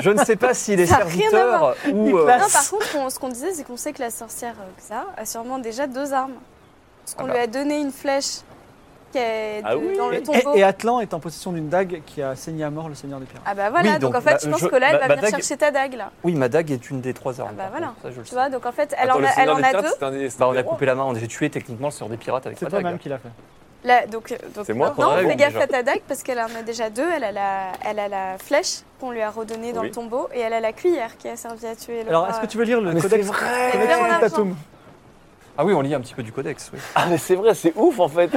je ne sais pas s'il est Ça a rien à serviteur ou. euh, Non, par contre, on- ce qu'on disait, c'est qu'on sait que la sorcière euh, Xa a sûrement déjà deux armes. Parce qu'on Ah bah. lui a donné une flèche qui est de- Ah oui. dans le et, tombeau. et- et Atlan est en possession d'une dague qui a saigné à mort le Seigneur des Pirates. Ah bah voilà, Oui, donc, donc en fait, la- je pense je- que là, elle ma- va ma venir dague- chercher ta dague, là. Oui, ma dague est une des trois armes. Ah bah par voilà. contre, ça, je le Tu sais. vois, donc en fait, elle Attends, en le a, elle Seigneur en des a Pirates, deux. c'est un des- c'est Bah, un on des a rois. coupé la main, on a tué techniquement le seigneur des pirates avec C'est ma toi dague. même qui l'a fait. Là, donc, donc C'est moi, non, faudrait fais répondre, gaffe déjà. à ta dague parce qu'elle en a déjà deux. Elle a la, elle a la flèche qu'on lui a redonnée dans Oui. le tombeau et elle a la cuillère qui a servi à tuer le Alors, roi. est-ce que tu veux lire le mais codex c'est codex Mais vraiment, Occultatum Ah oui, on lit un petit peu du codex. Oui, Ah mais c'est vrai, c'est ouf en fait.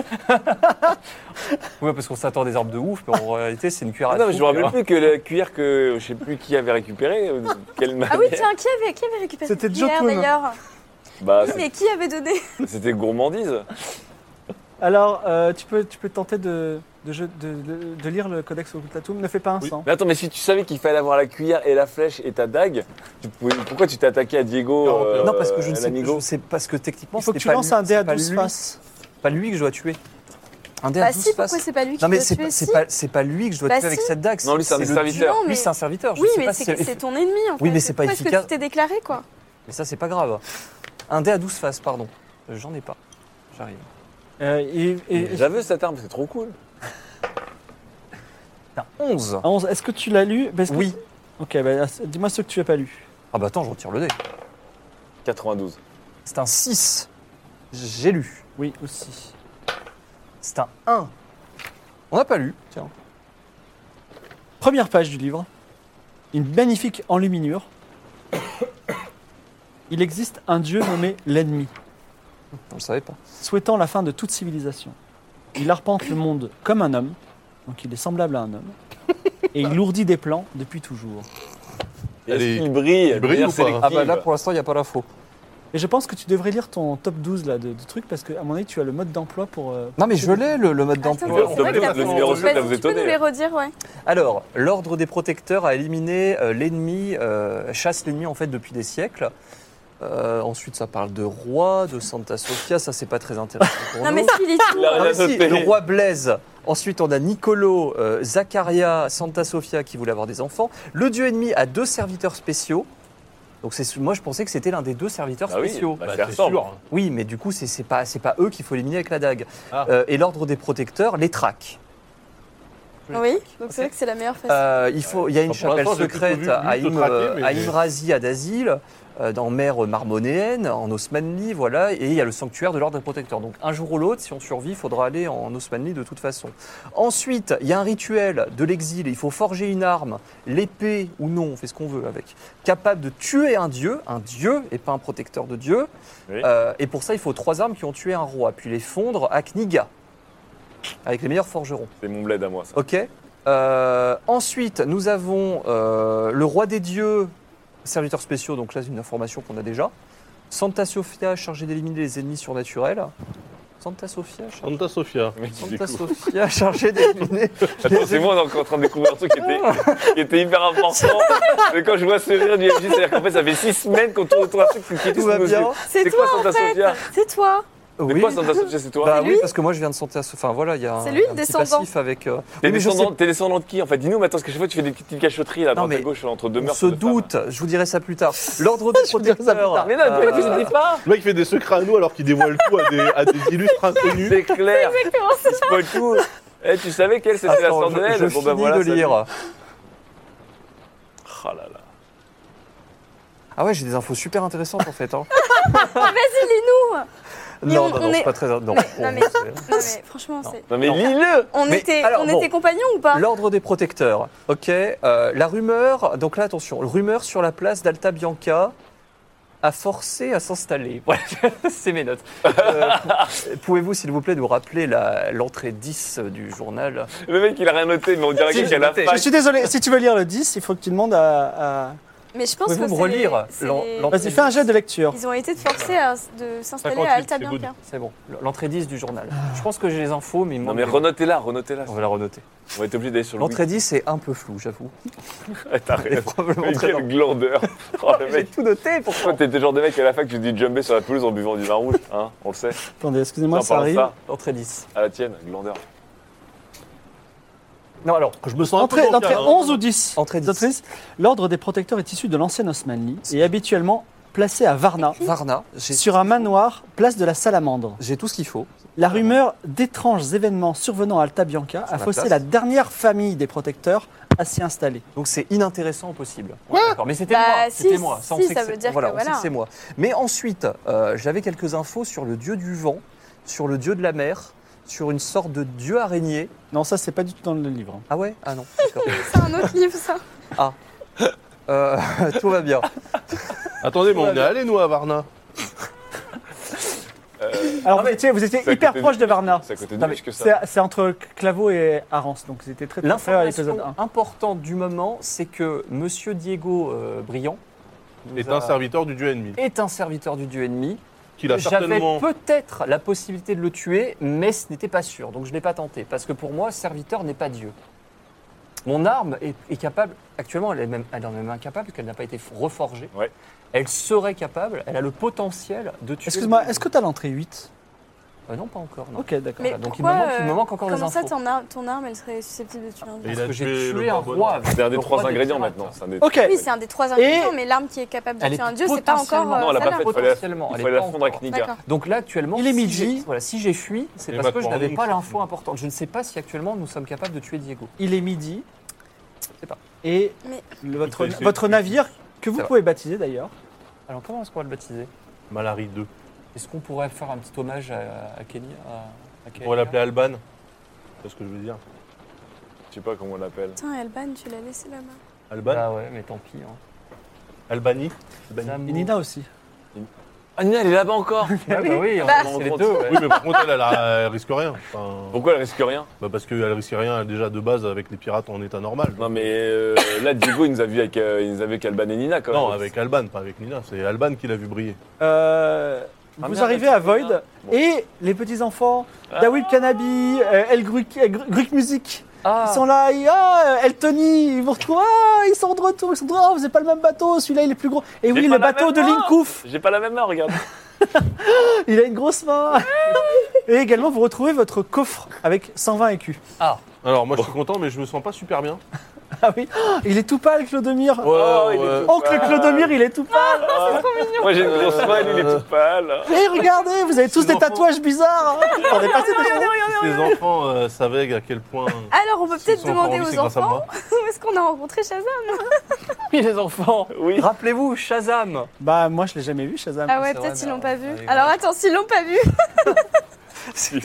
Ouais, parce qu'on s'attend à des armes de ouf, mais en réalité, c'est une cuillère à Ah non mais je me soupe, rappelle plus hein. que la cuillère que je sais plus qui avait récupérée. euh, Quelle Ah oui, manière. tiens, qui avait, qui avait récupéré C'était cette cuillère Jotun. d'ailleurs Bah Oui, mais qui avait donné c'est- c'était gourmandise. Alors, euh, tu, peux, tu peux tenter de, de, jeu- de- de- de lire le codex occultatum. Ne fais pas un Oui. sang. Mais attends, mais si tu savais qu'il fallait avoir la cuillère et la flèche et ta dague, tu pouvais- pourquoi tu t'es attaqué à Diego Non, euh, Non, parce que je ne sais, l'amigo je sais- parce que techniquement, Il faut que c'était tu pas lances lui- un dé à c'est pas 12 lui- faces. Pas lui que je dois tuer. Un dé à Bah 12 si, faces. pourquoi c'est pas lui qui Non mais doit c'est tuer pas, c'est Si. pas, c'est pas lui que je dois Bah tuer avec si. cette dague. Non, lui, c'est un le serviteur. dieu. Non, mais- Lui c'est un serviteur. Je Oui, sais mais pas c'est si- c'est ton ennemi en fait. Oui, mais c'est pas Pourquoi est-ce que efficace. tu t'es déclaré quoi Mais ça c'est pas grave. Un dé à 12 faces, pardon. Euh, J'en ai pas. J'arrive. Euh, et- et- Mais J'avais cette arme, c'est trop cool. T'as 11. Ah, onze. Est-ce que tu l'as lu Parce que- Oui. Ok, bah, as- dis-moi ce que tu n'as pas lu. Ah bah attends, je retire le dé. 92. C'est un 6. J'ai lu. Oui, aussi. C'est un 1. On n'a pas lu. Tiens. Première page du livre. Une magnifique enluminure. Il existe un dieu nommé l'ennemi. On le savait pas. souhaitant la fin de toute civilisation. Il arpente le monde comme un homme, donc il est semblable à un homme, et il ourdit des plans depuis toujours. Et Elle Est-ce est- qu'il brille il brille ou pas sélective Ah bah là pour l'instant il n'y a pas l'info. Et je pense que tu devrais lire ton top 12 là, de, de trucs, parce que à mon avis, tu as le mode d'emploi pour... euh, Non mais je l'ai le, le mode Attends, d'emploi. c'est vrai que t'as Le pas- numéro tu sept, peux- là, vous Tu peux nous étonnez. les redire, ouais. Alors, l'ordre des protecteurs a éliminé euh, l'ennemi, euh, chasse l'ennemi en fait depuis des siècles. Euh, ensuite, ça parle de roi, de Santa Sofia, ça c'est pas très intéressant pour Non nous. mais s'il est tout. Il a Ah, rien mais si, noté. le roi Blaise. Ensuite, on a Niccolo, euh, Zaccaria, Santa Sofia qui voulait avoir des enfants. Le dieu ennemi a deux serviteurs spéciaux. Donc c'est moi je pensais que c'était l'un des deux serviteurs Bah oui, spéciaux. bah, Bah, ça c'est ressemble. sûr. hein. Oui, mais du coup, c'est c'est pas, c'est pas eux qu'il faut éliminer avec la dague. Ah. Euh, et l'ordre des protecteurs les traque. Oui, donc c'est vrai que c'est la meilleure façon. Euh, il, faut, il y a une Enfin, pour chapelle l'instant, j'ai secrète plutôt vu à, lui te Im- traquer, mais- à Imrazi, à Dasil, euh, dans mer marmonéenne, en Osmanli, voilà, et il y a le sanctuaire de l'ordre protecteur. Donc un jour ou l'autre, si on survit, il faudra aller en Osmanli de toute façon. Ensuite, il y a un rituel de l'exil, il faut forger une arme, l'épée ou non, on fait ce qu'on veut avec, capable de tuer un dieu, un dieu et pas un protecteur de dieu. Oui. Euh, et pour ça, il faut trois armes qui ont tué un roi, puis les fondre à Kniga, avec les meilleurs forgerons. C'est mon bled à moi, ça. Ok. Euh, ensuite, nous avons euh, le roi des dieux, serviteurs spéciaux, donc là c'est une information qu'on a déjà. Santa Sofia, chargée d'éliminer les ennemis surnaturels. Santa Sofia, char- Santa Sofia. Mais qui Oh, Santa découvre. Sofia chargée d'éliminer. Attends, c'est moi, on est encore en train de découvrir un truc qui était, qui était hyper important. Mais quand je vois ce rire du MJ, c'est-à-dire qu'en fait, ça fait six semaines qu'on tourne autour d'un truc qui était Tout va bien. C'est C'est quoi toi, Santa Sofia c'est toi. C'est Oui. quoi Santa Sofia C'est toi Bah C'est oui, lui parce que moi je viens de Santa Sofia. Enfin voilà, il y a un, C'est lui, un petit descendant. passif avec. euh, T'es oui, mais je sais descendant, t'es descendant de qui en fait Dis-nous, mais attends, parce qu'à chaque fois, tu fais des petites cachotteries là, à Non, droite à mais gauche, entre deux On meurtres. se de femmes. doute, je vous dirai ça plus tard. L'ordre des vous dirai ça plus protecteurs. Euh, tard. Mais non, pourquoi tu ne dis pas Le mec fait des secrets à nous alors qu'il dévoile tout à des, à des illustres inconnus. C'est clair, Exactement ça. tu spoil tout. Eh, tu savais qu'elle, c'était la Ah, Attends, sœur de elle je, je Bon, finis bah, voilà, de ça- lire. Oh là là. Ah ouais, j'ai des infos super intéressantes en fait. hein. Ah, Vas-y, lis-nous. Mais Non, on- non, on non, c'est est- pas très. Non, non, on- mais- c'est- Non mais franchement, c'est. Non, mais Non. lis-le On, Mais était, alors, on bon. était compagnons ou pas L'ordre des protecteurs. Ok. euh, la rumeur. Donc là, attention. Rumeur sur la place d'Alta Bianca a forcé à s'installer. Voilà, c'est mes notes. Euh, Pouvez-vous, s'il vous plaît, nous rappeler la- l'entrée 10 du journal Le mec, il a rien noté, mais on dirait Si, qu'il j'ai a la noté. fac. Je suis désolé, si tu veux lire le 10, il faut que tu demandes à. à- Mais je pense que Pouvez-vous me c'est- relire c'est- l'en- l'en- Vas-y, fais un jet de lecture. Ils ont été forcés à, de s'installer 58, à Alta hein. c'est good. Bianca. C'est bon. L'entrée 10 du journal. Je pense que j'ai les infos, mais il me Non, manque mais des- renotez-la, renotez-la. on va la renoter. On va être obligé d'aller sur le L'entrée 10 est un peu floue, j'avoue. wiki. T'as Elle est raison. probablement Mais très quel glandeur Oh, le J'ai mec tout noté pour Toi, t'es le genre de mec à la fac, tu te dis jumper sur la pelouse en buvant du vin rouge, hein, on le sait. Attendez, excusez-moi, Tiens, ça parlons de arrive. ça, L'entrée 10. à la tienne, glandeur. Non, alors, Je me sens un peu Entrée, entrée bancal, hein. 11 ou 10 entrée 10. Autrice, L'ordre des protecteurs est issu de l'ancienne Osmanli et habituellement placé à Varna, Varna, j'ai sur un manoir, place de la Salamandre. j'ai tout ce qu'il faut. La rumeur d'étranges événements survenant à Alta Bianca a la faussé place. la dernière famille des protecteurs à s'y installer. Donc c'est inintéressant au possible. Quoi D'accord, Mais c'était Bah, moi, si, c'était moi. on si, sait ça que veut c'est- dire que voilà, on sait voilà. que c'est moi. Mais ensuite, euh, j'avais quelques infos sur le dieu du vent, sur le dieu de la mer, sur une sorte de dieu araignée. Non, ça, c'est pas du tout dans le livre. hein. Ah ouais Ah non. d'accord. C'est un autre livre ça. Euh, tout va bien. Attendez, mais on est allé nous à Varna. Euh, Alors, vous étiez, vous étiez c'est à hyper côté de- proche de Varna. c'est à côté de Non, nous, mais que ça. C'est c'est entre Claveau et Arance, donc c'était très très fort à l'épisode L'information 1. importante du moment, c'est que Monsieur Diego euh, Briand nous Est a- un serviteur du dieu ennemi. est un serviteur du dieu ennemi. Qu'il a J'avais certainement. peut-être la possibilité de le tuer, mais ce n'était pas sûr, donc je ne l'ai pas tenté, parce que pour moi, serviteur n'est pas Dieu. Mon arme est, est capable, actuellement elle est même, elle en est même incapable, parce qu'elle n'a pas été reforgée. Ouais. Elle serait capable, elle a le potentiel de tuer. Excuse-moi, est-ce que t'as l'entrée 8 Euh, Non, pas encore, non. Ok, d'accord. Mais Voilà, donc il me, pourquoi, manque, il me euh, manque encore des Comment infos. ça, ton arme, ton arme, elle serait susceptible de tuer un Et dieu il a Parce que j'ai tué le tué un Bourbon. roi. avec C'est un des le trois roi ingrédients pirates. maintenant. c'est un des- Ok, Ah Oui, c'est un des trois ingrédients, mais l'arme qui est capable de Elle est tuer un Ah, dieu, c'est pas encore. potentiellement- euh, Non, on l'a ça, pas là. faite, fallait la- Potentiellement, Il elle fallait est la pas fondre avec encore. Niga. D'accord. Donc là, actuellement, Il est si midi. j'ai- voilà, si j'ai fui, c'est Et parce que je maintenant, n'avais nous, pas c'est- l'info importante. Je ne sais pas si actuellement nous sommes capables de tuer Diego. il est midi. sais pas. Et Mais- le- votre, C'est- c'est- votre navire, que vous Ça va. pouvez baptiser d'ailleurs, Alors comment est-ce qu'on va le baptiser Malari 2. Est-ce qu'on pourrait faire un petit hommage à, à Kenny à, à Kenny On va l'appeler Alban. C'est ce que je veux dire. Je sais pas comment on l'appelle. Putain, Elban, tu l'as laissé là-bas. Alban Ah ouais, mais tant pis. Hein. Albanie Albanie. et Nina aussi. Ah, Nina, elle est là-bas encore Ah oui, oui, Bah. on- c'est les deux. ouais. Oui, mais par contre, elle, elle, a- elle risque rien. Enfin, Pourquoi elle risque rien bah parce qu'elle risque rien déjà de base avec les pirates en état normal. Non, mais euh, là, Diego, il nous a vu avec, euh, il nous a vu avec Alban et Nina quand même. Non, avec Alban, pas avec Nina. C'est Alban qui l'a vu briller. Euh, Ah, vous merde, arrivez elle à fait rien. Void Bon. et les petits enfants, Ah. Dawid Kanabi, euh, El Gruc, El Gru- Gruc Music, Ah, ils sont là, et, ah, El Tony, ils vont retrouver, ah, ils sont de retour, ils sont de retour, ah, vous n'avez pas le même bateau, celui-là il est plus gros. Et oui, pas le la bateau même de main. Linkouf, J'ai pas la même main, regarde. il a une grosse main. et également, vous retrouvez votre coffre avec 120 écus. Alors, moi, je suis content, mais je me sens pas super bien. Ah oui, Oh, il est tout pâle, Clodomir. Oh, il est ouais. tout Oncle pâle. Clodomir, il est tout pâle. Moi j'ai une grosse main, lui, il est tout pâle. Et Eh, regardez, vous avez tous Ces des enfants. tatouages bizarres. hein. Vous en avez passé des choses. Ces enfants euh, savaient à quel point. Alors, on peut s'ils Ah, peut-être sont encore en demander vie, c'est aux grâce à enfants moi. où est-ce qu'on a rencontré Shazam. Oui, les enfants. Oui. Rappelez-vous, Shazam. Bah, moi, je l'ai jamais vu, Shazam. Ah ouais, c'est peut-être vrai, ils l'ont mais pas alors, vu. ouais, Alors attends, s'ils l'ont pas vu, Mais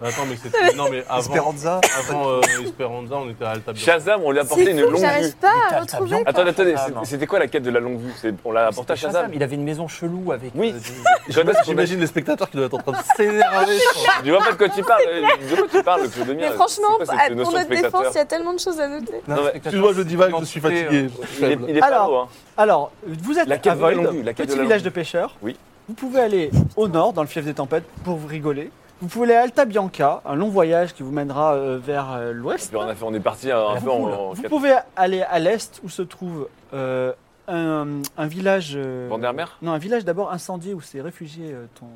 Bah, Attends, mais c'était. Non, mais avant, Esperanza. avant euh, Esperanza, on était à Alta Bianca. Shazam, on lui a apporté c'est une fou que longue vue. j'arrive pas Mais à t'as- t'as bien retrouver. Attendez, attendez, Shazam. c'est- c'était quoi la quête de la longue vue C'est- On l'a apporté à C'était Ah, Shazam. Il avait une maison chelou avec Oui. euh, des- Jonas, on a- J'imagine les spectateurs qui doivent être en train de s'énerver. Je vois pas de quoi tu parles. De quoi tu parles, Claude Demir Mais franchement, C'est quoi cette à- pour notion de notre défense, spectateur il y a tellement de choses à noter. Non, mais- Excuse-moi, je divague, je suis Identité, fatigué. euh, je suis Il est, faible. il est pas Alors, lourd, hein. Alors, vous êtes La cave à de la Void, longue vue, la cave petit de la village longue de pêcheurs. Oui. Vous pouvez aller au nord, dans le fief des tempêtes, pour vous rigoler. Vous pouvez aller à Alta Bianca, un long voyage qui vous mènera euh, vers euh, l'ouest. Puis on, a fait- on est parti euh, un, Ah, un peu Vous, Ah, en, en vous pouvez aller à l'est où se trouve euh, un, un village. euh, Vandermeer non, un village d'abord incendié où s'est réfugié euh, ton,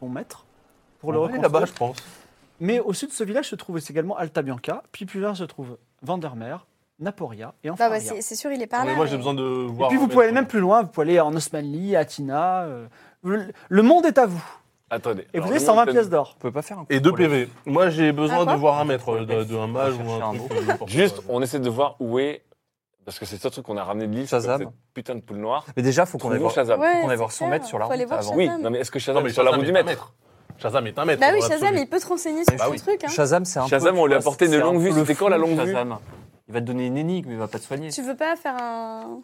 ton maître pour le On va aller là-bas, reconstruire. je pense. Mais au sud de ce village se trouve également Alta Bianca, puis plus loin se trouve Vandermeer, Naporia et enfin. Non, bah, c'est c'est sûr, il est par Mais là. moi, mais- j'ai besoin de voir. Et puis vous un euh, pouvez aller maître. même plus loin, vous pouvez aller en Osmanli, à Tina. euh, le, le monde est à vous. Attendez. Et Alors, vous avez le 120 monde- pièces d'or. On peut pas faire un Et deux pour les- PV. Moi, j'ai Ah, besoin quoi de voir un maître, euh, Pour de, les de un mage On va ou un chercher truc. euh, Juste, n'importe on essaie de voir où est. Parce que c'est ce truc qu'on a ramené de l'île. Shazam. comme cette Putain de poule noire. Mais déjà, faut qu'on aille Trouvons voir. Shazam. Ouais, on va c'est voir son clair. maître sur la Faut aller route voir avant. Oui, Shazam. non mais est-ce que quoi. Shazam Non, mais est sur la Shazam roue du est un maître Shazam est un maître. Bah oui, dans Shazam, l'absolu. il peut te renseigner sur Bah son oui. truc. hein. Shazam, c'est un Shazam, peu, on tu lui a vois, apporté c'est une un longue peu vue. le C'était quand la fou, longue vue Shazam. Il va te donner une énigme, il va pas te soigner. Tu veux pas faire un.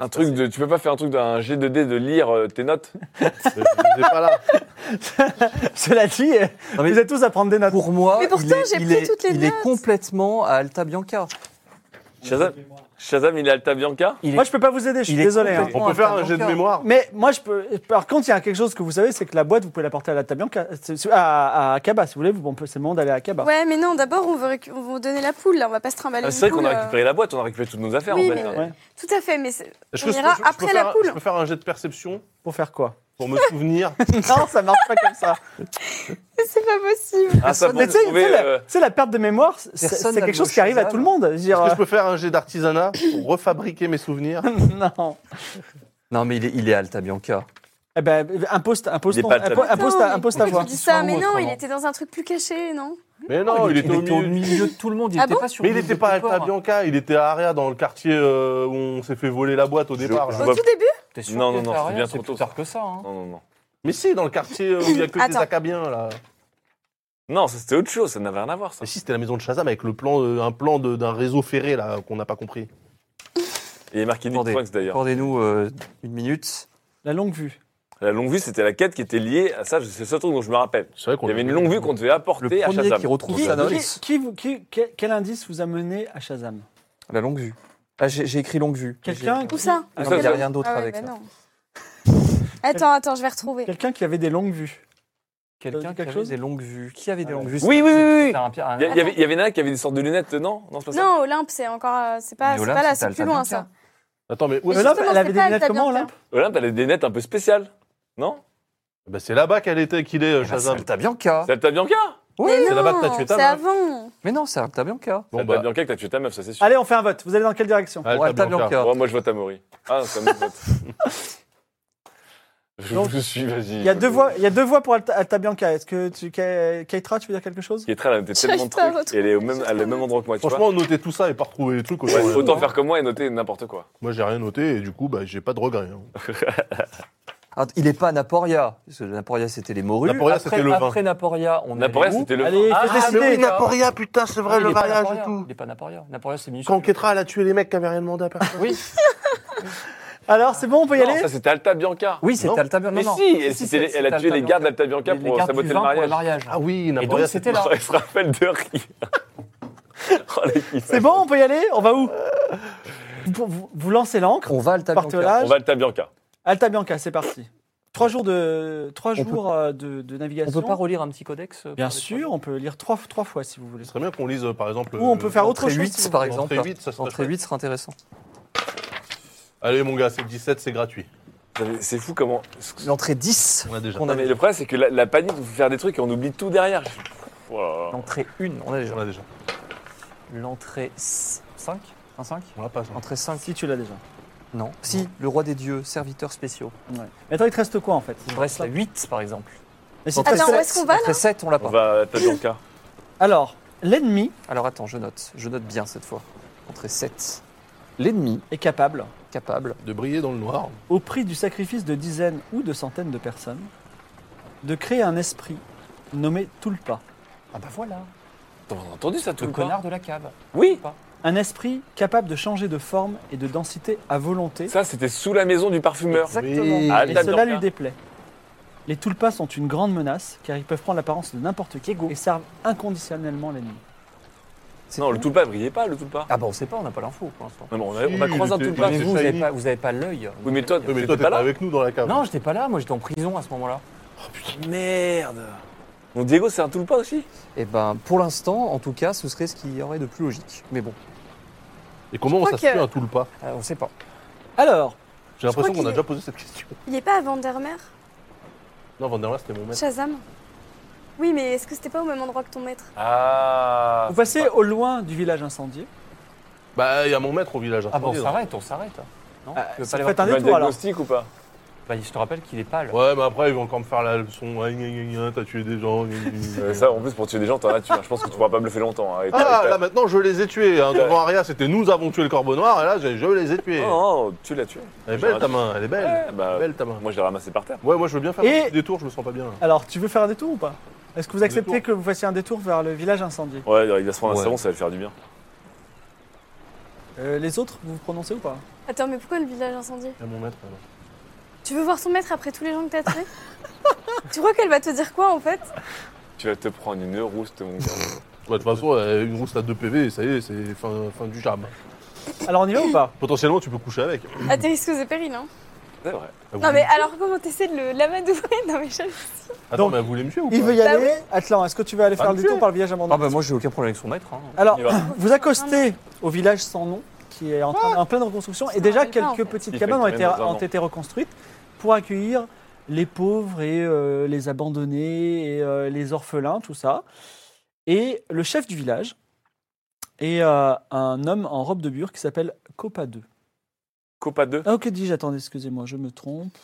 Un truc de. Tu peux pas faire un truc d'un G2D de lire euh, tes notes Je je l'ai pas là. Cela dit, euh, Non, mais- vous êtes tous à prendre des notes. Pour moi, Mais pourtant, il est, j'ai il pris est- toutes les il notes. est complètement à Alta Bianca. Shazam, Shazam, il est Alta Bianca Il est- Moi, je peux pas vous aider, je suis il est désolé. hein. complètement- On peut faire un jet de Tabanka. mémoire. Mais moi, je peux. Par contre, il y a quelque chose que vous savez, c'est que la boîte, vous pouvez la porter à la Tabianca, c'est- c'est- à, à Akaba, si vous voulez. vous- on peut- C'est le moment d'aller à Akaba. Ouais, mais non, d'abord, on veut récu- on veut donner la poule, là. On va pas se trimballer. Ah, une C'est vrai qu'on poule, a euh. récupéré la boîte, on a récupéré toutes nos affaires Oui, en fait. mais- hein. Ouais. Tout à fait, mais c'est- Est-ce On je- ira je peux après la faire- poule. Je peux faire un jet de perception Pour faire quoi pour me souvenir. Non, ça marche pas comme ça. c'est pas possible. Ah, ça, pour Mais tu sais, tu trouver, sais, la- euh, tu sais, la perte de mémoire, c'est Personne c'est n'a quelque de chose qui arrive à Shazam. tout le monde. Je veux dire, Est-ce que je peux faire un jet d'artisanat pour refabriquer mes souvenirs euh, non. Non, mais il est, il est à Alta Bianca. Eh ben, impose, impose, Il est ton- pas le impo- Tabianca. impose, ta- impose ta Pourquoi voix. tu dis ça, Ou mais non, il autrement. était dans un truc plus caché, non Mais non, Ah, il, était, au milieu. de tout le monde, il Ah était bon pas sur Mais il le n'était milieu pas à du Alta port. Bianca, il était à Aria dans le quartier euh, où on s'est fait voler la boîte au Je- départ. je là. Au vois- tout début T'es sûr Non, non, qu'il non, était à c'est Aria bien trop C'est tôt, plus tard que ça. hein. Non, non, non. Mais si, dans le quartier euh, où il n'y a que des Attends. Acabiens là. Non, ça c'était autre chose, ça n'avait rien à voir ça. Mais si, c'était la maison de Shazam avec le plan, euh, un plan de- d'un réseau ferré là qu'on n'a pas compris. Et il est marqué Nick Attendez. Trunks d'ailleurs. Accordez-nous euh, une minute. La longue vue. La longue vue, c'était la quête qui était liée à ça, c'est le seul truc dont je me rappelle. C'est vrai qu'on Il y avait une longue vue qu'on devait apporter Le à premier Shazam. qui retrouve Qui- sa note. qui- qui vous- qui- quel, quel indice vous a mené à Shazam La longue vue. Ah, j'ai j'ai écrit longue vue. Quelqu'un Où ça Il Ah, n'y ça, a rien d'autre Ah ouais, avec bah ça. non. Attends, attends, je vais retrouver. Quelqu'un qui avait des longues vues. Ça Quelqu'un dit qui quelque avait chose des longues vues. Qui avait des Ah, longues vues Oui, oui, oui, oui. C'est un pire- un- Il y, a- il y avait, il y avait Nana qui avait des sortes de lunettes, euh, non Non, c'est pas ça. Non, Olympe, c'est encore. euh, C'est pas, Mais c'est Olympe, pas là, c'est c'est plus Alta loin, Bianca. ça. Attends, mais où Mais est-ce- justement, Olympe, elle c'est avait des pas lunettes Alta comment, Bianca. Olympe Olympe, elle a des lunettes un peu spéciales, non Bah, c'est là-bas qu'elle était, qu'il est, euh, Eh ben, C'est Shazam. Alta Bianca. C'est Alta Bianca Oui, Mais c'est là-bas que t'as non, tué ta C'est meuf. avant. Mais non, c'est Alta Bianca. C'est Bon, Alta bah, Bianca que t'as tué ta meuf, ça c'est sûr. Allez, on fait un vote. Vous allez dans quelle direction Alta Pour Alta Bianca. Bianca. Ouais, moi je vote à Maury. Ah, ça me vote. Je Donc, vous suis, vas-y. Il y a deux voix, il y a deux voix pour Alta, Alta Bianca. Est-ce que tu, Ke- Keitra, tu veux dire quelque chose Qui est très, elle a noté tellement de J'arrive pas à trucs. Et elle est au même, elle est au même endroit que moi, tu vois. Franchement, noter tout ça et pas retrouver les trucs. autant- Ouais, autant faire comme moi et noter n'importe quoi. Moi, j'ai rien noté et du coup, bah, j'ai pas de regrets. hein. Ah, Il n'est pas à Naporia. Parce que Naporia, c'était les morues. Naporia, Après- c'était le vin. Après Naporia, on allait Naporia, où c'était le. Allez, Ah, fais mais décider. oui, Naporia, putain, c'est Il est pas Naporia. Il n'est pas Naporia. Naporia, c'est minuscule. Quand Ketra, elle a tué les mecs qui avaient rien demandé à personne. Oui, Alors, c'est bon, on peut y Non, aller ça c'était Alta Bianca. oui c'était Non. Alta Bianca. Mais Non, non. si, elle, si, c'était- c'est- elle c'est a tué Alta les gardes Bianca. d'Alta Bianca Les pour gardes du saboter le vin pour mariage. Ah oui, Et donc, Naporia, c'était là. Elle se rappelle de rien. Oh, les kiffs. C'est bon, on peut y aller On va où vous, vous- vous lancez l'ancre, On va à Alta partez au Bianca. large. On va à Alta Bianca. Alta Bianca, c'est parti. Trois jours de, trois peut- jours euh, de, de On navigation. peut pas relire un petit codex euh, Bien pour les sûr, on peut lire trois, trois fois si vous voulez. Ce serait bien qu'on lise, euh, par exemple. Ou on peut faire trois- autre Entrée chose. 8, si vous par voulez. exemple. Entrée 8, ça serait Entrée 8 serait intéressant. Allez, mon gars, c'est 17, c'est gratuit. C'est fou comment. L'entrée 10. On a déjà. qu'on Non, mais avait. le problème, c'est que la, la panique, vous fait faire des trucs et on oublie tout derrière. Je- Oh là là. L'entrée 1, on a déjà. On a déjà. L'entrée 6. 5 Un 5 On l'a pas, ça. Entrée 5 Si tu l'as déjà. Non. Si, le roi des dieux, serviteurs spéciaux. Ouais. Mais attends, il te reste quoi en fait Il me reste la 8, par exemple. Mais si Attends, tu restes- Attends, où est-ce qu'on va là Entrée 7, on l'a On pas. va à Tajanka. Alors, l'ennemi Alors attends, je note. Je note bien cette fois. Entrée 7. L'ennemi, est capable, capable, De briller dans le noir. au prix du sacrifice de dizaines ou de centaines de personnes, de créer un esprit nommé Tulpa. ah bah voilà, T'as entendu ça, tout le connard de la cave. Oui Un esprit capable de changer de forme et de densité à volonté, Ça, c'était sous la maison du parfumeur. Exactement. Oui. Ah, et Dame cela Dorca. lui déplaît. Les Tulpas sont une grande menace car ils peuvent prendre l'apparence de n'importe qui et servent inconditionnellement l'ennemi. C'est Non, tout. le tulpa brillait pas, le tulpa. Ah bah on sait pas, on n'a pas l'info pour l'instant. Non, mais on a, on a Si, croisé un il était- tulpa. il Mais c'est vous, vous avez shiny. pas, vous avez pas l'œil. Oui, mais toi, Oui, mais t'étais toi, t'es pas pas, là avec nous dans la cave. Non, j'étais pas là, moi j'étais en prison à ce moment-là. Oh, Merde Donc Diego, c'est un tulpa aussi Et ben pour l'instant, en tout cas, ce serait ce qu'il y aurait de plus logique. Mais bon, Et comment on crois s'assure que- à tout le pas euh, on sait pas. Alors, J'ai l'impression qu'il qu'on a est- déjà posé cette question. Il est pas à Vandermeer Non, Vandermeer, c'était mon maître. Shazam Oui, mais est-ce que c'était pas au même endroit que ton maître Ah vous passez au loin du village incendié. Bah, il y a mon maître au village. Ah bah on attendez, hein. s'arrête, on s'arrête. Non, Ah, tu veux ça pas aller fait voir- un On a un détour alors. diagnostic ou pas Bah, je te rappelle qu'il est pâle. Ouais, mais après, ils vont encore me faire la leçon. Ah, gna, gna, gna, T'as tué des gens. gna, gna, gna. Euh, Ça, en plus, pour tuer des gens, t'en as tué. hein. Je pense que tu pourras pas me le faire longtemps. hein. Et t'as- Ah, t'as- là maintenant, je les ai tués. hein. Devant Aria, c'était nous avons tué le corbeau noir. Et là, j'ai- je les ai tués. Non, non, tu l'as tué. Elle est belle ta main, elle est belle. Ouais, bah, Belle ta main. Moi, je l'ai ramassé par terre. Ouais, moi, je veux bien faire Et- un petit détour, je me sens pas bien. hein, là. Alors, tu veux faire un détour ou pas Est-ce que vous acceptez détour. que vous fassiez un détour vers le village incendié Ouais, il va se prendre un Ouais. savon, ça va le faire du bien. Euh, Les autres, vous vous prononcez ou pas Attends, mais pourquoi le village incendié Il y a mon maître. là-bas. Tu veux voir son maître après tous les gens que t'as tués Tu crois qu'elle va te dire quoi en fait Tu vas te prendre une rouste, mon gars. Ouais, de toute façon, euh, une rousse à 2 PV, ça y est, c'est fin, fin du charme. Alors, on y va ou pas Potentiellement, tu peux coucher avec. Ah, À Ah, tes risques et périls, hein C'est vrai. Elle Non, voulait- mais alors comment t'essaies de le- l'amadouer Non, mais je- Attends, Donc, mais elle voulait me tuer ou Il pas veut y Bah aller Atlan, est-ce que tu veux aller faire le me détour tuer. par le village abandonné Ah bah moi j'ai aucun problème avec son maître. hein. Alors, On y va. Ah, vous accostez au village sans nom, qui est en, train- en pleine reconstruction, Oh. Ça et me déjà rappelle pas, quelques en fait. petites Il cabanes ont fait été, quand même dans un ont an. été reconstruites pour accueillir les pauvres et euh, les abandonnés, et euh, les orphelins, tout ça. Et le chef du village est euh, un homme en robe de bure qui s'appelle Copa 2. Copa 2. Ah, ok, dis-je, attendez, excusez-moi, je me trompe.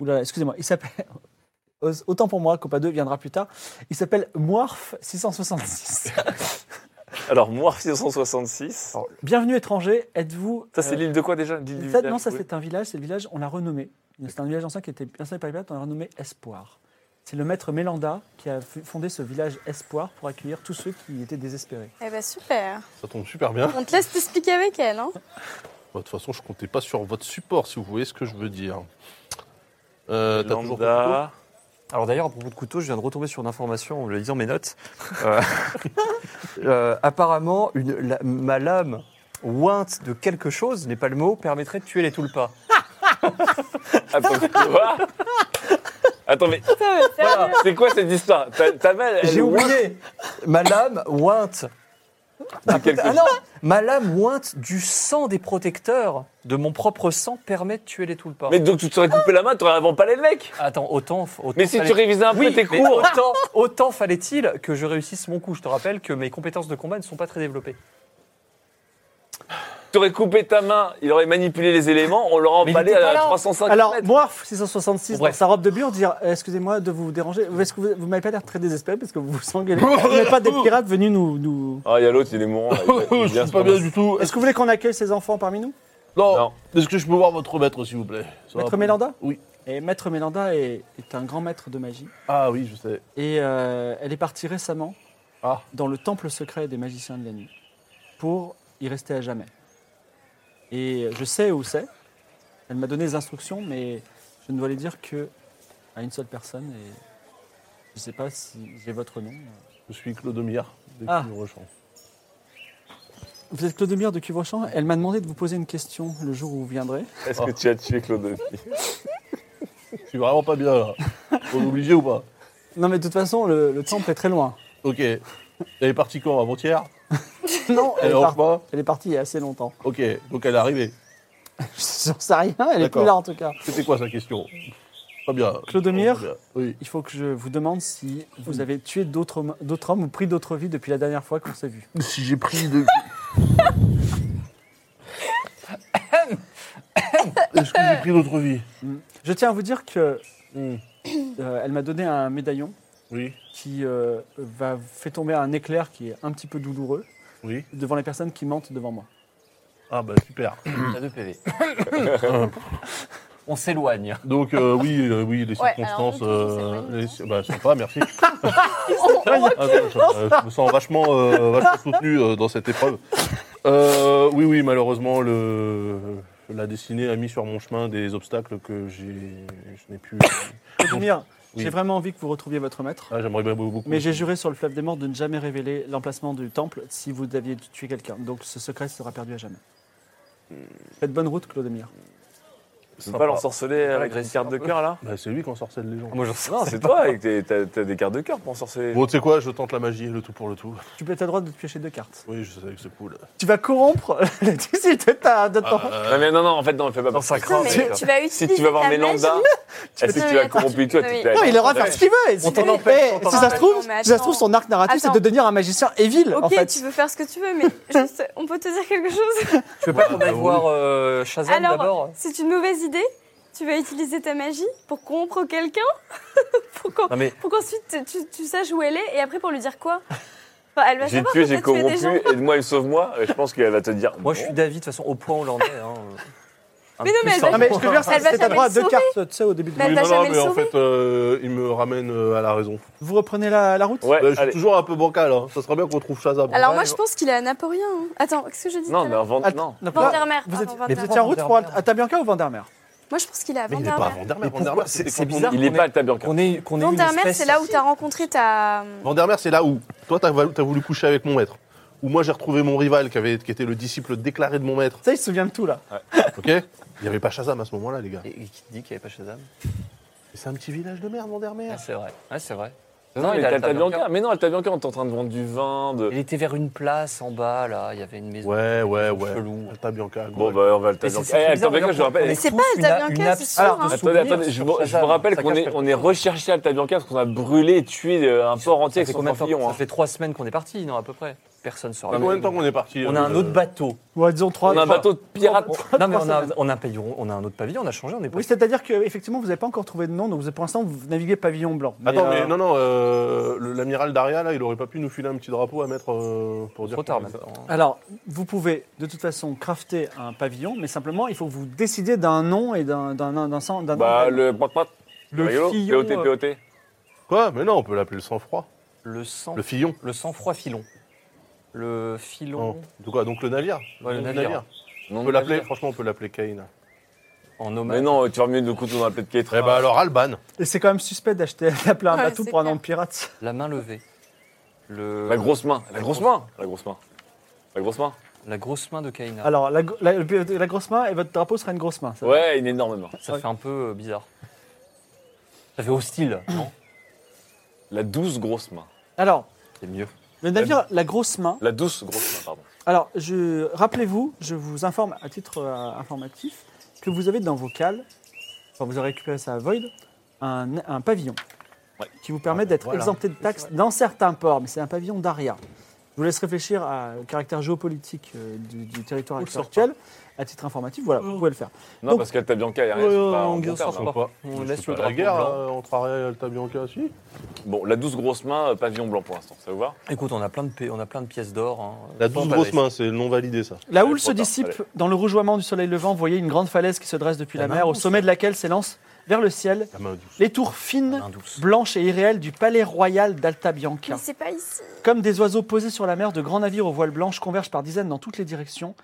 Oulala, excusez-moi, il s'appelle. Autant pour moi, Copa 2 viendra plus tard. Il s'appelle Moirf666. Alors, moi, 666. Bienvenue étranger, êtes-vous. Ça, c'est euh, l'île de quoi déjà L'île du ça- village, Non, ça oui. c'est un village, c'est le village, on l'a renommé. C'est un village ancien qui était installé par les pirates, on l'a renommé Espoir. C'est le maître Mélanda qui a fu- fondé ce village Espoir pour accueillir tous ceux qui étaient désespérés. Eh bah super Ça tombe super bien. Bah, On te laisse t'expliquer avec elle, hein De toute façon, je comptais pas sur votre support, si vous voyez ce que je veux dire. Euh, T'as toujours ton couteau Lambda. Alors d'ailleurs, à propos de couteau, je viens de retomber sur une information en me lisant mes notes. Euh, euh, apparemment, une, la- ma lame ointe de quelque chose, n'est pas le mot, permettrait de tuer les tulpas. Attends, quoi Attends, mais Putain, mais voilà, sérieux c'est quoi cette histoire Ta, ta mère, elle J'ai est oublié Ma lame ointe. ouf, quelque Ah chose. non Ma lame ointe du sang des protecteurs, de mon propre sang, permet de tuer les tulpas. Mais donc, tu te serais coupé la main, tu aurais pas les mecs Attends, autant. autant Mais si fallait- tu révisais un peu Oui, tes mais cours. autant, autant fallait-il que je réussisse mon coup. Je te rappelle que mes compétences de combat ne sont pas très développées. T'aurais coupé ta main, il aurait manipulé les éléments, on l'aurait Mais il emballé était pas à là. 350 Alors, mètres. Moirf666, Bref. dans sa robe de bure, dire euh, Excusez-moi de vous déranger, est-ce que vous, vous m'avez pas l'air très désespéré parce que vous vous engueulez Vous n'êtes pas des pirates venus nous. nous... Ah, il y a l'autre, il est mourant. là, il- il Je vient suis se pas prendre- bien du tout. Est-ce que vous voulez qu'on accueille ces enfants parmi nous Non. Non. Est-ce que je peux voir votre maître, s'il vous plaît Ça va Maître pas Mélanda Oui. Et Maître Mélanda est, est un grand maître de magie. Ah oui, je sais. Et euh, elle est partie récemment Ah. dans le temple secret des magiciens de la nuit pour y rester à jamais. Et je sais où c'est. Elle m'a donné des instructions, mais je ne dois les dire que à une seule personne. Et je ne sais pas si j'ai votre nom. Je suis Claude Mire, des Ah. Cuivres-Champs. Vous êtes Claude Mire de Cuvrechamp. Elle m'a demandé de vous poser une question le jour où vous viendrez. Est-ce que tu as tué Claude Je suis vraiment pas bien là. On est obligé ou pas Non, mais de toute façon, le, le temple est très loin. Ok. Elle est partie quand Avant-hier Non, Elle elle, est est en par- pas elle est partie il y a assez longtemps. Ok, donc elle est arrivée. J'en sais rien, elle est D'accord. plus là en tout cas. C'était quoi sa question Pas bien. Claude Mire Pas bien. Oui. Il faut que je vous demande si vous avez tué d'autres hom- d'autres hommes ou pris d'autres vies depuis la dernière fois qu'on s'est vu. Si j'ai pris de. Est-ce que j'ai pris d'autres vies Je tiens à vous dire que Hmm. euh, elle m'a donné un médaillon Oui, qui euh, va fait tomber un éclair qui est un petit peu douloureux oui. devant les personnes qui mentent devant moi. Ah bah super. Mmh. T'as deux PV. On s'éloigne. Donc euh, oui, euh, oui, les Ouais, circonstances, alors, on peut euh, s'éloigner, les cir- bah, sympa, merci. Attends, je, euh, je me sens vachement, euh, vachement soutenu euh, dans cette épreuve. Euh, oui, oui, malheureusement, le, la destinée a mis sur mon chemin des obstacles que j'ai, je n'ai pu. Vladimir, Oui. j'ai vraiment envie que vous retrouviez votre maître. Ah, j'aimerais bien beaucoup. Mais j'ai juré sur le fleuve des morts de ne jamais révéler l'emplacement du temple si vous aviez tué quelqu'un. Donc ce secret sera perdu à jamais. Hmm. Faites bonne route, Claudemir. Tu veux pas l'ensorceler avec une agressif, carte de un peu. cœur, là Bah, c'est lui qui en sorcelle les gens. Ah, Moi, j'en sais Non, c'est toi, avec tes- t'as t'as des cartes de cœur pour ensorceler. Bon, tu sais quoi, je tente la magie, le tout pour le tout. Tu peux être à droite de te piocher deux cartes. Oui, je savais que c'est cool. Tu vas corrompre les disciples de ta- de ton- Non, mais non, non, en fait, non, fais pas ça partie. Putain, craint, mais D'accord. tu vas Si utiliser tu vas voir ta Mélanda, magie. elle sait que tu l'as corrompu, toi, tu Oui. te l'as- Non, il aura à faire ce qu'il veut. Si, t'en empêche, Eh, on t'en si ça se empêche. trouve, Non, mais si ça se trouve, attends. son arc narratif, c'est de Attends. devenir un magicien évil, Ok, en fait. tu veux faire ce que tu veux, mais juste, on peut te dire quelque chose. Tu veux pas qu'on aille voir euh, Shazam Alors- d'abord C'est une mauvaise idée. Tu vas utiliser ta magie pour corrompre quelqu'un, pour qu'en- Non, mais pour qu'ensuite tu, tu- tu saches où elle est, et après pour lui dire quoi Enfin, Elle va J'ai savoir tué, que j'ai t'as tué des corrompu, gens. aide-moi et sauve-moi. Et Je pense qu'elle va te dire. moi, je suis David, de toute façon, au point où l'on est. hein. Un Mais non, plus mais elle va- un Ah, Non, mais je te jure, Elle va c'est à jamais droit à le deux sauver. cartes, tu sais, au début de Mais elle Oui, va non, jamais non, le mais en sauver. fait, euh, il me ramène euh, à la raison. Vous reprenez la, la route Ouais, Bah, je suis allez. toujours un peu bancal, hein. ça serait bien qu'on trouve Shazam. Alors moi je pense qu'il est anaporien. hein. Attends, qu'est-ce que je dis Non, mais avant. Att- Non. Donc là, Vandermeer. vous pardon, êtes- Vandermeer. vous étiez en route pour Al- à Tabianca ou Vandermeer Moi je pense qu'il est à Mais il n'est pas à Vandermeer. Vandermeer. pourquoi Vandermeer, C'est- c'est quand on- bizarre. Il est pas à ta bianca. Qu'on ait, qu'on ait une Vandermeer, espèce- c'est là où t'as rencontré ta. Vandermeer, c'est là où toi, t'as as, voulu coucher avec mon maître. Où moi, j'ai retrouvé mon rival qui, avait, qui était le disciple déclaré de mon maître. Ça, il se souvient de tout, là. Ok Il n'y avait pas Shazam à ce moment-là, les gars. Et et qui te dit qu'il n'y avait pas Shazam C'est un petit village de merde, Vandermeer. Ah, C'est vrai. Ouais, c'est vrai. Non, il a est à le ta Tabianca. bianca. Mais non, à ta bianca, on est en train de vendre du vin. de- Il était vers une place en bas, là. Il y avait une maison. Ouais, ouais, Ils sont ouais. chelous. Alta Bianca. Bon, Bon, bah, on va à ta Et c'est- bianca. c'est Eh, à ta bizarre, bianca, d'ailleurs, je rappelle. qu'on C'est ait pas tous Alta une- une Bianca, absence c'est sûr, de hein. Attendez, souvenirs attendez, je, sur me- je Shazam. me rappelle Ça qu'on cache est, quelque on est chose. recherché à Altabianca parce qu'on a brûlé et tué euh, un port entier Ça avec fait son combien de temps papillon. hein. Ça fait trois semaines qu'on est parti, non, à peu près. Personne ne saura. combien de temps qu'on est parti euh, On a un autre bateau. Ouais, disons trois. On a un trois. bateau de pirates. Non, mais on a, on a un pavillon, on a un autre pavillon, on a changé, on est pas. Oui, c'est-à-dire qu'effectivement, vous n'avez pas encore trouvé de nom, donc vous- pour l'instant, vous naviguez pavillon blanc. Attends, mais euh, non, non, euh, le- l'amiral Daria, là, il aurait pas pu nous filer un petit drapeau à mettre euh, pour dire. Trop qu'on tard est- maintenant. Alors, vous pouvez de toute façon crafter un pavillon, mais simplement, il faut que vous décidiez d'un nom et d'un d'un d'un d'un sens- d'un nom. Bah, le pat-pat. Le POT, fillon, euh, POT. Quoi Mais non, on peut l'appeler le sang-froid. Le sang, Le fillon. le sang froid filon. Le filon. Non. De quoi Donc le navire Ouais, le nom du navire. On peut l'appeler, franchement, on peut l'appeler Kane. Ah. En Mais hommage. non, tu vas mieux de couteau dans la plaie de Eh Kétra. bah alors, Alban. Et c'est quand même suspect d'acheter d'appeler un Ouais, bateau c'est pour un clair. nom de pirate. La main levée. Le, La grosse main. La grosse main. La grosse main. La grosse main. la grosse main de Kaina. Alors, la, go- la- le- la grosse main et votre drapeau sera une grosse main. ça. Ouais, une énorme main. ça fait un peu euh, bizarre. Ça fait hostile, non La douce grosse main. Alors, C'est mieux. le navire, la grosse main. La douce grosse main, pardon. Alors, je rappelez-vous, je vous informe à titre euh, informatif que vous avez dans vos cales, enfin, vous avez récupéré ça à Void, un, un pavillon Ouais. qui vous permet d'être voilà. exempté de taxes dans certains ports, mais c'est un pavillon d'ARIA. Je vous laisse réfléchir à- au caractère géopolitique euh, du, du territoire On le sort actuel. À titre informatif, voilà, Euh. vous pouvez le faire. Non, Donc- parce qu'à Tabianca, il n'y a rien. Ouais, c'est ouais, pas on en bon garde terme, ça. hein. Sympa. On Je laisse peux faire le drapeau la guerre blanc. euh, entre Aria et Alta Bianca, si Bon, la douce grosse main, euh, pavillon blanc pour l'instant. Ça vous va Écoute, on a plein de, pi- on a plein de pièces d'or. hein. La Sans douce pas grosse risque. main, c'est non validé ça. La Allez, houle trop se tard, dissipe allez. dans le rougeoiement du soleil levant. Vous voyez une grande falaise qui se dresse depuis la, La main mer, au douce. sommet de laquelle s'élancent vers le ciel La main douce. les tours fines, Main douce. blanches et irréelles du palais royal d'Alta Mais Bianca. c'est pas ici. Comme des oiseaux posés sur la mer, de grands navires aux voiles blanches convergent par dizaines dans toutes les directions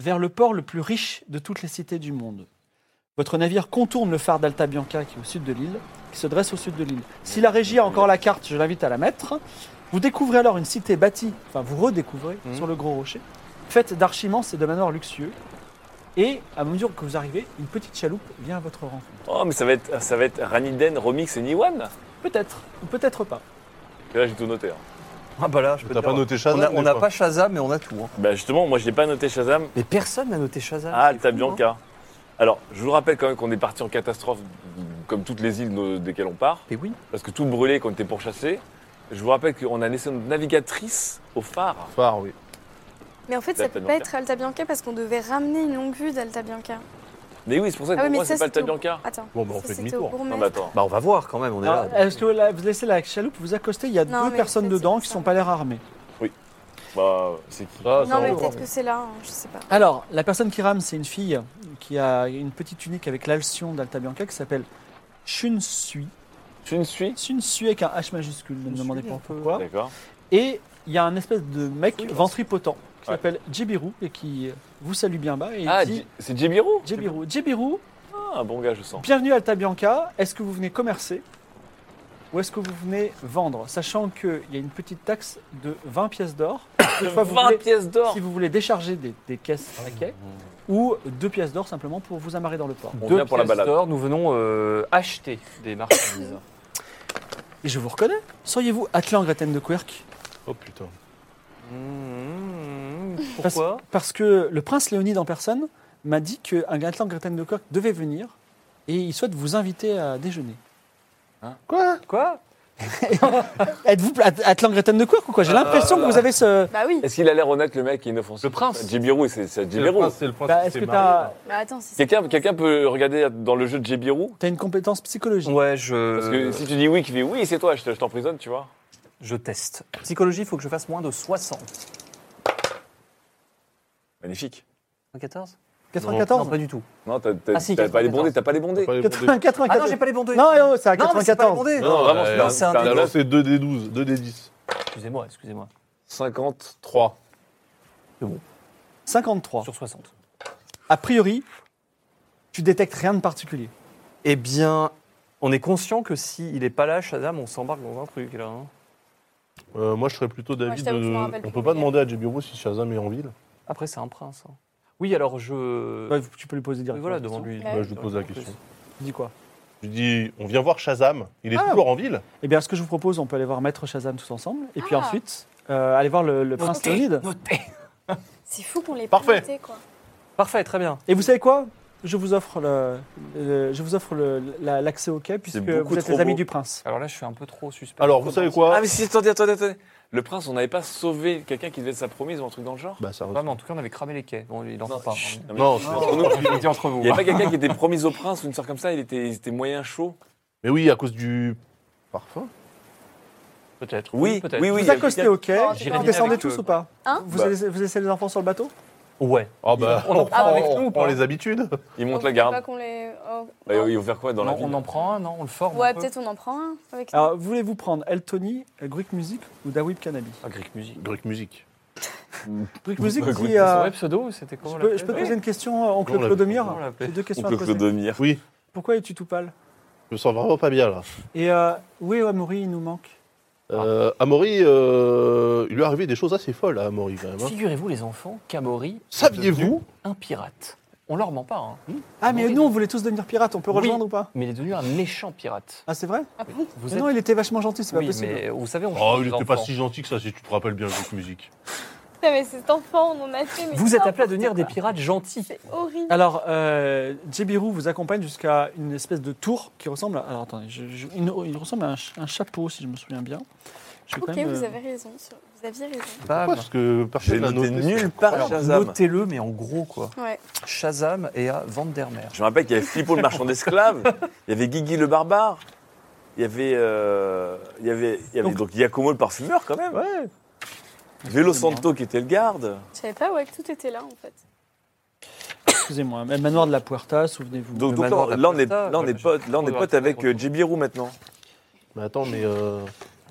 vers le port le plus riche de toutes les cités du monde. Votre navire contourne le phare d'Alta Bianca qui est au sud de l'île, qui se dresse au sud de l'île. Si la régie a encore la carte, je l'invite à la mettre. Vous découvrez alors une cité bâtie, enfin vous redécouvrez Mhm. sur le gros rocher, faite d'archimances et de manoirs luxueux. Et à mesure que vous arrivez, une petite chaloupe vient à votre rencontre. Oh, mais ça va être, ça va être Raniden, Romix et Niwan. Peut-être, ou peut-être pas. Et là, j'ai tout noté. hein. Ah bah là, je peux T'as te pas dire, noté on a- Shazam On n'a pas Shazam, mais on a tout. hein. Bah, justement, moi, je n'ai pas noté Shazam. Mais personne n'a noté Shazam. Ah, c'est fou, Alta hein. Bianca. Alors, je vous rappelle quand même qu'on est parti en catastrophe, comme toutes les îles de- desquelles on part, Mais oui. parce que tout brûlait, qu'on était pourchassés. Je vous rappelle qu'on a laissé notre navigatrice au phare. Phare, oui. Mais en fait, ça peut D'Alta pas être Alta Bianca parce qu'on devait ramener une longue vue d'Alta Bianca. Mais oui, c'est pour ça que Ah oui, pour mais moi, ça, c'est pas le c'était au- Tabianca. Attends. Bon, bah, on ça, fait c'était au demi-tour. gourmet. Non, mais attends. Bah, on va voir quand même, on est là. Alors, Est-ce que la- vous laissez la chaloupe vous accoster Il y a Non, deux mais personnes peut-être dedans c'est qui ça. sont pas l'air armées. Bah, c'est qui Ah, ça Non, mais va. peut-être que c'est là, hein, je sais pas. Alors, la personne qui rame, c'est une fille qui a une petite tunique avec l'alcyon d'Altabianca qui s'appelle Shunsui. Tu ne suis Shunsui avec un H majuscule, ne me demandez pas pourquoi. D'accord. Et il y a un espèce de mec ventripotent qui Ouais. s'appelle Jibiru et qui vous salue bien bas et Ah, dit J- c'est Jibiro Jibiru, Jibiru, Ah, un bon gars, je sens. bienvenue à Altabianca, est-ce que vous venez commercer ou est-ce que vous venez vendre Sachant qu'il y a une petite taxe de 20 pièces d'or. Des fois, vous 20 voulez- pièces d'or Si vous voulez décharger des, des caisses à quai ou deux pièces d'or simplement pour vous amarrer dans le port. On Deux vient pour la pièces balade. d'or, nous venons euh, acheter des marchandises. Et je vous reconnais. Seriez-vous Atlan Gretten de Quirk Oh putain. Hmm, Mmh, pourquoi Parce que le prince Léonide en personne m'a dit qu'un Atlan Gretten de Quirk devait venir et il souhaite vous inviter à déjeuner. Quoi Êtes-vous At- Atlan Gretten de Quirk ou quoi J'ai l'impression que vous avez ce. Bah oui. Est-ce qu'il a l'air honnête, le mec, inoffensif Le prince. Jibiru, c'est c'est C'est le Jibiru. prince, c'est le prince Bah, qui Est-ce s'est que tu marié, as, là. Bah attends, si c'est Quelqu'un quelqu'un peut regarder dans le jeu de Jibiru une compétence psychologique Ouais, je. Parce que si tu dis oui, qu'il fait oui, c'est toi, je te- je t'emprisonne, tu vois. Je teste. Psychologie, il faut que je fasse moins de 60. Magnifique. 14 94 Non, pas du tout. Non, t'as t'as- Ah, si, t'as pas les 94. bondés, t'as pas les bondés. Pas les bondés. 94 Ah non, j'ai pas les bons deux. Non, non, c'est à Non, mais c'est pas les 94. bons dés. Non, vraiment, euh, c'est un- c'est c'est un Il a un os. lancé 2D12, 2D10. Excusez-moi, excusez-moi. 53. 53. Sur 60. A priori, tu détectes rien de particulier. Eh bien, on est conscient que s'il est pas là, Shazam, on s'embarque dans un truc là. hein. Euh, moi, je serais plutôt je David. t'avoue que je m'en de... rappelle On plus. peut pas demander à Jebiro si Shazam est en ville. Après, c'est un prince. hein. Oui, alors je. Euh. Ouais, tu peux lui poser Oui, directement. voilà, la question. demande-lui. Ouais, Bah, je lui pose la question. Dis quoi Je lui dis, on vient voir Shazam. Il est Ah. toujours en ville. Eh bien, ce que je vous propose, on peut aller voir Maître Shazam tous ensemble, et puis Ah. ensuite, euh, aller voir le, le prince Léonide. Notez. C'est fou qu'on l'ait Parfait. planté, quoi. Parfait, très bien. Et vous savez quoi Je vous offre le, le- je vous offre le- la- l'accès au quai, puisque beaucoup vous êtes trop les amis beau. du prince. Alors là, je suis un peu trop suspect. Alors, vous savez quoi Ah, mais si, attendez, attendez, attendez. Le prince, on n'avait pas sauvé quelqu'un qui devait être sa promise ou un truc dans le genre Bah, ça Ouais, Ah, mais en tout cas, on avait cramé les quais. Bon, il en faut pas. hein. Non, mais- Non, c'est- on nous- Je le dis entre vous. Il n'y avait pas quelqu'un qui était promis au prince ou une sorte comme ça, il était, il était moyen chaud Mais oui, à cause du parfum. Peut-être. Oui, peut-être. oui, oui. Vous il vous y a accostez quelqu'un- au quai, Non, j'ai vous fini descendez avec tous eux. ou pas Hein vous, Bah. laissez, vous laissez les enfants sur le bateau Ouais. Ah bah, On en prend avec on nous ou prend pas les habitudes. Ils On montent veut la Pas garde. qu'on les... oh, Bah, non. ils vont faire quoi dans la Non, ville on en prend un, non On le forme un Ouais, peu peut-être on en prend un avec Ah. ça. Alors, voulez-vous prendre Eltony, Greek Music ou Dawib Cannabis Ah, Greek Music. Greek music. Greek Music, Bah, Greek dit, Music, C'est euh, vrai, pseudo C'était comment je on peux, l'appelait je peux te Oui. poser une question, euh, oncle Non, on l'appelle- Claudemir Comment on l'appelait J'ai deux questions à Oncle te poser. Clodomir. Oui, Pourquoi es-tu tout pâle je me sens vraiment pas bien là. Et euh, où est Amaury Il nous manque. Euh, Amaury, euh, il lui est arrivé des choses assez folles à Amaury quand même. hein. Figurez-vous, les enfants, qu'Amaury est Saviez-vous devenu un pirate. On leur ment pas, hein. Ah, mais nous, on voulait tous devenir pirates, on peut Oui. rejoindre ou pas mais il est devenu un méchant pirate. Ah, c'est vrai Vous Mais êtes... Non, il était vachement gentil, c'est pas oui, possible. mais vous savez, on Oh, change il les était pas enfants. si gentil que ça si tu te rappelles bien Greek music. Putain, mais cet enfant, on en a fait... mais Vous êtes appelé à Ah, n'importe devenir des quoi. pirates gentils. C'est horrible. Alors, euh, Jibiru vous accompagne jusqu'à une espèce de tour qui ressemble à. Alors, attendez, je- je- il, il ressemble à un, ch- un chapeau, si je me souviens bien. Je vais Ok, quand même, vous euh, avez raison. sur- Vous aviez raison. Pourquoi Bam. Parce que J'ai personne n'a noté noté. nulle part Alors, Shazam. Notez-le, mais en gros, quoi. Ouais. Shazam et à Vandermeer. Je me rappelle qu'il y avait Flippo le marchand d'esclaves, il y avait Guigui le barbare, il y avait, euh, il y avait, il y avait donc, Giacomo le parfumeur quand même. Ouais. Velo Santo qui était le garde. Je savais pas ouais, que tout était là, en fait. Excusez-moi, mais manoir de la Puerta, souvenez-vous. Donc, Le donc manoir là, là, de la on est, Costa, là, on ouais, est je- potes, là, on on est va potes faire avec autre euh, Jibiru maintenant. Mais attends, mais euh,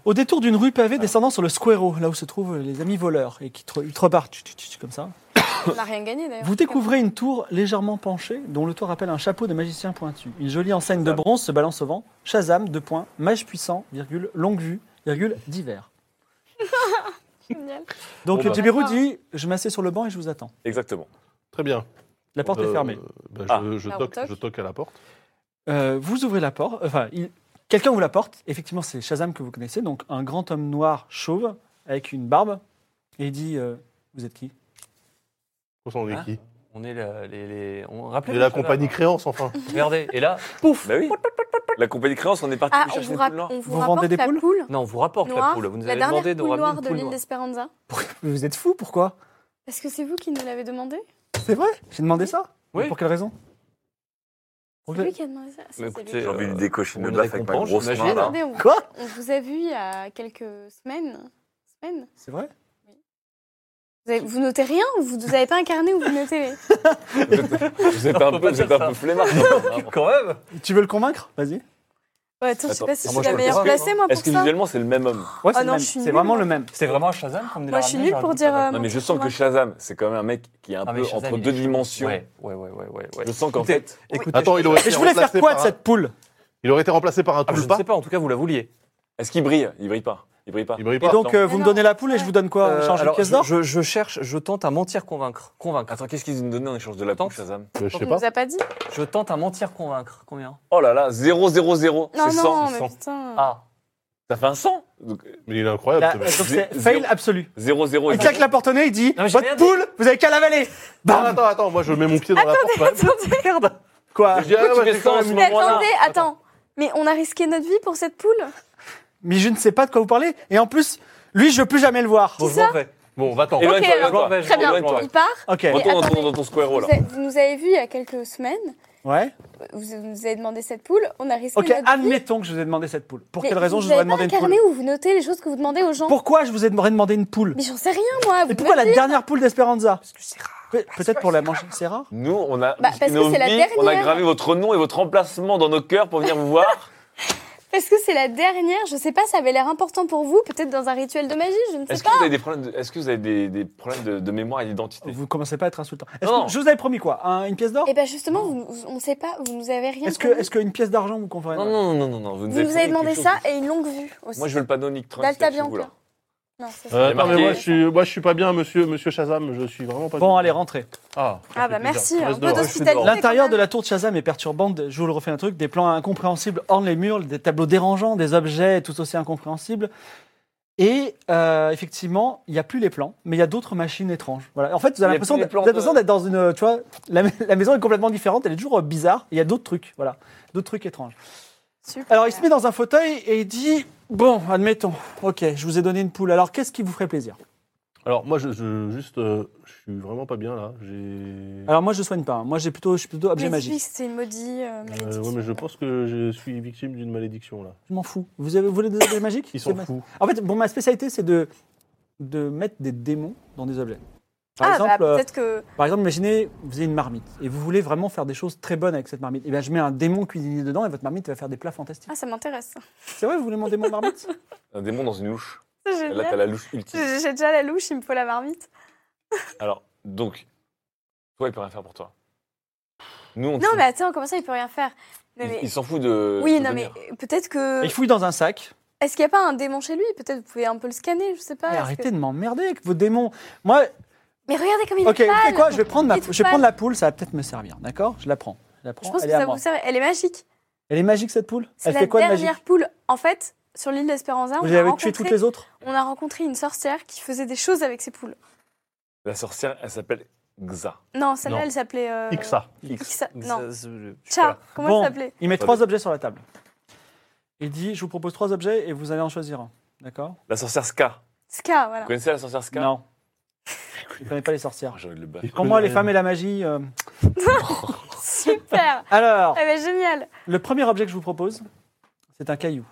Au détour d'une rue Ah. pavée descendant sur le Squero, là où se trouvent les amis voleurs, et qui te, ils te repartent tch, tch, tch, comme ça, On n'a rien gagné, d'ailleurs. vous découvrez une tour légèrement penchée, dont le toit rappelle un chapeau de magicien pointu. Une jolie enseigne de bronze se balance au vent. Shazam, deux points, mage puissant, virgule, longue vue, virgule, divers. Génial. Ah, Donc Bon, le bah. Jibiru D'accord. dit Je m'assieds sur le banc et je vous attends. Exactement. très bien. La porte Euh, est fermée. bah, Ah. je, je Alors, toque, toc. je toque à la porte. Euh, vous ouvrez la porte, enfin, il- quelqu'un vous la porte. Effectivement, c'est Shazam que vous connaissez, donc un grand homme noir chauve avec une barbe. Et il dit euh, Vous êtes qui On s'en est Hein qui On est la, les, les... On Et rappelle la compagnie créance enfin. Regardez, et là, Bah oui. La compagnie créance, on est parti Ah, on chercher vous, des rap- poules noires. on vous Vous rapporte vendez des la poules poule non, on vous rapporte la noire, poule. Vous nous la avez dernière demandé de poule ramener noire une de poule l'île noire. d'Esperanza. Mais Vous êtes fou, pourquoi Parce que c'est vous qui nous l'avez demandé C'est vrai J'ai demandé ça Oui. Pour quelle raison C'est lui qui a demandé ça. Mais Ça, c'est lui. écoutez, qui- J'ai envie de euh, décocher on une est baffe avec ma récompense, grosse main. j'imagine. là. Attendez, on, Quoi on vous a vu il y a quelques semaines. semaines. C'est vrai Vous, avez- vous notez rien ou vous n'avez pas incarné ou vous notez Vous êtes- vous êtes un peu, vous êtes un peu flemmard. Quand même Tu veux le convaincre Vas-y. Ouais, Attends, je sais Attends, pas si je moi, suis la je peux le meilleure convaincre, placée, moi, pour Est-ce que ça. visuellement, c'est le même homme Ouais, c'est Ah le non, même. je suis C'est nulle, vraiment moi. le même. C'était vraiment un Shazam qu'on venait Moi, je suis nulle pour dire. euh, Non, mon mais je sens que convaincre. Shazam, c'est quand même un mec qui est Ah, un peu entre deux dimensions. euh, Ouais, euh, ouais, ouais, ouais, ouais. ouais. Je sens qu'en Écoutez, fait, écoutez, Attends, il aurait, Et été je voulais faire remplacé quoi de par un- cette poule il aurait été remplacé par un Ah, je ne tulpa. sais pas, en tout cas, vous la vouliez. est-ce qu'il brille Il brille pas. Il brille pas. Il brille Et pas. donc, euh, vous me Alors, donnez la poule et je vous donne quoi On Euh, change de alors, pièce je- d'or je, je cherche, je tente à mentir convaincre. Convaincre. Attends, qu'est-ce qu'ils nous donnaient en échange de la Attends. poule, Shazam Euh, Je sais On pas. nous a pas dit Je tente à mentir convaincre. Combien Oh là là, 0, 0, 0. Non, C'est non, 100. mais cent. putain. Ah, Ça fait un 100. Donc, Mais il est incroyable. Là, ce Donc mec. c'est Zé- fail zéro. absolu. 0, 0. Il claque la porte au nez, il dit Non, mais j'ai rien Votre dit. poule, vous avez qu'à l'avaler bah, Non, attends, attends, moi je mets mon pied dans la porte. quand même. merde Quoi Je dis, ah, Pourquoi ouais, tu j'ai fais cent ça en à ce mi- Mais moment-là. attendez, attends. Mais on a risqué notre vie pour cette poule Mais je ne sais pas de quoi vous parlez. Et en plus, lui, je veux plus jamais le voir. Bon, je m'en vais. Bon, va-t'en. Et- Éloigne-toi, alors, éloigne-toi. très Très bien, Éloigne-toi. il part. Ok. Et Retourne dans ton- attendez. dans ton square oh là. Vous, a- vous nous avez vu il y a quelques semaines. Ouais. Vous vous nous avez demandé cette poule. On a risqué Ok, notre vie. admettons que je vous ai demandé cette poule. Pour quelle raison je vous ai aurais demandé une poule incarné ou vous notez les choses que vous demandez aux gens Pourquoi je vous ai demandé demandé une poule Mais j'en sais rien, moi. Vous Et pourquoi me la dites- dernière poule d'Esperanza Parce que c'est rare. Peut-être pour la manger, c'est rare Nous, on a, Bah, parce que nos c'est la vies, on a dernière. gravé votre nom et votre emplacement dans nos cœurs pour venir vous voir. Parce que c'est la dernière. Je sais pas, ça avait l'air important pour vous. Peut-être dans un rituel de magie, je ne sais Est-ce pas. que vous avez des problèmes de, est-ce que vous avez des, des problèmes de, de mémoire et d'identité Vous commencez pas à être insultant. Est-ce Non. que- je vous avais promis quoi Un- Une pièce d'or Et ben justement, vous, vous- on ne sait pas. Vous nous avez rien. Est-ce que, promis. est-ce qu'une pièce d'argent vous convient Non, Oh, non, non, non, non. Vous, Vous nous avez promis demandé quelque ça chose. et une longue vue aussi. Moi, je veux le panneau Nick Trunks. D'Alta là, chez vous, Bianca. là. Non, c'est Euh, ça. non, mais marqué. moi je suis, moi je suis pas bien, monsieur, monsieur Shazam, je suis vraiment pas bien. Bon, allez, rentrez. Ah, Ah bah merci, un peu d'hospitalité. L'intérieur de la tour de Shazam est perturbant. Je vous le refais un truc. Des plans incompréhensibles ornent les murs, des tableaux dérangeants, des objets tout aussi incompréhensibles. Et euh, effectivement, il n'y a plus les plans, mais il y a d'autres machines étranges. Voilà. En fait, vous Il y a avez l'impression plus les d'être plans vous avez l'impression de- d'être dans une. Tu vois, la, ma- la maison est complètement différente, elle est toujours euh, bizarre. Il y a d'autres trucs, voilà, d'autres trucs étranges. Super. Alors, il se met dans un fauteuil et il dit Bon, admettons, ok, je vous ai donné une poule. Alors, qu'est-ce qui vous ferait plaisir Alors moi je, je- juste, euh, je suis vraiment pas bien là. J'ai. Alors, moi, je soigne pas. hein. Moi, j'ai plutôt, je suis plutôt objet Mais magique. dis-lui que C'est maudit. euh, Euh, malédiction. ouais, mais je pense que je suis victime d'une malédiction là. Je m'en fous. Vous, avez, vous voulez des objets magiques Ils C'est sont ma- fous. En fait, bon, ma spécialité, c'est de, de mettre des démons dans des objets. Par, Ah bah exemple, euh, peut-être que. par exemple, imaginez, vous avez une marmite et vous voulez vraiment faire des choses très bonnes avec cette marmite. Et bien, je mets un démon cuisinier dedans et votre marmite va faire des plats fantastiques. Ah ça m'intéresse. C'est vrai, vous voulez mon démon marmite Un démon dans une louche. C'est Et génial. Là, t'as la louche ultime. J'ai j'ai déjà la louche, il me faut la marmite. Alors, donc, toi, il peut rien faire pour toi. Nous, on Non s'en- mais attends, comment ça il peut rien faire Non, il- mais- il s'en fout de. de Oui, non mais venir. peut-être que. Il fouille dans un sac. Est-ce qu'il n'y a pas un démon chez lui Peut-être vous pouvez un peu le scanner, je sais pas. Mais est-ce arrêtez que- de m'emmerder avec vos démons. Moi, Mais regardez comme il ok, est vous savez pâle. quoi Je vais prendre ma, Il est tout je vais pâle. prendre la poule, ça va peut-être me servir, d'accord Je la prends. Je la prends. Je pense Elle que est à ça moi. vous sert. Elle est magique. Elle est magique cette poule. C'est Elle la fait quoi de magique dernière poule. En fait, sur l'île d'Espéranza, Vous on, a avez tué toutes rencontré- les autres on a rencontré une sorcière qui faisait des choses avec ses poules. La sorcière, elle s'appelle Xa. Non, celle-là, Non. elle s'appelait. euh, Ixa. Ixa- Non. Ciao. Tcha. Comment Bon, elle s'appelait Il met trois objets sur la table. Il dit, je vous propose trois objets et vous allez en choisir un. D'accord La sorcière Ska. Ska, voilà. Vous connaissez la sorcière Ska Non. Je ne connais pas les Ah, sorcières. J'ai envie de le battre. Il Pour moi, les connaît- femmes et la magie... euh. Super. Eh ben, Alors, Elle est géniale. le premier objet que je vous propose, c'est un caillou.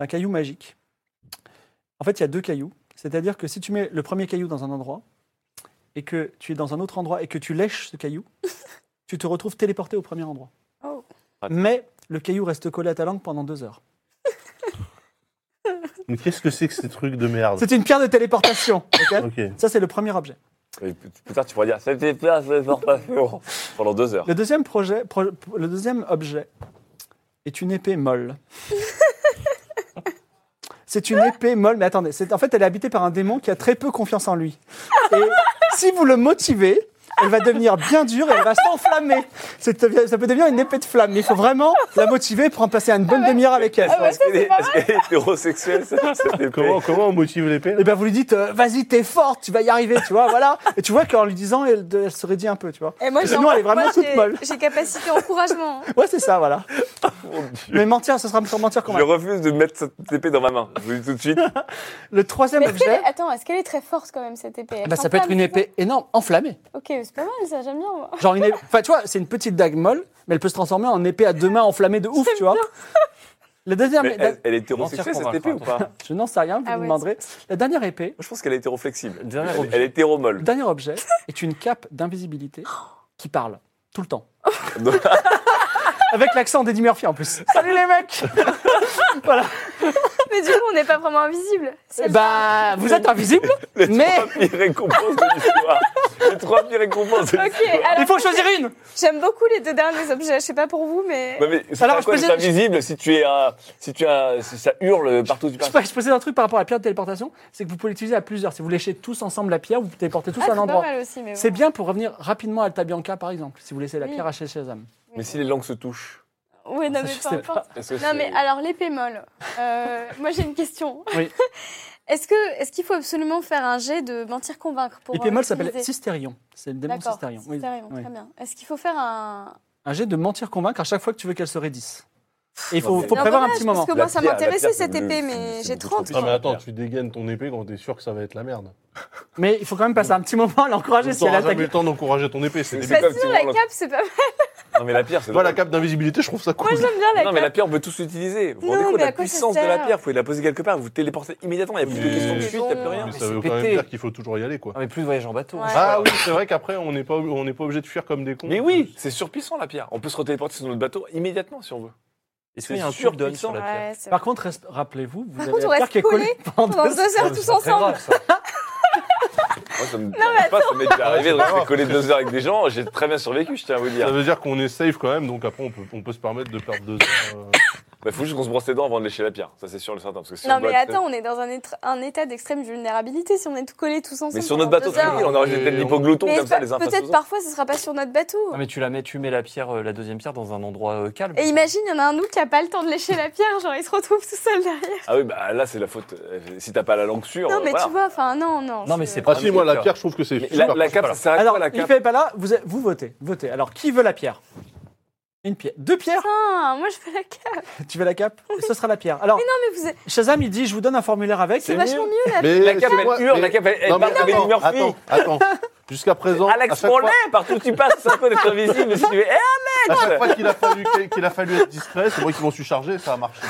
Un caillou magique. En fait, il y a deux cailloux. C'est-à-dire que si tu mets le premier caillou dans un endroit et que tu es dans un autre endroit et que tu lèches ce caillou, tu te retrouves téléporté au premier endroit. Oh. Mais le caillou reste collé à ta langue pendant deux heures. Mais qu'est-ce que c'est que ces trucs de merde C'est une pierre de téléportation. ok Ok. Ça, c'est le premier objet. Et plus plus tard, tu pourras dire C'était pas, c'est pas pendant deux heures. Le deuxième, projet, pro- le deuxième objet est une épée molle. c'est une épée molle, mais attendez, c'est- en fait, elle est habitée par un démon qui a très peu confiance en lui. Et si vous le motivez, elle va devenir bien dure et elle va s'enflammer. C'est- Ça peut devenir une épée de flamme. Il faut vraiment la motiver pour en passer une bonne demi-heure avec bah, elle. Ah ouais, Est-ce ça, qu'elle c'est est, pas est-ce qu'elle est hétérosexuelle, cette cette épée Comment, comment on motive l'épée là Et bien, vous lui dites, euh, vas-y, t'es forte, tu vas y arriver, tu vois, voilà. Et tu vois qu'en lui disant, elle, elle se rédit un peu, tu vois. Et Eh, moi, j'ai- Sinon, elle est vraiment moi, toute j'ai- molle. J'ai capacité encouragement. Ouais, c'est ça, voilà. Mon Dieu. Mais mentir, ce sera pour mentir quand Je même. refuse de mettre cette épée dans ma main. Je vous le dis tout de suite. Le troisième Mais est-ce qu'elle objet. est- Attends, est-ce qu'elle est très forte quand même cette épée Elle Bah, ça peut être s'enflamme, une épée énorme, enflammée. c'est ça Ok, c'est pas mal ça, j'aime bien moi. Genre une ép- Enfin, tu vois, c'est une petite dague molle, mais elle peut se transformer en épée à deux mains enflammée de ouf, tu vois. La dernière. Mais la- elle, elle est hétérosexuelle Mentir cette épée ou pas Je n'en sais rien, vous Ah me ouais. demanderez. La dernière épée, Je pense qu'elle est hétéroflexible. Dernier Elle, objet. elle est hétéromolle. le dernier objet, est une cape d'invisibilité qui parle tout le temps. Donc- Avec l'accent d'Eddie Murphy en plus. Salut les mecs Mais du coup, on n'est pas vraiment invisible. C'est le- Bah, vous êtes invisible, Les mais trois pires récompenses de l'histoire. Les trois pires récompenses de Ok, alors bah, il faut choisir une j'aime beaucoup les deux derniers objets, je sais pas pour vous, mais. Bah, mais c'est Alors, pas je quoi peux d'être dire- invisible si tu es un- si tu as si ça hurle partout du Je parc. peux- je précise un truc par rapport à la pierre de téléportation, c'est que vous pouvez l'utiliser à plusieurs. Si vous léchez tous ensemble la pierre, vous téléportez tous Ah, à c'est un pas endroit. mal aussi, mais C'est bon. bien pour revenir rapidement à Alta Bianca, par exemple, si vous laissez la Oui. pierre à chez Shazam. Mais si les langues se touchent. Oui, non, Ça, mais je peu sais importe. est-ce que Non, c'est- mais alors l'épée molle. Euh, moi, j'ai une question. Oui. Est-ce que est-ce qu'il faut absolument faire un jet de mentir convaincre pour L'épée euh, molle s'appelle l'utiliser Cystérion. C'est le démon D'accord. Cystérion. Oui, Cystérion, oui. très bien. Est-ce qu'il faut faire un Un jet de mentir convaincre à chaque fois que tu veux qu'elle se raidisse. Et il faut, Non, mais- faut Non, prévoir un dommage, petit parce moment. que La moi, ça pierre, la m'intéressait pierre, cette c'est le- Ah, épée, c'est- mais c'est j'ai beaucoup trop 30. puissant. Non, mais attends, tu dégaines ton épée quand t'es sûr que ça va être la merde. Mais il faut quand même passer un petit moment à l'encourager si elle T'auras jamais attaque. le temps d'encourager ton épée. C'est C'est- des Bah, comme si sinon, on la le- cape, c'est pas mal. Non mais la pierre c'est Moi, la cape d'invisibilité, je trouve ça cool. Moi, j'aime bien la Non cape. mais la pierre on peut tous l'utiliser. Vous vous Non, rendez compte mais de à la quoi ça puissance de la sert pierre, vous pouvez la poser quelque part, vous téléportez immédiatement, il n'y a plus de Mais- question de fuite, il n'y a plus rien. Mais Mais ça c'est veut quand pété. même dire qu'il faut toujours y aller, quoi. Ah, mais plus de voyage en bateau. Ouais. Ah oui, c'est vrai qu'après, on n'est pas, on n'est pas obligé de fuir comme des cons. Mais oui, c'est surpuissant la pierre. On peut se retéléporter sur notre bateau immédiatement si on veut. Est-ce qu'il y a C'est un cube donne sur la pierre Ouais, c'est Par contre, reste- rappelez-vous, vous Par avez contre, on la pierre reste qui est collée pendant pendant deux deux heures tous ensemble. Moi ça me dérange pas, ça m'est déjà arrivé de rester collé deux heures avec des gens, j'ai très bien survécu, je tiens à vous Ça dire. veut dire qu'on est safe quand même, donc après, on peut, on peut se permettre de perdre deux heures. euh. Bah faut juste qu'on se brosse les dents avant de lécher la pierre, ça c'est sûr le certain. Parce que si on Non, mais doit- attends, on est dans un, étre- un état d'extrême vulnérabilité si on est tout collés tous ensemble. Mais sur notre pendant bateau deux heures. tranquille, on aurait Mais peut-être on- l'hypoglouton Mais comme ça pas- les uns face aux peut-être autres. parfois ce sera pas sur notre bateau. Non, mais tu la mets, tu mets la pierre, euh, la deuxième pierre dans un endroit euh, calme. Et imagine, il y en a un de nous qui a pas le temps de lécher la pierre, genre il se retrouve tout seul derrière. Ah oui, bah là c'est la faute. Euh, Si t'as pas la langue sûre. Non, euh, mais voilà. tu vois, enfin, non, non. Non, mais je- c'est pas- Ah si, moi, la pierre, je trouve que c'est Mais super. la, la cool. cape, ça sert à Alors, quoi la il cape fait pas là, vous, vous votez, votez. Alors, qui veut la pierre Une pierre. Deux pierres Ah, moi je fais la cape. Tu veux la cape Ce sera la pierre. Alors, Non, mais vous êtes- Shazam, il dit, je vous donne un formulaire avec. c'est vachement mieux, la Mais La cape c'est elle moi- hurle, mais- la cape elle, elle Non, mais parle avec attends, Eddie Murphy. Attends, attends. Jusqu'à présent, à Alex chaque fois, Morlaix, partout où tu passes, ça peut être invisible. Si tu veux. Eh, à chaque fois qu'il a fallu qu'il a fallu être discret, c'est moi qui m'en suis chargé, ça a marché.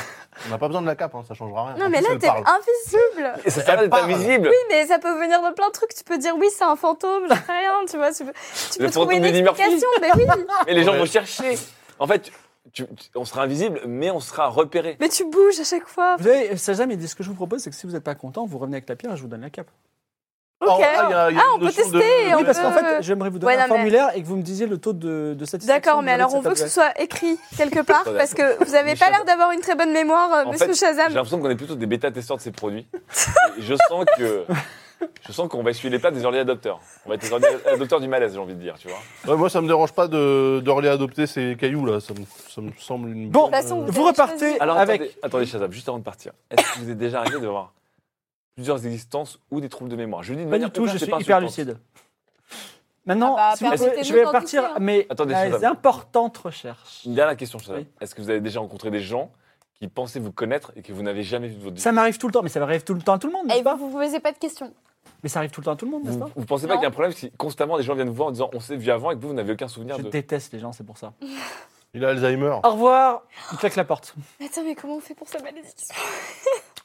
On n'a pas besoin de la cape, hein, ça changera rien. Non, En mais plus, là, elle t'es parle. invisible. ça sert à Elle d'être parle. invisible. Oui, mais ça peut venir de plein de trucs. Tu peux dire oui, c'est un fantôme, j'en sais rien, tu vois. Tu peux, tu Le peux trouver fantôme une d'Eddie Murphy. explication, mais oui. Mais les gens Ouais. vont chercher. En fait, tu- tu- on sera invisible, mais on sera repéré. Mais tu bouges à chaque fois. Vous savez, Shazam, il dit, ce que je vous propose, c'est que si vous n'êtes pas content, vous revenez avec la pierre et je vous donne la cape. Oh, ah, il y a- il y a Ah, une on peut notion de- tester, de- on Oui, parce peut- qu'en fait, j'aimerais vous donner Ouais, un non, mais- formulaire et que vous me disiez le taux de, de satisfaction. D'accord, que mais vous avez alors de on cet veut que ce objet. soit écrit quelque part, Attendez. parce que vous avez Mais pas Shazam- l'air d'avoir une très bonne mémoire, euh, En monsieur fait, J'ai Shazam. l'impression qu'on est plutôt des bêta-testeurs de ces produits. Et je sens que. Je sens qu'on va essuyer les plats des early adopteurs. On va être des early adopteurs du malaise, j'ai envie de dire, tu vois. Ouais, moi, ça me dérange pas de, de relais adopter ces cailloux là. Ça me, ça me semble une. Bon, bonne, De toute façon, euh, Vous repartez Alors avec. attendez, attendez Shazam, juste avant de partir, est-ce que vous êtes déjà arrivé d'avoir plusieurs existences ou des troubles de mémoire Je le dis de Pas manière du tout, ouverte je et suis pas hyper insultante. lucide. Maintenant, Ah bah, si vous permettez-nous pouvez- je vais d'en partir douter, hein. mes Attendez, mes Shazam. importantes recherches. Une dernière question, Shazam. Oui. Est-ce que vous avez déjà rencontré des gens qui pensaient vous connaître et que vous n'avez jamais vu de votre vie Ça m'arrive tout le temps, mais ça m'arrive tout le temps à tout le monde, Et n'est-ce vous pas Eh, vous posez pas de questions. Mais ça arrive tout le temps à tout le monde, n'est-ce Vous pas ne pensez pas Non. qu'il y a un problème si constamment des gens viennent vous voir en disant on s'est vu avant et que vous, vous n'avez aucun souvenir Je de. déteste les gens, c'est pour ça. euh, Il a Alzheimer. Au revoir Il claque la porte. Mais Attends, mais comment on fait pour sa malédiction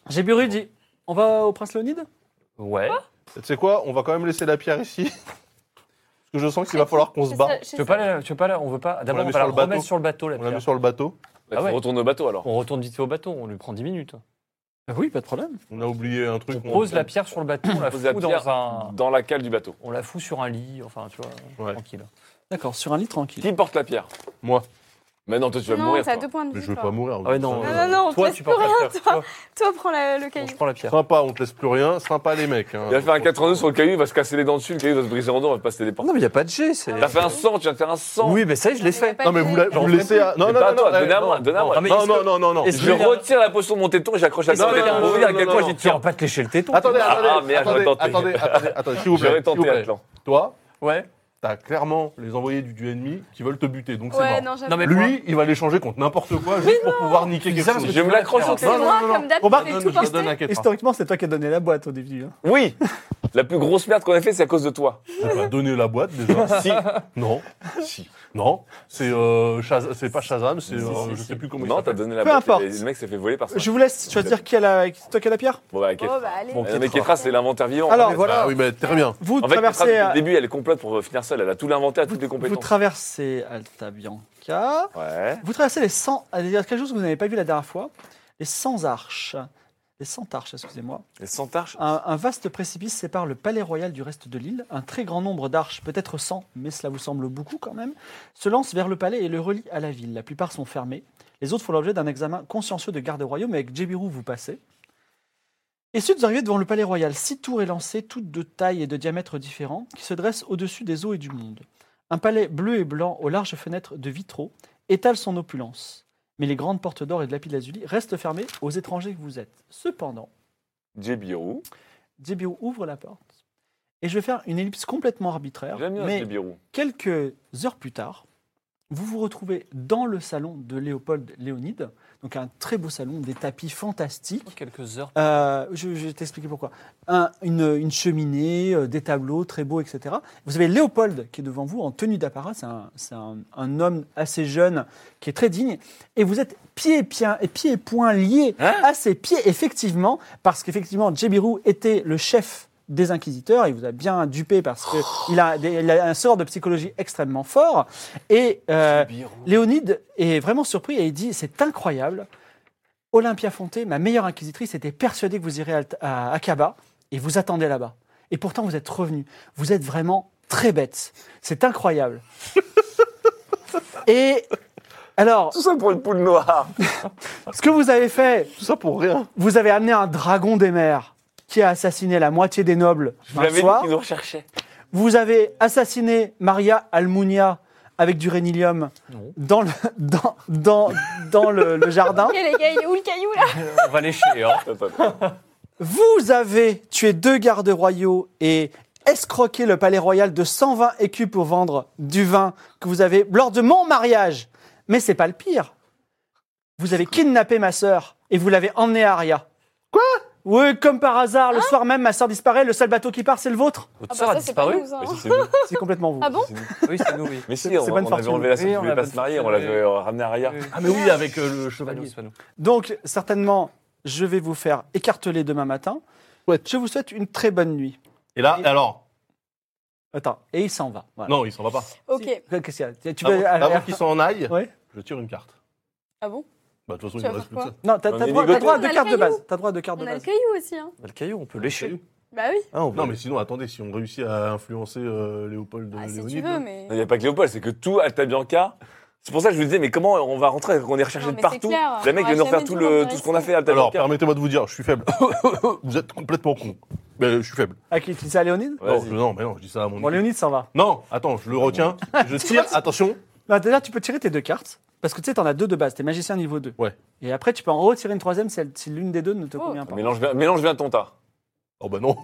J'ai Buru dit On va au Prince Léonide Ouais. Oh, Tu sais quoi On va quand même laisser la pierre ici. Parce que je sens qu'il va falloir qu'on se barre. Tu veux pas, la- tu veux pas, la- on veut pas. D'abord, met on, sur va la le bateau. remettre sur le bateau, la On l'a pierre. mis sur le bateau. Bah, Ah faut ouais. retourner au bateau alors. On retourne vite fait au bateau, on lui prend 10 minutes. Ah Oui, pas de problème. On a oublié un truc. On pose la pierre sur le bateau, on la Pose la fout pierre dans un. Dans la cale du bateau. On la fout sur un lit, enfin, tu vois, Ouais. tranquille. D'accord, sur un lit tranquille. Qui porte la pierre Moi. Mais non, toi tu vas Non, mourir. t'as Toi. deux points de Mais vie. je veux toi. pas mourir. Ah ouais, non. Non, euh, non, non, on te toi, laisse tu portes plus la rien, pierre. Toi, Toi, prends la- le Bon, caillou. je prends la pierre. Sympa, on te laisse plus rien. Sympa les mecs. hein. Il va faire un 82 sur le caillou, il va se casser les dents dessus, le caillou va se briser en deux, on va pas se téléporter. Non, mais il n'y a pas de G, c'est. T'as fait un 100, tu viens de faire un 100. Oui, mais ça, y est, je l'ai Non, mais y a fait. pas Non de mais jeu. vous, la- J'en vous le laissez. à- Non Mais non pas à non toi, non, donnez à non, moi, donnez à moi. Non mais non est-ce que- non non non. est-ce Je retire la potion de mon téton et j'accroche la Non, corde. non, non, Pour vous non, dire à quel non, point non. j'y Tu vas tiens. pas te lécher le téton. Attendez, Ah, attendez, merde, j'aurais attendez, tenté. attendez, attendez, attendez, s'il vous plaît. J'aurais s'il vous tenté, plaît. Atlan. Toi, Ouais. t'as clairement les envoyés du, du ennemi qui veulent te buter, donc Ouais, c'est mort. non, j'avoue. Non, mais Lui, il va l'échanger contre n'importe quoi juste pour pouvoir niquer quelque ça, parce chose. que Je me l'accroche au C'est moi, comme d'hab, Remarque, je je vais te tout donne, hein. porter. inquiète pas. Historiquement, c'est toi qui as donné la boîte au début. hein. Oui La plus grosse merde qu'on a fait, c'est à cause de toi. On va donner la boîte déjà. si. Non. Si. Non. C'est euh, Shaz- c'est pas Shazam, c'est Si, euh, si, je si. sais plus comment Non, il t'as s'appelle. donné la Peu boîte. importe. et Le mec s'est fait voler par ça. Je vous laisse choisir qui a la, c'est toi qui a la pierre. Bon, bah, Ketra. Oh, bah, allez. Bon, Euh, Mais Ketra, c'est l'inventaire vivant. Alors, En fait, voilà. euh, Ah oui, mais très bien. Vous En fait, Ketra, traversez. depuis à- le début, elle est complète pour finir seule. Elle a tout l'inventaire, toutes les Vous compétences. traversez Alta Bianca. Ouais. Vous traversez les 100. Il y a quelque chose que vous n'avez pas vu la dernière fois. Les 100 arches. Les 100 arches, excusez-moi. Les centaches. Un, un vaste précipice sépare le palais royal du reste de l'île. Un très grand nombre d'arches, peut-être 100, mais cela vous semble beaucoup quand même, se lance vers le palais et le relie à la ville. La plupart sont fermées. Les autres font l'objet d'un examen consciencieux de garde royaume avec Jebiru vous passez. Et ensuite, vous arrivez devant le palais royal. Six tours élancées, toutes de taille et de diamètre différents, qui se dressent au-dessus des eaux et du monde. Un palais bleu et blanc aux larges fenêtres de vitraux étale son opulence. Mais les grandes portes d'or et de lapis lazuli restent fermées aux étrangers que vous êtes. Cependant, Djebirou. Djebirou ouvre la porte. Et je vais faire une ellipse complètement arbitraire. J'aime bien mais Djebirou. quelques heures plus tard, vous vous retrouvez dans le salon de Léopold Léonide. Donc un très beau salon, des tapis fantastiques. Quelques heures. Euh, je, je vais t'expliquer pourquoi. Un- une, une cheminée, euh, des tableaux très beaux, etc. Vous avez Léopold qui est devant vous en tenue d'apparat. C'est un, c'est un- un homme assez jeune qui est très digne. Et vous êtes pieds et, pieds- et pieds et poings liés à ses pieds, effectivement, parce qu'effectivement, Djebirou était le chef des inquisiteurs. Il vous a bien dupé parce qu'il a, des- il a un sort de psychologie extrêmement fort. Et euh, Léonide est vraiment surpris et il dit C'est incroyable. Olympia Fonté, ma meilleure inquisitrice, était persuadée que vous irez à, à Akaba et vous attendez là-bas. Et pourtant, vous êtes revenu. Vous êtes vraiment très bête. C'est incroyable. et alors, Tout ça pour une poule noire. ce que vous avez fait, Tout ça pour rien. vous avez amené un dragon des mers qui a assassiné la moitié des nobles Je vous un l'avais dit soir. qu'ils nous recherchaient. Vous avez assassiné Maria Almunia avec du rhénilium Non. dans le, dans, dans, dans le- le jardin. Ok, les gars, il est où le caillou là On va lécher, hein. Attends, attends. Vous avez tué deux gardes royaux et escroqué le palais royal de 120 écus pour vendre du vin que vous avez lors de mon mariage. Mais c'est pas le pire. Vous avez kidnappé ma sœur et vous l'avez emmenée à Aria. Quoi Oui, comme par hasard, le soir même, ma sœur disparaît, le seul bateau qui part, c'est le vôtre. Votre Ah bah sœur a ça, c'est pas disparu. nous, hein. Mais si, c'est nous. C'est complètement vous. Ah bon Oui, c'est nous, oui. Mais si, C'est- on, c'est on bonne avait fortune. enlevé la sœur Oui, qui on voulait a pas bonne se marier, on fortune, l'avait euh, ramenée à Raya. Oui. Ah mais oui, avec euh, le chevalier. C'est pas nous. Donc, certainement, je vais vous faire écarteler demain matin. Ouais. Je vous souhaite une très bonne nuit. Et là, et alors Attends, et il s'en va. Voilà. Ah. Non, Ah il s'en va pas. Ok. Qu'est-ce qu'il y a Tu Avant, veux- avant qu'il s'en aille, Ouais. je tire une carte. Ah bon Bah de toute façon, Tu il vas me reste plus faire que quoi ça. Non, t'as On t'as est droit, des t'as droit à gotos. deux On a cartes de le base. caillou. T'as droit à deux cartes de On a le base. caillou aussi, hein. Bah, le caillou, on peut lécher. Bah oui. Ah, on peut- Non, mais sinon, attendez, si on réussit à influencer euh, Léopold Ah, si tu Léonide, veux, mais. Il n'y a pas que Léopold, c'est que tout Alta Bianca. C'est pour ça que je vous disais, mais comment on va rentrer qu'on est recherché Non, de mais partout c'est clair, Les mecs on viennent nous aura faire jamais tout, tout le, l'intérêt. tout ce qu'on a fait à Alta Alors, Bianca. permettez-moi de vous dire, je suis faible. vous êtes complètement con. Mais je suis faible. À qui Tu dis ça à Léonide Non, Vas-y. je- non, mais non, je dis ça à mon Bon, équipe. Léonide s'en va. Non, attends, je le retiens. Je tire, attention. Non, déjà, tu peux tirer tes deux cartes. Parce que tu sais, t'en as deux de base. T'es magicien niveau 2. Ouais. Et après, tu peux en retirer une troisième si, elle- si l'une des deux ne te Oh. convient pas. Mélange, bien- mélange bien ton tas. Oh bah non.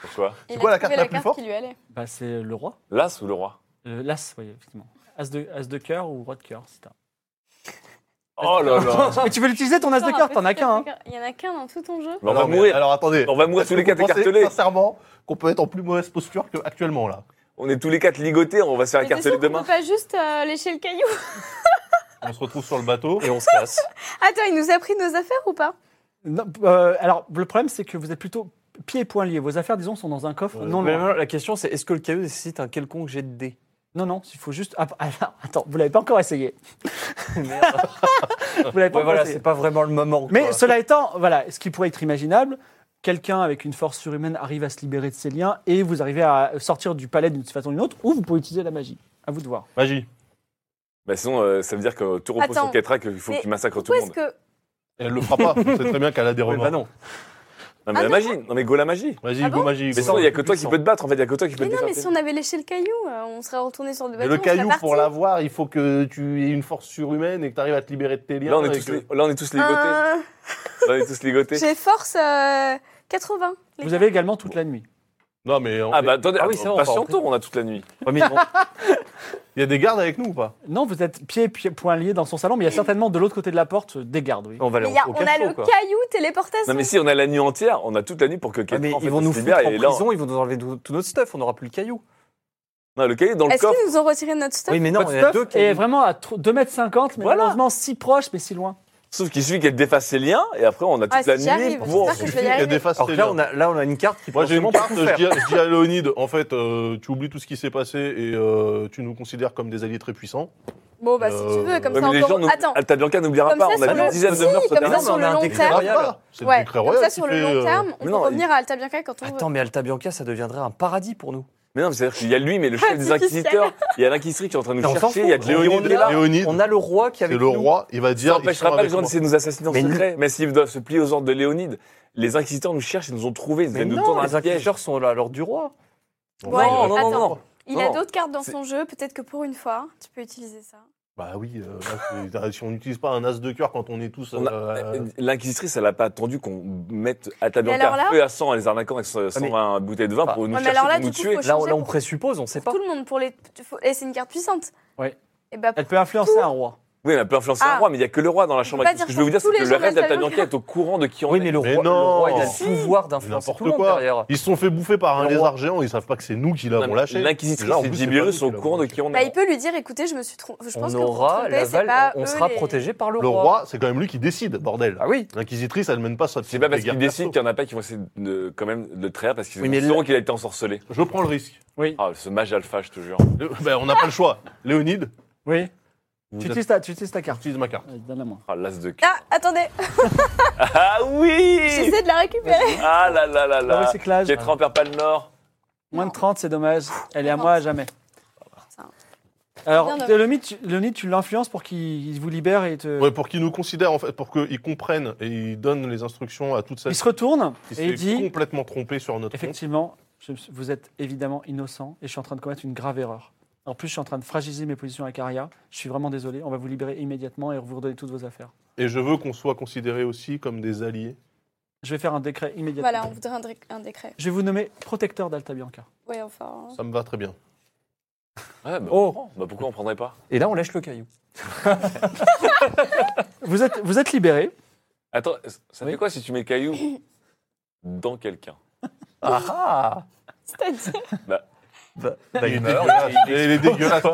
Pourquoi Il quoi a la trouvé carte la plus forte qui lui allait. Bah, c'est le roi. L'as ou le roi Euh, L'as, oui, effectivement. As de, as de cœur ou roi de cœur, si t'as. Ah. Oh là là Mais tu veux l'utiliser ton as de Putain, cœur, un t'en as petit qu'un. hein. cœur. Il y en a qu'un dans tout ton jeu. Mais On va Alors, mais- mourir Alors attendez. On va mourir Est-ce tous les que vous quatre pensez écartelés Sincèrement, qu'on peut être en plus mauvaise posture qu'actuellement là. On est tous les quatre ligotés, on va se faire Mais t'es sûr écarteler qu'on demain. peut pas juste euh, lécher le caillou On se retrouve sur le bateau. Et on se casse. Attends, il nous a pris nos affaires ou pas Non, euh, alors, le problème, c'est que vous êtes plutôt pieds et poings liés. Vos affaires, disons, sont dans un coffre. non, Non, mais loin. maintenant, la question, c'est est-ce que le caillou nécessite un quelconque jet de dés non, non, il faut juste. Ah, ah, attends, vous l'avez pas encore essayé. Merde. Vous l'avez pas Ouais, encore voilà, essayé. c'est pas vraiment le moment. Mais quoi. cela étant, voilà, ce qui pourrait être imaginable, quelqu'un avec une force surhumaine arrive à se libérer de ses liens et vous arrivez à sortir du palais d'une façon ou d'une autre, ou vous pouvez utiliser la magie. À vous de voir. Magie. Bah sinon, euh, ça veut dire que tout repose Attends. sur Ketra, qu'il faut Mais que tu massacres tout Pourquoi le est-ce monde. que. Elle le fera pas. C'est très bien qu'elle a des Oui, remords. bah non. Non mais Ah la non. magie Non mais go la magie Magie, Ah go bon magie. Mais go. sinon, il n'y a que plus toi qui puissant. peux te battre, en fait, il n'y a que toi qui peux Mais te non, mais si défaire. on avait léché le caillou, euh, on serait retourné sur Mais le bateau. le on serait caillou, pour parti. l'avoir, il faut que tu aies une force surhumaine et que tu arrives à te libérer de tes liens. Là, on est et tous que- li- là, on est tous ligotés. Là, Euh, on est tous ligotés. J'ai force euh, 80. les Vous gars. avez également toute la nuit. Non, mais on- Ah bah attendez, Ah oui, attends, c'est vrai, on part en patientons, on a toute la nuit. Ouais, mais ils vont- il y a des gardes avec nous ou pas Non, vous êtes pieds et pieds- poings liés dans son salon, mais il y a certainement de l'autre côté de la porte euh, des gardes, oui. on va Mais aller il y a- au on a cachot, le quoi. caillou téléportation. Non mais si on a la nuit entière, on a toute la nuit pour que Ah, quelqu'un mais en fait, ils vont se nous foutre libère en et là, on- prison, ils vont nous enlever tout, tout notre stuff, on n'aura plus le caillou. Non, le cahier est dans le Est-ce coffre. qu'ils nous ont retiré notre stuff Oui, mais non, Votre on a stuff deux est cailloux. vraiment à 2m50, mais Voilà. malheureusement si proche, mais si loin. Sauf qu'il suffit qu'elle défasse ses liens et après on a toute Ah, si la j'y nuit arrive, pour. j'espère que je vais y Il y a arriver. des faces Alors que là, on a, là, on a une carte qui Moi, j'ai une forcément carte, tout je faire. dis, à- je dis à Léonide, en fait, euh, tu oublies tout ce qui s'est passé et euh, tu nous considères comme des alliés très puissants. Bon, bah si tu veux, comme Ouais, ça mais les gens, encore. n'oublient- Attends, Alta Bianca n'oubliera Comme pas, ça, on a sur des le- dizaines Si, de meurtres comme ça, derrière. sur Non, le mais on a un long décret terme. royal. Ah, C'est le Ouais, décret comme royal ça qui sur le fait, long euh, terme, on mais peut non, revenir à Alta Bianca quand on veut. Attends, mais Alta Bianca, ça deviendrait un paradis pour nous. Mais non, mais c'est-à-dire qu'il y a lui, mais le Ah, chef des Artificiel. inquisiteurs, il y a l'inquisitrice qui est en train de Mais nous on s'en chercher, il y a fout. de Léon qui est là. Léonide, On a le roi qui est c'est avec le nous. roi, il va Ça dire. ils sont n'empêchera pas avec les gens moi. d'essayer de nous assassiner en Mais secret. Mais s'ils doivent se plier aux ordres de Léonide, les inquisiteurs nous cherchent, ils nous ont trouvés, ils Mais viennent nous non, tendre les un piège. inquisiteurs sont là à l'ordre du roi. Non, Ouais, non, non, attends, non, non, il non, a non. d'autres cartes dans C'est- son jeu, peut-être que pour une fois, tu peux utiliser ça. Bah oui, euh, là, c'est- si on n'utilise pas un as de cœur quand on est tous. On a- euh, L'inquisitrice, elle n'a pas attendu qu'on mette à ta alors là- un feu à sang en les arnaquant avec 120 Ah, mais- bouteilles de vin pour nous Ouais, mais chercher, alors là, pour nous du coup, tuer. faut Là, on, changer là, on pour- présuppose, on sait pas. Tout le monde pour les. tu- faut- Et c'est une carte puissante. Ouais. Et bah, Elle peut influencer un roi. Oui, on a peut influencer un Ah. roi, mais il n'y a que le roi dans la chambre. pas Ce que dire je veux vous ça dire, pour c'est tous que les le gens reste d'Alta d'Alta est au courant de qui on Oui, est. mais le Mais roi, le non. roi, il a le Si. pouvoir d'influencer N'importe Ah, tout le monde quoi. derrière. Ils se sont fait bouffer par un Le lézard géant, ils savent pas que c'est nous qui l'avons lâché. L'inquisitrice Là, en et plus, c'est Dibirus pas sont au nous qui courant de l'avons qui on bah, il est. peut lui dire écoutez, je me suis trompé. Je pense On que vous vous aura trompez, la c'est pas valve, on eux sera les- protégé par le Le roi. roi, c'est quand même lui qui décide, bordel. Ah oui. L'inquisitrice, elle mène pas sa C'est pas parce petite qu'il guerre décide qu'il perso. y en a pas qui vont essayer de quand même de le traire parce qu'ils Oui, mais sauront qu'il a été ensorcelé. Je prends le risque. Ah, ce mage alpha, je te jure. Le- ben, on n'a pas le choix. Léonide, Oui. vous Tu êtes- utilises, ta, tu utilises ta carte. utilise ma carte. Allez, Euh, Donne-la moi. Ah, l'as de cœur. Ah, attendez, Ah oui j'essaie de la récupérer. Ah là là là Le là recyclage. J'ai trempé pas le nord. Moins de 30, c'est dommage. Elle est à moi à jamais. Putain. Alors, Bien le mythe, tu- le mythe, tu l'influences pour qu'il il vous libère et te... Ouais, pour qu'ils nous considèrent, en fait, pour qu'ils comprennent et ils donnent les instructions à toute il cette se retourne qui et il s'est dit complètement trompée sur notre compte. Effectivement, je- vous êtes évidemment innocent et je suis en train de commettre une grave erreur. En plus, je suis en train de fragiliser mes positions avec Aria. Je suis vraiment désolé. On va vous libérer immédiatement et vous redonner toutes vos affaires. Et je veux qu'on soit considérés aussi comme des alliés. Je vais faire un décret immédiatement. Voilà, on voudrait un, dé- un décret. Je vais vous nommer protecteur d'Alta Bianca. Ouais, enfin. hein. Ça me va très bien. Ouais, bah, Oh. oh. bah pourquoi on prendrait pas Et là, on lèche le caillou. Vous êtes, vous êtes libéré. Attends, ça Oui. fait quoi si tu mets le caillou dans quelqu'un Ah ah C'est-à-dire. Bah, Il est dégueulasse. Il est dégueulasse.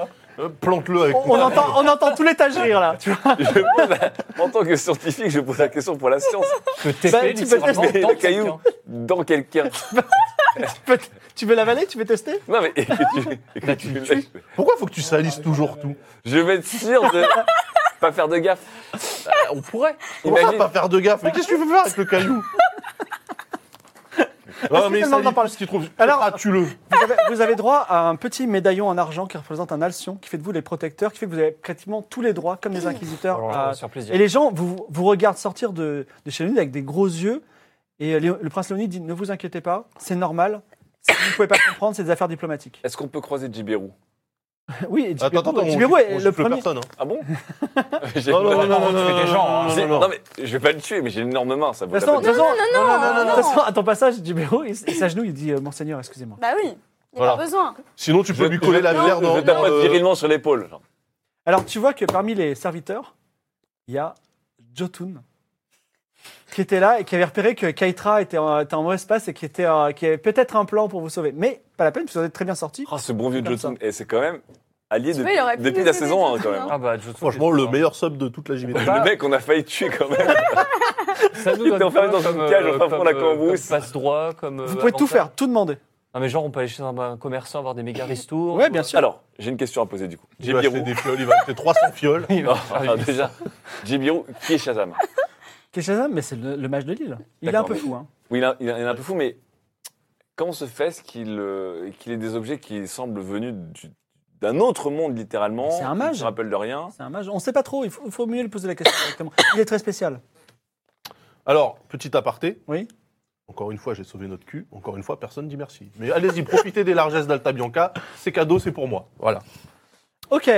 Euh, Plante-le avec On, on ton- entend, on entend tout l'étage rire là. Tu vois Je pose- En tant que scientifique, je pose la question pour la science. Le TP, Bah, tu littéralement, peux tester dans le caillou. quelqu'un. Dans quelqu'un. Tu peux- tu veux l'avaler Tu veux tester Non mais et que tu, et que tu tu- lèches. Pourquoi faut que tu salisses toujours tout Je vais être sûr de pas faire de gaffe. Ah, On pourrait. Pourquoi Imagine. pas faire de gaffe Mais qu'est-ce que tu veux faire avec le caillou Parce Non, que tout le mais il monde en salisse parle. tout ce qu'il trouve. Alors- Alors, ah, tue-le. Vous avez, vous avez droit à un petit médaillon en argent qui représente un alcyon, qui fait de vous les protecteurs, qui fait que vous avez pratiquement tous les droits, comme les inquisiteurs. Alors, à- on va se faire plaisir. Et les gens vous, vous regardent sortir de, de chez Léonide avec des gros yeux. Et euh, Léo- le prince Léonide dit Ne vous inquiétez pas, c'est normal. Si vous ne pouvez pas comprendre, c'est des affaires diplomatiques. Est-ce qu'on peut croiser Djibérou oui, et Attends, Djibril- attends, Djibril on- est on le gifle premier. personne. hein. Ah bon J'ai- Non, non, non, non, non, tu fais des gens, hein. non, j'ai- non, non. non, mais je vais pas le tuer, mais j'ai une énorme main, ça vaut De toute la façon, peine de de- toute façon- non, non, non, de toute non. façon, à ton passage, Djibril, il, s- il s'agenouille, il dit euh, Monseigneur, excusez-moi. Bah oui, il n'y a Voilà. pas besoin. Sinon, tu peux Je- lui coller la je- bière dans. Je tape dans, euh, virilement sur l'épaule. genre. Alors, tu vois que parmi les serviteurs, il y a Jotun, qui était là et qui avait repéré que Kaitra était en, était en mauvais espace et qui, était, euh, qui avait peut-être un plan pour vous sauver. Mais pas la peine, puisque vous en êtes très bien sortis. Ah, Oh, ce bon vieux Comme Jotun. Et c'est quand même allié Tu vois, il aurait depuis, depuis pu nous la aider, saison 1 Jotun, quand même. hein. Ah bah, Jotun, Franchement, le ça. meilleur sub de toute la JVT. Le mec, on a failli tuer quand même. Ça nous Il donne était enfermé quoi dans une comme, cage au euh, fin fond de la comme, euh, cambrousse. comme passe-droit, comme. euh, vous pouvez tout avantage faire, tout demander. Non, mais genre, on peut aller chez un, bah, un commerçant avoir des méga restours. Ouais, bien sûr. Alors, j'ai une question à poser du coup. Il va acheter Djibirou. des fioles, il va acheter 300 fioles. Il Non, va Ah faire alors une- déjà, Djibirou, qui est Shazam Qu'est-ce que c'est ça Mais c'est le, le mage de Lille. Il est un D'accord, peu mais- fou. Hein. Oui, il, a- il a- il est un peu fou, mais comment se fait-ce qu'il euh, qu'il ait des objets qui semblent venus du- d'un autre monde, littéralement C'est un mage. Je ne rappelle de rien. C'est un mage. On ne sait pas trop. Il faut, faut mieux lui poser la question directement. Il est très spécial. Alors, petit aparté. Oui. Encore une fois, j'ai sauvé notre cul. Encore une fois, personne dit merci. Mais allez-y, profitez des largesses d'Alta Bianca. C'est cadeau, c'est pour moi. Voilà. Ok.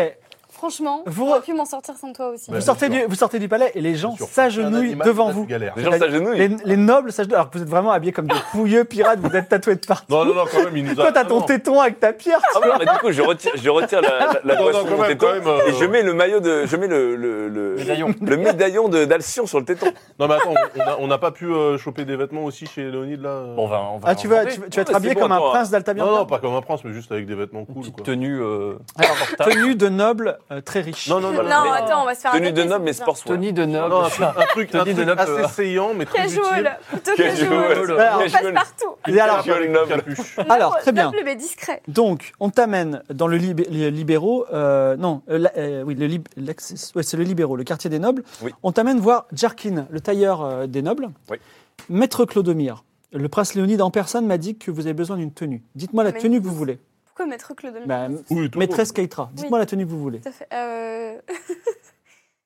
Franchement, Vous- j'aurais pu m'en sortir sans toi aussi. Ouais. Vous sortez, du, vous sortez du palais et les gens Bien sûr. Un s'agenouillent animal, devant c'est vous. Galère. Les gens s'agenouillent. Ah, Ah, Les, les nobles s'agenouillent. Alors que vous êtes vraiment habillés comme des fouilleux pirates, vous êtes tatoués de partout. Non, non, non, quand même, il nous a. Ah Toi, t'as ton non. téton avec ta pierre. Ah non, mais du coup, je retire, je retire la, la, la Non, boisson non, de quand mon même, téton quand même, euh, et je mets le maillot de, je mets le le le Médaillon. le médaillon de d'Alcyon sur le téton. Non, mais attends, on a- on n'a pas pu euh, choper des vêtements aussi chez Léonide là euh. Bon, on va, on va Ah, tu vas, inventer. tu, vas- tu vas Ouais, être habillé c'est bon, comme un toi. prince d'Altamira. Non, non, pas comme un prince, mais juste avec des vêtements Une cool. petite Quoi. tenue euh, confortable. Tenue de noble euh, très riche. Non, non, non. Non, attends, on va se faire Tenue attaquer, de noble, c'est mais bizarre. sportswear. Tenue de Non, noble. non, un truc, un truc, un Tenue de truc noble, euh, assez saillant, mais très utile. Casual, plutôt casual. Casual. On passe partout. Et alors, Casual noble. Capuche. Alors, très bien. Noble mais discret. Donc, on t'amène dans le, libé- les libéraux, euh, non, euh, la- euh, oui, le lib- l'access- ouais, c'est le libéraux, le quartier des nobles. Oui. On t'amène voir Jarkin, le tailleur euh, des nobles. Oui. Maître Clodomir, le prince Léonide en personne m'a dit que vous avez besoin d'une tenue. Dites-moi la Mais- tenue que vous voulez. Pourquoi mettre Claude Bah, Oui, tout maîtresse Keitra, dites-moi la tenue que vous voulez. Tout à fait. Euh,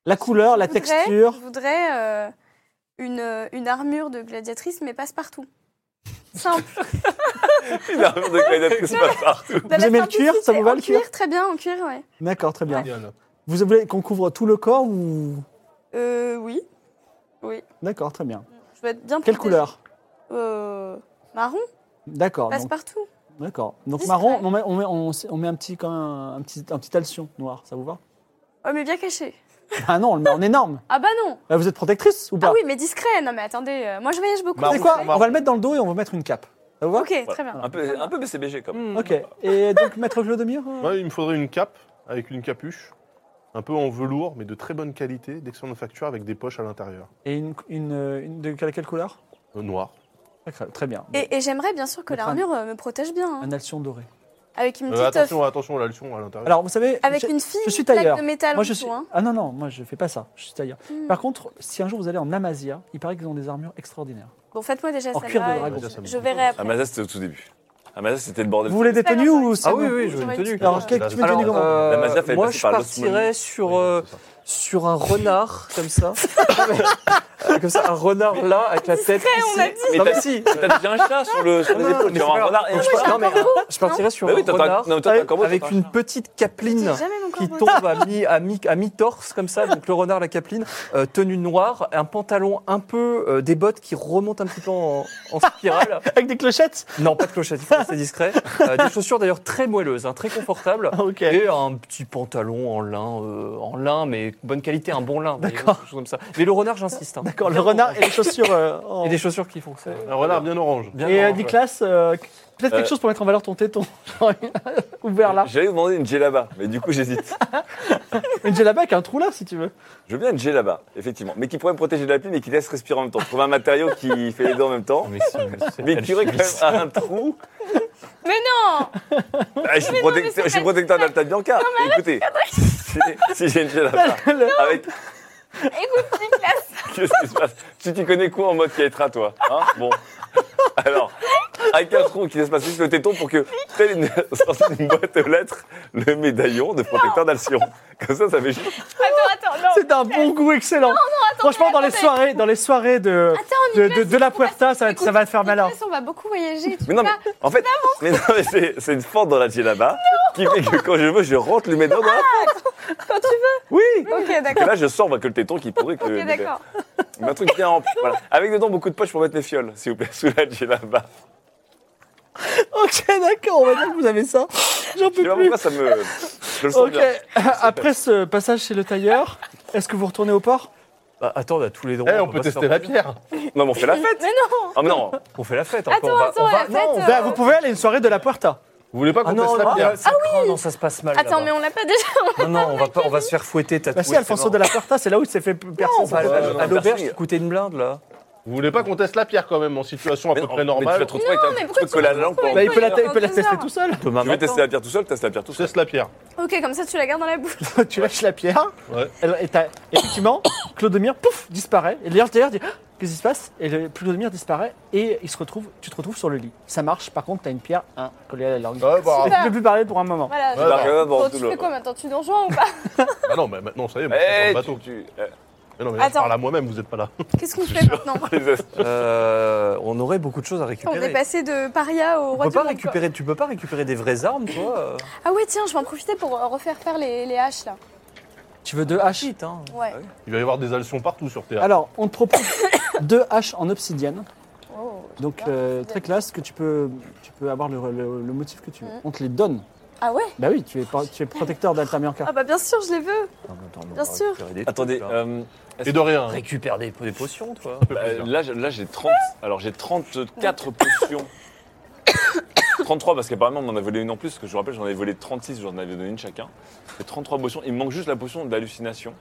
La couleur, la je voudrais- texture. Je voudrais euh, une, euh, une armure de gladiatrice, mais passe-partout. Simple. Une armure de gladiatrice bâtard. Dans Bah, la aimez le cuir simplicité. Ça vous va, En le cuir cuir Très bien, en cuir, ouais. D'accord, très bien. Génial. Vous voulez qu'on couvre tout le corps ou... Euh, oui. Oui. D'accord, très bien. Je vais être bien Quelle protégée. couleur Euh, Marron, D'accord. donc- passe-partout. D'accord. Donc Discret. marron, on met, on met- on s- on met un petit quand même, un petit un petit alcyon noir, ça vous va Oh, mais bien caché. Ah non, on le met en énorme. Ah bah non Euh, Vous êtes protectrice ou pas Ah oui, mais discret. Non, mais attendez, euh, moi je voyage beaucoup. C'est Marron, quoi marron. On va le mettre dans le dos et on va mettre une cape. Ça vous va Ok, très bien. Un peu, un peu BCBG comme. Mm. Ok. Et donc maître Clodomir euh, Moi, il me faudrait une cape avec une capuche, un peu en velours, mais de très bonne qualité, d'excellente facture, avec des poches à l'intérieur. et une, une, euh, une- de quelle, quelle couleur Euh, noir. D'accord, Très bien. Et, et j'aimerais bien sûr que Le crâne. l'armure euh, me protège bien. hein. Un alcyon doré. Avec une Euh, petite, attention, attention, la leçon à l'intérieur. Alors vous savez, avec j'ai- une fine hein. je suis plaque tailleur. de métal moi en je dessous. suis hein. ah non non, moi je fais pas ça. Je suis tailleur. Hmm. Par contre, si un jour vous allez en Amasia, il paraît qu'ils ont des armures extraordinaires. Bon, faites-moi déjà En ça. cuir de dragon. Déjà, ça me Je plaît. verrai après. Amazas, c'était au tout début. Amazas, c'était le bordel. Vous voulez des J'espère tenues avoir ou une- c'est Ah oui, bon oui, je veux une J'aurais tenue. dit- Alors, quelle- tu veux une tenue Alors, comment euh, La Mazda fait moi, passer je par l'osmolie. partirais sur, euh, Oui, c'est ça. sur un renard, comme ça. Euh, comme ça, un renard là, avec la tête. ici. on a Mais Non, mais t'as- si. T'as déjà un chat sur le sur les Non, épaules. mais Tu as c'est un pas renard grave. et un Je chat. pars- non, mais je partirais sur Bah oui, un t'as un. renard Non, mais toi, t'as un corbeau, avec t'as un une chat. petite capeline J'ai jamais mon qui corbeau. tombe à mi à mi à mi torse comme ça donc le renard la capeline euh, tenue noire un pantalon un peu euh, des bottes qui remontent un petit peu en, en spirale Avec des clochettes non pas de clochette il faut rester discret Euh, des chaussures d'ailleurs très moelleuses hein, très confortables Ah, Ok. et un petit pantalon en lin euh, en lin mais bonne qualité un bon lin vous voyez, D'accord. quelque chose comme ça mais le renard j'insiste hein. D'accord, le renard et les chaussures euh, en- et des chaussures qui fonctionnent Un renard bien orange. Bien Et euh, orange, ouais. Nicolas, euh, peut-être quelque Euh, chose pour mettre en valeur ton téton genre, ouvert là. J'allais vous demander une djellaba, mais du coup, j'hésite. Une djellaba avec un trou là, si tu veux. Je veux bien une djellaba, effectivement. Mais qui pourrait me protéger de la pluie, mais qui laisse respirer en même temps. Trouver un matériau qui fait les deux en même temps. mais Mais qui aurait quand même un trou. Mais non Ah, je, suis protect- mais c'est je suis pas- protecteur d'Alta Bianca. Écoutez, si, si j'ai une djellaba avec. Écoute, Nicolas, Qu'est-ce qui se passe Tu t'y connais quoi en mode Kaitra, toi hein Bon. Alors, avec un trou qui laisse passer juste le téton pour que, telle une, sortie d'une boîte aux lettres, le médaillon de protecteur d'Alcyon. Comme ça, ça fait juste. attends, attends, non. C'est d'un bon goût excellent. Franchement, dans les soirées, dans les soirées de de, de, de la Puerta, ça va, être- ça va te faire malheur. Nicolas, on va beaucoup voyager. Tu Mais non, vois. mais en fait, mais non, mais c'est- c'est une fente dans la djellaba qui fait que quand je veux, je rentre le médaillon dans la Ah, Quand tu veux. Oui Ok, Et d'accord. là, je sors bah, que le téton qui pourrait que. Ok, d'accord. Mais un truc bien rempli. Voilà. Avec dedans beaucoup de poches pour mettre mes fioles, s'il vous plaît, sous la djellaba. Ok, d'accord, on va dire que vous avez ça. J'en Je sais peux pas plus. pourquoi ça me. Je le sens Ok, bien. après ce passage chez le tailleur, est-ce que vous retournez au port Bah, attends on a tous les droits Eh, on va peut pas se tester faire- la pierre. Non, mais on fait la fête Mais non Ah, mais non on fait la fête Attends, encore, on va- attends, on va- la fête, non, on- euh, Bah, Vous pouvez aller à une soirée de la Puerta. Vous voulez pas qu'on Ah non, teste non, la pierre ah, c'est grand, non, ça se passe Ah, mal. Attends, là-bas. mais on l'a pas déjà. Non, non, on va, pas, on va se faire fouetter, tatouer. Bah si, Alfonso de la Puerta, c'est là où il s'est fait On personne. va à- Ouais, à- non, à non, l'auberge merci. qui coûtait une blinde, là. Vous voulez pas qu'on teste la pierre quand même en situation à peu non, près Mais tu vas normale te retrouver avec mais un pourquoi truc tu collé à me la langue pendant Bah, il deux peut la, heures. il peut la tester tout seul. Thomas Je vais Martin. tester la pierre tout seul, teste la pierre tout On seul. teste la pierre. Ok, comme ça, tu la gardes dans la bouche. tu lâches la pierre. Ouais. Elle- et t'as- effectivement, Clodomir, pouf, disparaît. Et d'ailleurs, d'ailleurs, dit, Ah, qu'est-ce qui se passe Et le, Clodomir disparaît et il se retrouve, tu te retrouves sur le lit. Ça marche, par contre, t'as une pierre hein, collée à la langue. Ouais, Ah. bah, Et tu peux plus parler pour un moment. Voilà. Ouais, bah, regarde, Bon, bon, tu tout le- fais quoi maintenant Tu nous rejoins ou pas Bah non, mais maintenant, ça y est, Eh, moi, je suis sur le tu- bateau. tu- euh, Mais non, mais là, je Attends. parle à moi-même, vous êtes pas là. Qu'est-ce qu'on fait maintenant les astuces. Euh, on aurait beaucoup de choses à On est récupérer. passé de paria au On roi peut du pas monde. quoi. récupérer, tu peux pas récupérer des vraies armes, toi euh Ah ouais, tiens, je vais en profiter pour euh, refaire faire les, les haches là. Tu veux deux haches Shit, hein. Ouais. Il va y avoir des alcions partout sur Terre. Alors, on te propose deux haches en obsidienne. Oh. Donc, Ah, euh, très obsidienne. classe, que tu peux, tu peux avoir le, le- le motif que tu veux. On te les donne. Ah ouais Bah oui, tu es, par- tu es protecteur d'Altamirka. Ah bah bien sûr, je les veux. Bien sûr. Attendez, euh, Et de rien. hein. Récupère des, des potions, toi. bah, là, j'ai- là, j'ai 30. Alors, j'ai 34 potions. 33 parce qu'apparemment on en a volé une en plus, parce que je vous rappelle j'en avais volé 36, j'en avais donné une chacun. J'ai 33 potions, il me manque juste la potion d'hallucination.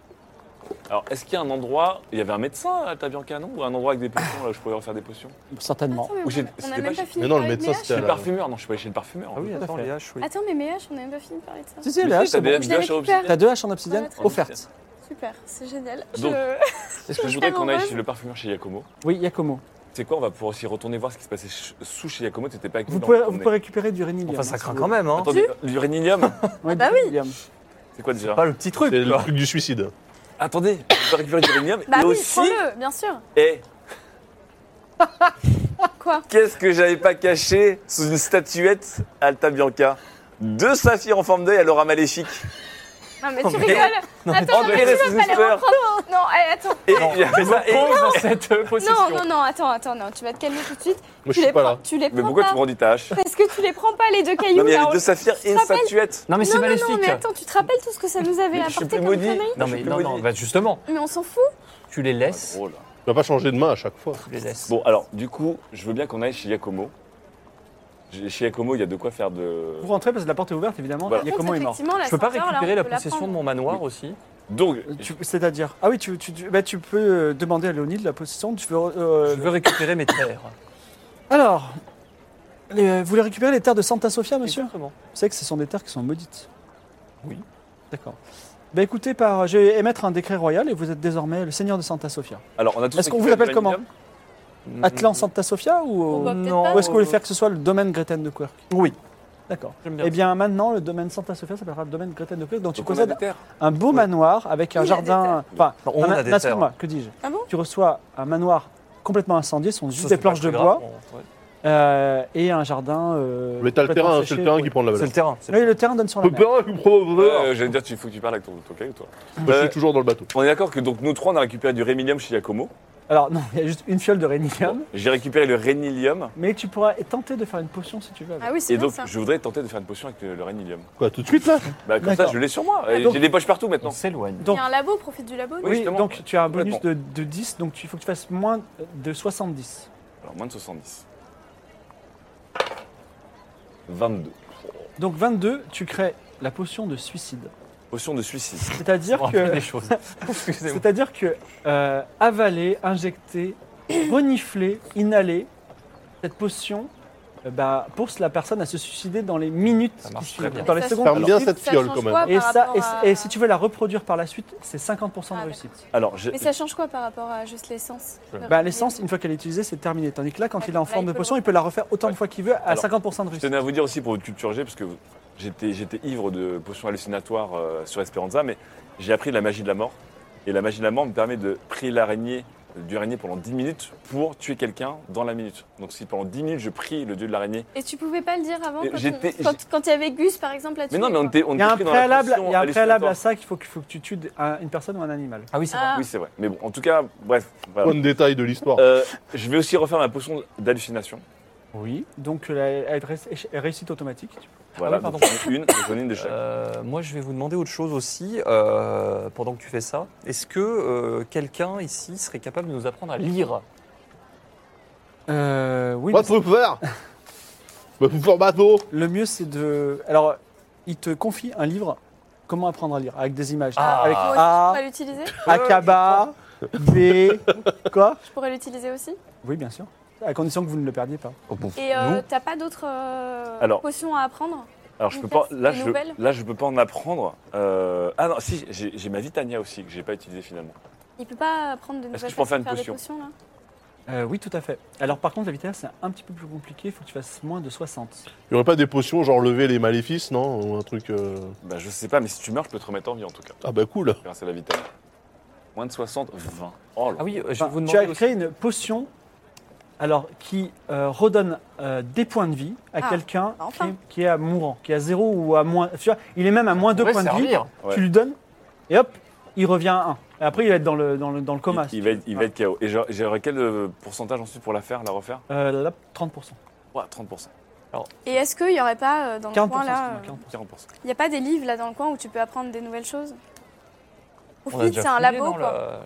Alors est-ce qu'il y a un endroit, il y avait un médecin à Tabianca non Ou un endroit avec des potions là où je pouvais refaire des potions Certainement. Attends, mais Ou j'ai- on c'était a pas même pas chez- fini Mais non, de le parler de médecin, mes c'était Chez à le la- parfumeur, non je suis pas allé chez le parfumeur. Ah oui, attends, fait. les haches, oui. haches. Attends, mais mes haches, on a même pas fini de parler de ça. Si, si, les T'as haches, c'est des bon. Je haches les d'âge à récupère. T'as deux haches en obsidienne Dans la offertes. Super, c'est génial. Je- Bah Donc, Est-ce que je voudrais qu'on aille heureuse. chez le parfumeur chez Yakomo Oui, Yakomo. C'est quoi On va pouvoir aussi retourner voir ce qui se passait ch- sous chez Yakomo. T'étais pas avec nous Vous dans pouvez, le vous tournée. pouvez récupérer du rénilium. Enfin, ça craint quand Ah même, hein. Attendez, l'urénilium Oui, bah du oui. rénilium. C'est quoi déjà Bah Pas le petit truc, C'est le quoi. truc du suicide. Attendez, on peut récupérer du uranium Bah et oui, aussi. prends-le, bien sûr. Eh, Quoi qu'est-ce que j'avais pas caché sous une statuette Alta Bianca Deux saphirs en forme d'œil à l'aura maléfique. Non, mais tu mais- rigoles. Attends, non, mais Enterré tu sous vas pas une les fleur. reprendre. Non, eh, attends. Et j'avais ça. Et... dans cette euh, possession. Non, non, non, attends, attends, non, tu vas te calmer tout de suite. Moi, je tu les suis pas prends, là. tu les Mais prends pourquoi pas. tu me rends ta hache Parce que tu les prends pas les deux cailloux Non, mais il y là. avait on- deux saphirs et une te rappelles statuette. Non, mais c'est non, non, non, maléfique. mais attends, tu te rappelles tout ce que ça nous avait Mais je suis apporté plus comme maudit. connerie Non, Je mais suis plus non, non, maudit. bah justement, Mais on s'en fout. tu les laisses. Drôle. Tu vas pas changer de main à chaque fois. Tu les laisses. Bon, alors, du coup, je veux bien qu'on aille chez Yakomo. J'ai- Chez Yakomo, il y a de quoi faire de. Vous rentrez parce que la porte est ouverte, évidemment. Voilà. Par Yakomo contre, est mort. effectivement, la Je peux pas ceinture, là, on récupérer la peut possession de prendre. mon manoir aussi Donc, Tu- C'est-à-dire Ah oui, tu, tu, tu- bah, tu peux euh, demander à Léonie de la possession. Tu veux, euh, Je veux récupérer mes terres. Alors, les- euh, vous voulez récupérer les terres de Santa Sofia, monsieur Exactement. Vous savez que ce sont des terres qui sont maudites. Oui. D'accord. Bah écoutez, par, je vais émettre un décret royal et vous êtes désormais le seigneur de Santa Sofia. alors, on a tous. Est-ce qu'on vous récupéré appelle comment l'uranium Mm-hmm. Atlan Santa Sofia ou, Oh, bah, peut-être Non. pas. ou est-ce que vous voulez faire que ce soit le domaine Greten de Quirk Oui. D'accord. J'aime bien. Eh bien maintenant, le domaine Santa Sofia s'appellera le domaine Greten de Quirk, dont tu Donc, on a des possèdes terres. un beau manoir avec un Oui, il y a des jardin. Enfin, Non, on un- a des non, terres. excuse-moi, que dis-je Ah bon Tu reçois un manoir complètement incendié, ce sont Ça, juste c'est des planches pas de très bois grave, on- ouais. euh, et un jardin. euh, Mais t'as le complètement terrain, c'est séché, le terrain pourri. qui prend de la C'est valeur. le terrain. c'est le Oui, le terrain donne sur la Le mer. terrain qui prend de la valeur. Euh, J'allais dire, il faut que tu parles avec ton ton caillou, toi. Moi, je euh, suis toujours dans le bateau. On est d'accord que donc nous trois, on a récupéré du rémilium chez Yakomo. Alors non, il y a juste une fiole de rénilium. J'ai récupéré le rénilium. Mais tu pourras tenter de faire une potion si tu veux. avec. Ah oui, c'est Et bien donc, ça. je voudrais tenter de faire une potion avec le, le rénilium. Quoi, tout de suite là Bah, comme ça, D'accord. je l'ai sur moi. Ah, Et donc- J'ai des poches partout terrain. On maintenant. s'éloigne. Il Donc, y a un labo, profite du labo. non oui, justement, donc ouais. tu as un bonus de, de 10, donc il faut que tu fasses moins de 70. Alors, moins de 70. 22. Donc 22, tu crées la potion de suicide. Potion de suicide. C'est-à-dire On rappelle que, des choses. Excusez-moi. c'est-à-dire que euh, avaler, injecter, renifler, inhaler cette potion. euh, bah, pousse la personne à se suicider dans les minutes, Ça qui marche suivent, très bien. dans les Ça, secondes. Ferme Alors, bien ça cette change fiole quand quoi même. Et, par ça, et, rapport à- et si tu veux la reproduire par la suite, c'est 50% Ah, de réussite. Alors, j'ai- Mais ça change quoi par rapport à juste l'essence Bah, L'essence, une fois qu'elle est utilisée, c'est terminé. Tandis que là, quand Ouais, il est en là, forme Ah, bah, il de peut le potion, il peut la refaire autant de Ouais. fois qu'il veut à Alors, 50% de je réussite. tenais à vous dire aussi pour votre culture G, parce que j'étais j'étais ivre de potions hallucinatoires euh, sur Esperanza, mais j'ai appris la magie de la mort. Et la magie de la mort me permet de prier l'araignée, euh, du araignée pendant 10 minutes pour tuer quelqu'un dans la minute. Donc, si pendant 10 minutes, je prie le dieu de l'araignée. Et tu pouvais pas le dire avant Euh, quand j'étais- on- quand- quand il y avait Gus par exemple là-dessus Mais non, mais on était, on Il y a était un pris dans la préalable, potion il y a un préalable hallucinatoire. à ça qu'il faut, qu'il faut que tu tues un- une personne ou un animal. Ah oui, c'est Ah. Oui, c'est vrai. Mais bon, en tout cas, bref. voilà. Point de détail de l'histoire. Euh, je vais aussi refaire ma potion d'hallucination. Ah Oui. Donc la- elle ré- elle réussite automatique. Voilà, Ah oui, donc j'en ai une, j'en ai une de chaque. Euh, moi, je vais vous demander autre chose aussi, euh, pendant que tu fais ça. Est-ce que euh, quelqu'un ici serait capable de nous apprendre à lire Euh, oui. Moi, faut faire Bah, faut faire bateau mais Le mieux, c'est de. Alors, il te confie un livre. Comment apprendre à lire Avec des images. Ah. Avec Moi aussi, je A, pourrais l'utiliser Akaba, B, quoi Je pourrais l'utiliser aussi. Oui, bien sûr. À condition que vous ne le perdiez pas. Et euh, t'as pas d'autres euh, Alors. potions à apprendre Alors je peux Lucas, pas, là des je, nouvelles là je peux pas en apprendre. Euh, ah non, si, j'ai j'ai ma Vitania aussi que j'ai pas utilisée finalement. Il peut pas euh, prendre de nouvelles Est-ce que je peux en faire une façons de potion des potions là Euh, oui, tout à fait. Alors, par contre, la vitesse, c'est un petit peu plus compliqué. Il faut que tu fasses moins de 60. Il y aurait pas des potions genre lever les maléfices, non Ou un truc. euh, Bah je sais pas, mais si tu meurs, je peux te remettre en vie en tout cas. Ah bah cool Grâce à la Vitania. Moins de 60, 20. Oh là. Ah oui, euh, je vais Enfin, vous tu as demander aussi. créé une potion alors, qui euh, redonne euh, des points de vie à Ah, quelqu'un bah enfin. qui, est- qui est à mourant, qui est à zéro ou à moins. Tu vois, il est même à moins deux Ouais, points de vie. servir. Ouais. Tu lui donnes et hop, il revient à 1. Et après, il va être dans le, dans le, dans le coma. Il, il va être, Ah. il va être KO. Et j'a- j'aurais quel euh, pourcentage ensuite pour la faire, la refaire Euh, là, 30%. Ouais, 30%, Et est-ce qu'il n'y aurait pas euh, dans 40%. le coin là, excuse-moi, 40%. 40%. il n'y a pas des livres là dans le coin où tu peux apprendre des nouvelles choses On a Profite, déjà c'est un fouillé labo dans la- quoi.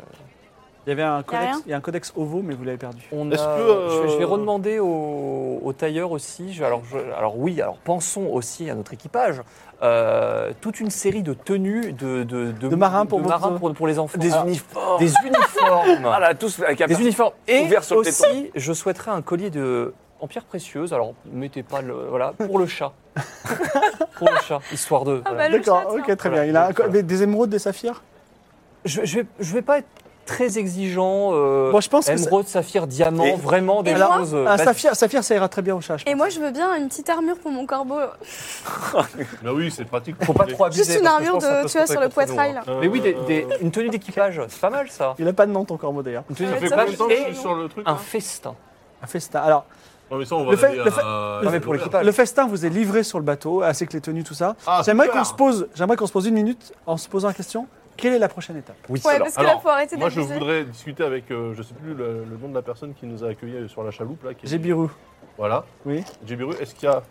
Il y avait un codex, rien il y a un codex OVO, mais vous l'avez perdu. On Est-ce a- que, euh, je, vais, je vais redemander au, au tailleur aussi. Je- alors, je- alors oui, alors pensons aussi à notre équipage. Euh, toute une série de tenues de, de, De marins pour de vos- pour, pour les enfants. Des Alors, uniformes des uniformes. Ah là, tous avec un Des uniformes. Et Ouvert sur le aussi, je souhaiterais un collier de en pierre précieuse. Alors, mettez pas le voilà pour le chat. pour le chat, histoire de. voilà. bah, le D'accord, chat, ok, tiens. très Voilà, bien. Il a un voilà. co- mais des émeraudes, des saphirs Je, je vais je vais pas être très exigeant. euh, Bon, je pense que ça- émeraude, euh, saphir, diamant, Et- vraiment des Et moi choses. un basiques. saphir, saphir, ça ira très bien au chat. je Et pense. moi je veux bien une petite armure pour mon corbeau. Bah oui, c'est pratique. Euh, Faut pas trop abuser. Juste une Ah, parce que je armure pense que ça de, peut se tu vois, compter sur le contre nous, poitrail hein. là. Mais oui, des- des- une tenue d'équipage, c'est pas mal ça. Il n'a pas de nom, ton corbeau d'ailleurs. Une tenue Ça Ça fait fait pas combien mal. de temps que je Et- suis sur le truc un là festin. hein. Un festin. Alors, Non, mais ça, on va Le fait- aller le fait- à- Non, mais pour l'équipage. le festin vous est livré sur le bateau, assez que les tenues, tout ça. Ah, J'aimerais super. qu'on se pose, j'aimerais qu'on se pose une minute en se posant la question quelle est la prochaine étape Oui, Ouais, alors, parce que là alors, faut arrêter Moi, je d'abuser. voudrais discuter avec, euh, je sais plus le, le nom de la personne qui nous a accueillis euh, sur la chaloupe. là. qui est- Gébiru. Voilà. Oui. Jibiru, est-ce qu'il y a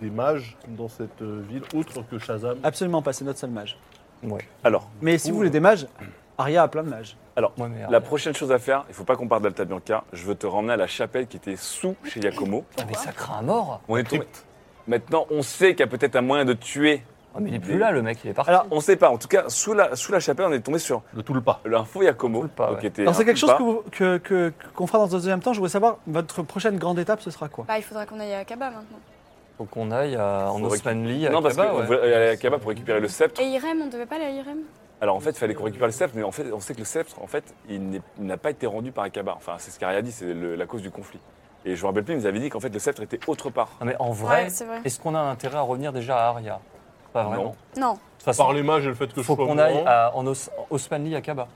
des mages dans cette euh, ville autre que Shazam Absolument pas, c'est notre seul mage. ouais. Alors, Mais si vous voulez des mages, Arya a plein de mages. Ouais, mais, euh, la prochaine chose à faire, il faut pas qu'on parte d'Alta Bianca. Je veux te ramener à la chapelle qui était sous chez Yacomo. Ah, mais ça craint à mort. On est tombé. Maintenant, on sait qu'il y a peut-être un moyen de tuer. Ah, mais il est plus là, le mec, il est parti. Alors, On sait pas. En tout cas, sous la, sous la chapelle, on est tombé sur Le tout le pas. l'info Yacomo. Tout le pas, donc, ouais. qui était alors c'est un quelque tout chose pas. que vous- que- que- qu'on fera dans un deuxième temps. Je voudrais savoir, votre prochaine grande étape, ce sera quoi Bah il faudrait qu'on aille à hein. Kaba maintenant. Faut qu'on aille à, en Faudrait Osmanli. à Non, parce Kaba, qu'on ouais. voulait aller à la Kaba pour récupérer le sceptre. Et Irem, on devait pas aller à Irem Alors en fait, il fallait qu'on récupère le sceptre, mais en fait, on sait que le sceptre, en fait, il n'est- il n'a pas été rendu par Akaba. Enfin, c'est ce qu'Aria dit, c'est le- la cause du conflit. Et je me rappelle plus, il nous avait dit qu'en fait, le sceptre était autre part. Non, Ah, mais en vrai, Ouais, c'est vrai. est-ce qu'on a intérêt à revenir déjà à Aria Pas vraiment. Non. De Non, toute façon, Par les mages et le fait que je faut sois qu'on mourant. aille à, en Os- Osmanli à Kaba.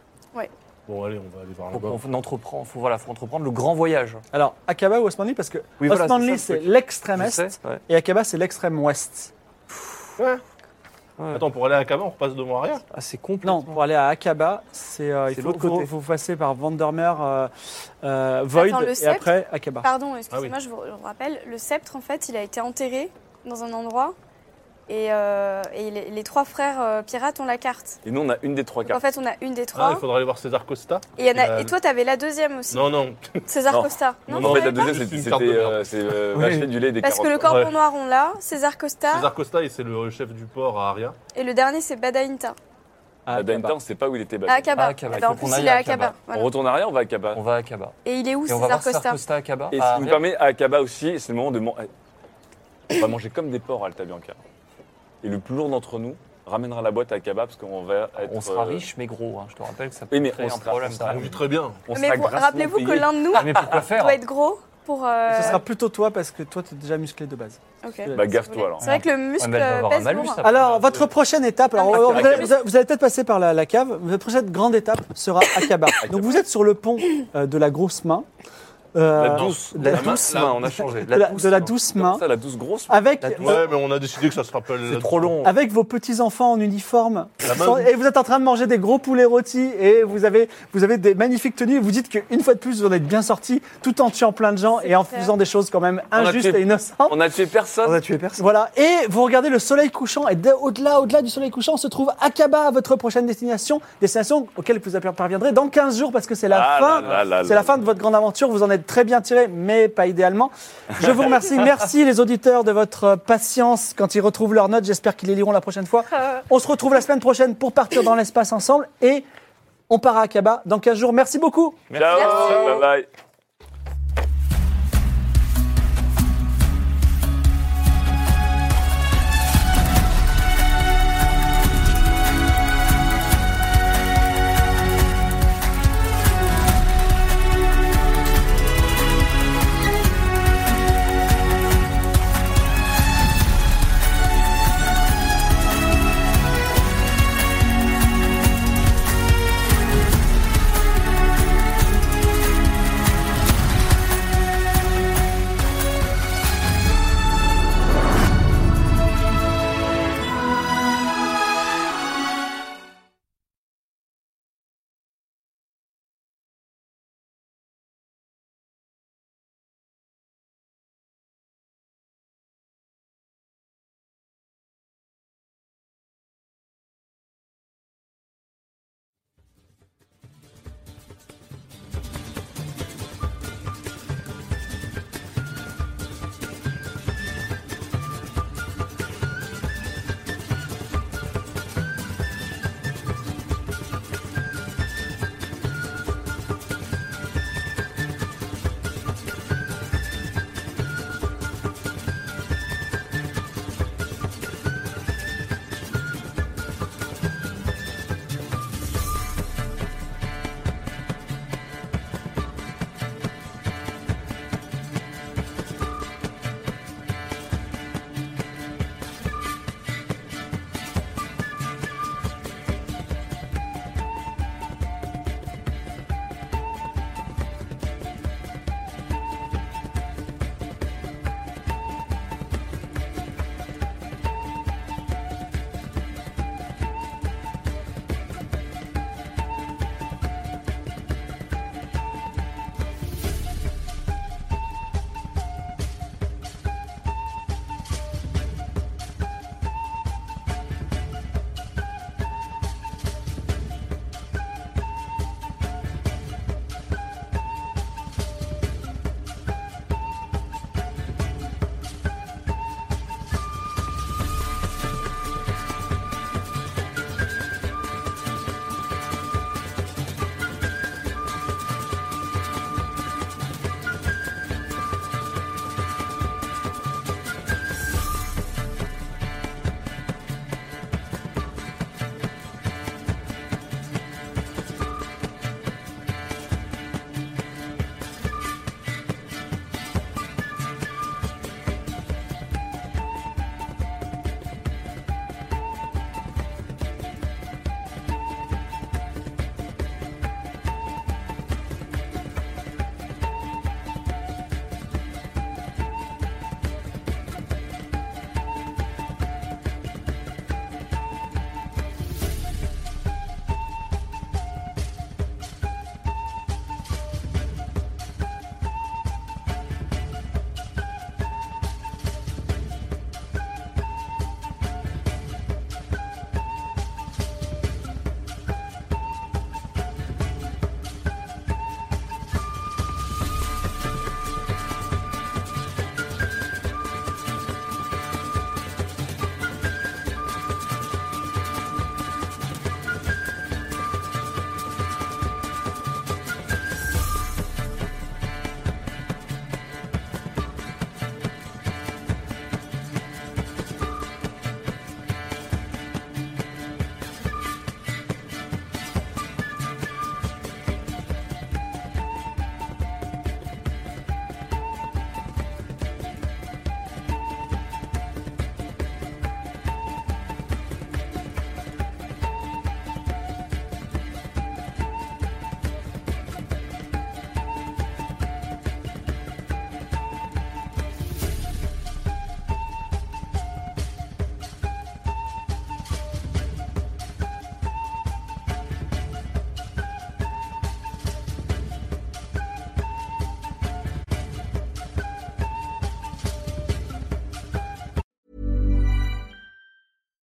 Bon, allez, on va aller voir Faut Ah bah. là-bas. qu'on entreprend, faut, voilà, faut entreprendre le grand voyage. Alors, Akaba ou Osmanli Parce que Oui, voilà, Osmanli, c'est ça, c'est le truc. l'extrême Je sais, est ouais. et Akaba, c'est l'extrême ouest. Attends, pour aller à Kaban, on repasse devant arrière Ah, c'est complètement. Non, pour aller à Akaba, c'est euh, il C'est faut, l'autre côté. faut- faut passer par Vandermeer, euh, euh, Void Attends, le et sceptre après Akaba. Ah pardon, excusez-moi, je vous je vous rappelle, le sceptre en fait il a été enterré dans un endroit et, euh, et les, les trois frères euh, pirates ont la carte. Et nous, on a une des trois Donc en cartes. fait on a une des Ah, trois. il faudra aller voir César Costa. et, il y en a- il a- et toi t'avais la deuxième aussi, Non, non. César Euh, Non. Costa. Non, tu en fait, la l'avais pas deuxième, Juste c'était une c'était, carte de merde. euh, c'est, euh, Oui. vacher du lait et des Parce que le carottes. corps Ouais. noir on l'a, César Costa César Costa, et c'est le chef du port à Aria. et le dernier c'est Badainta. À Ah, À Dainta, Akaba. on ne sait pas où il était. À battu. Akaba. À Akaba, Eh ben, il faut en qu'on plus aille il est à à Akaba. Akaba. voilà. On retourne en arrière, on va à Akaba. On va à Kaba. Et il est où Et on va César voir Costa Sarkosta à Kaba. Ah, Et à ce qui nous Aria. permet à Akaba aussi, c'est le moment de manger. On va manger comme des porcs à Alta Bianca. Et le plus lourd d'entre nous ramènera la boîte à Akaba parce qu'on va être. On sera euh, riche mais gros, hein. je te rappelle que ça peut Oui, mais créer on un sera- problème. on sera ça. On vit très bien. on Mais sera vous- grassement rappelez-vous que payé. l'un de nous Ah, Mais pourquoi faire doit être gros pour. euh, Ce sera plutôt toi parce que toi, tu es déjà musclé de base. Bah, ok. Bah, Si vous voulez. gaffe-toi alors. C'est vrai que le muscle Ouais, mais elle va avoir un pèse malus, lourd. ça. Alors, votre prochaine étape, alors, Ah, on- mais- vous, allez, vous allez- vous allez peut-être passer par la, la cave, votre prochaine grande étape sera Akaba. Donc, vous êtes sur le pont euh, de la grosse main. euh, La douce. de La la- douce main, on a changé. de la, de la douce main. Comme ça, la douce Ah, grosse. Avec, La douce- Ouais, mais on a décidé que ça se rappelle. C'est trop long. avec vos petits-enfants en uniforme. La main- Sans- Et vous êtes en train de manger des gros poulets rôtis et vous avez, vous avez des magnifiques tenues. Vous dites qu'une fois de plus, vous en êtes bien sorti tout en tuant plein de gens C'est et en clair. faisant des choses quand même a injustes tué- et innocentes. On a tué personne. tué personne. Voilà, et vous regardez le soleil couchant, et dès- au-delà au -delà du soleil couchant se trouve Akaba, votre prochaine destination, destination auquel vous parviendrez dans 15 jours, parce que c'est la Ah fin là là là c'est là la là. fin de votre grande aventure, vous en êtes très bien tiré, mais pas idéalement. Je vous remercie, merci les auditeurs de votre euh, patience quand ils retrouvent leurs notes, j'espère qu'ils les liront la prochaine fois. On se retrouve la semaine prochaine pour partir dans l'espace ensemble, et on part à Akaba dans 15 jours. Merci beaucoup Ciao. Bye bye.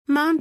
Mom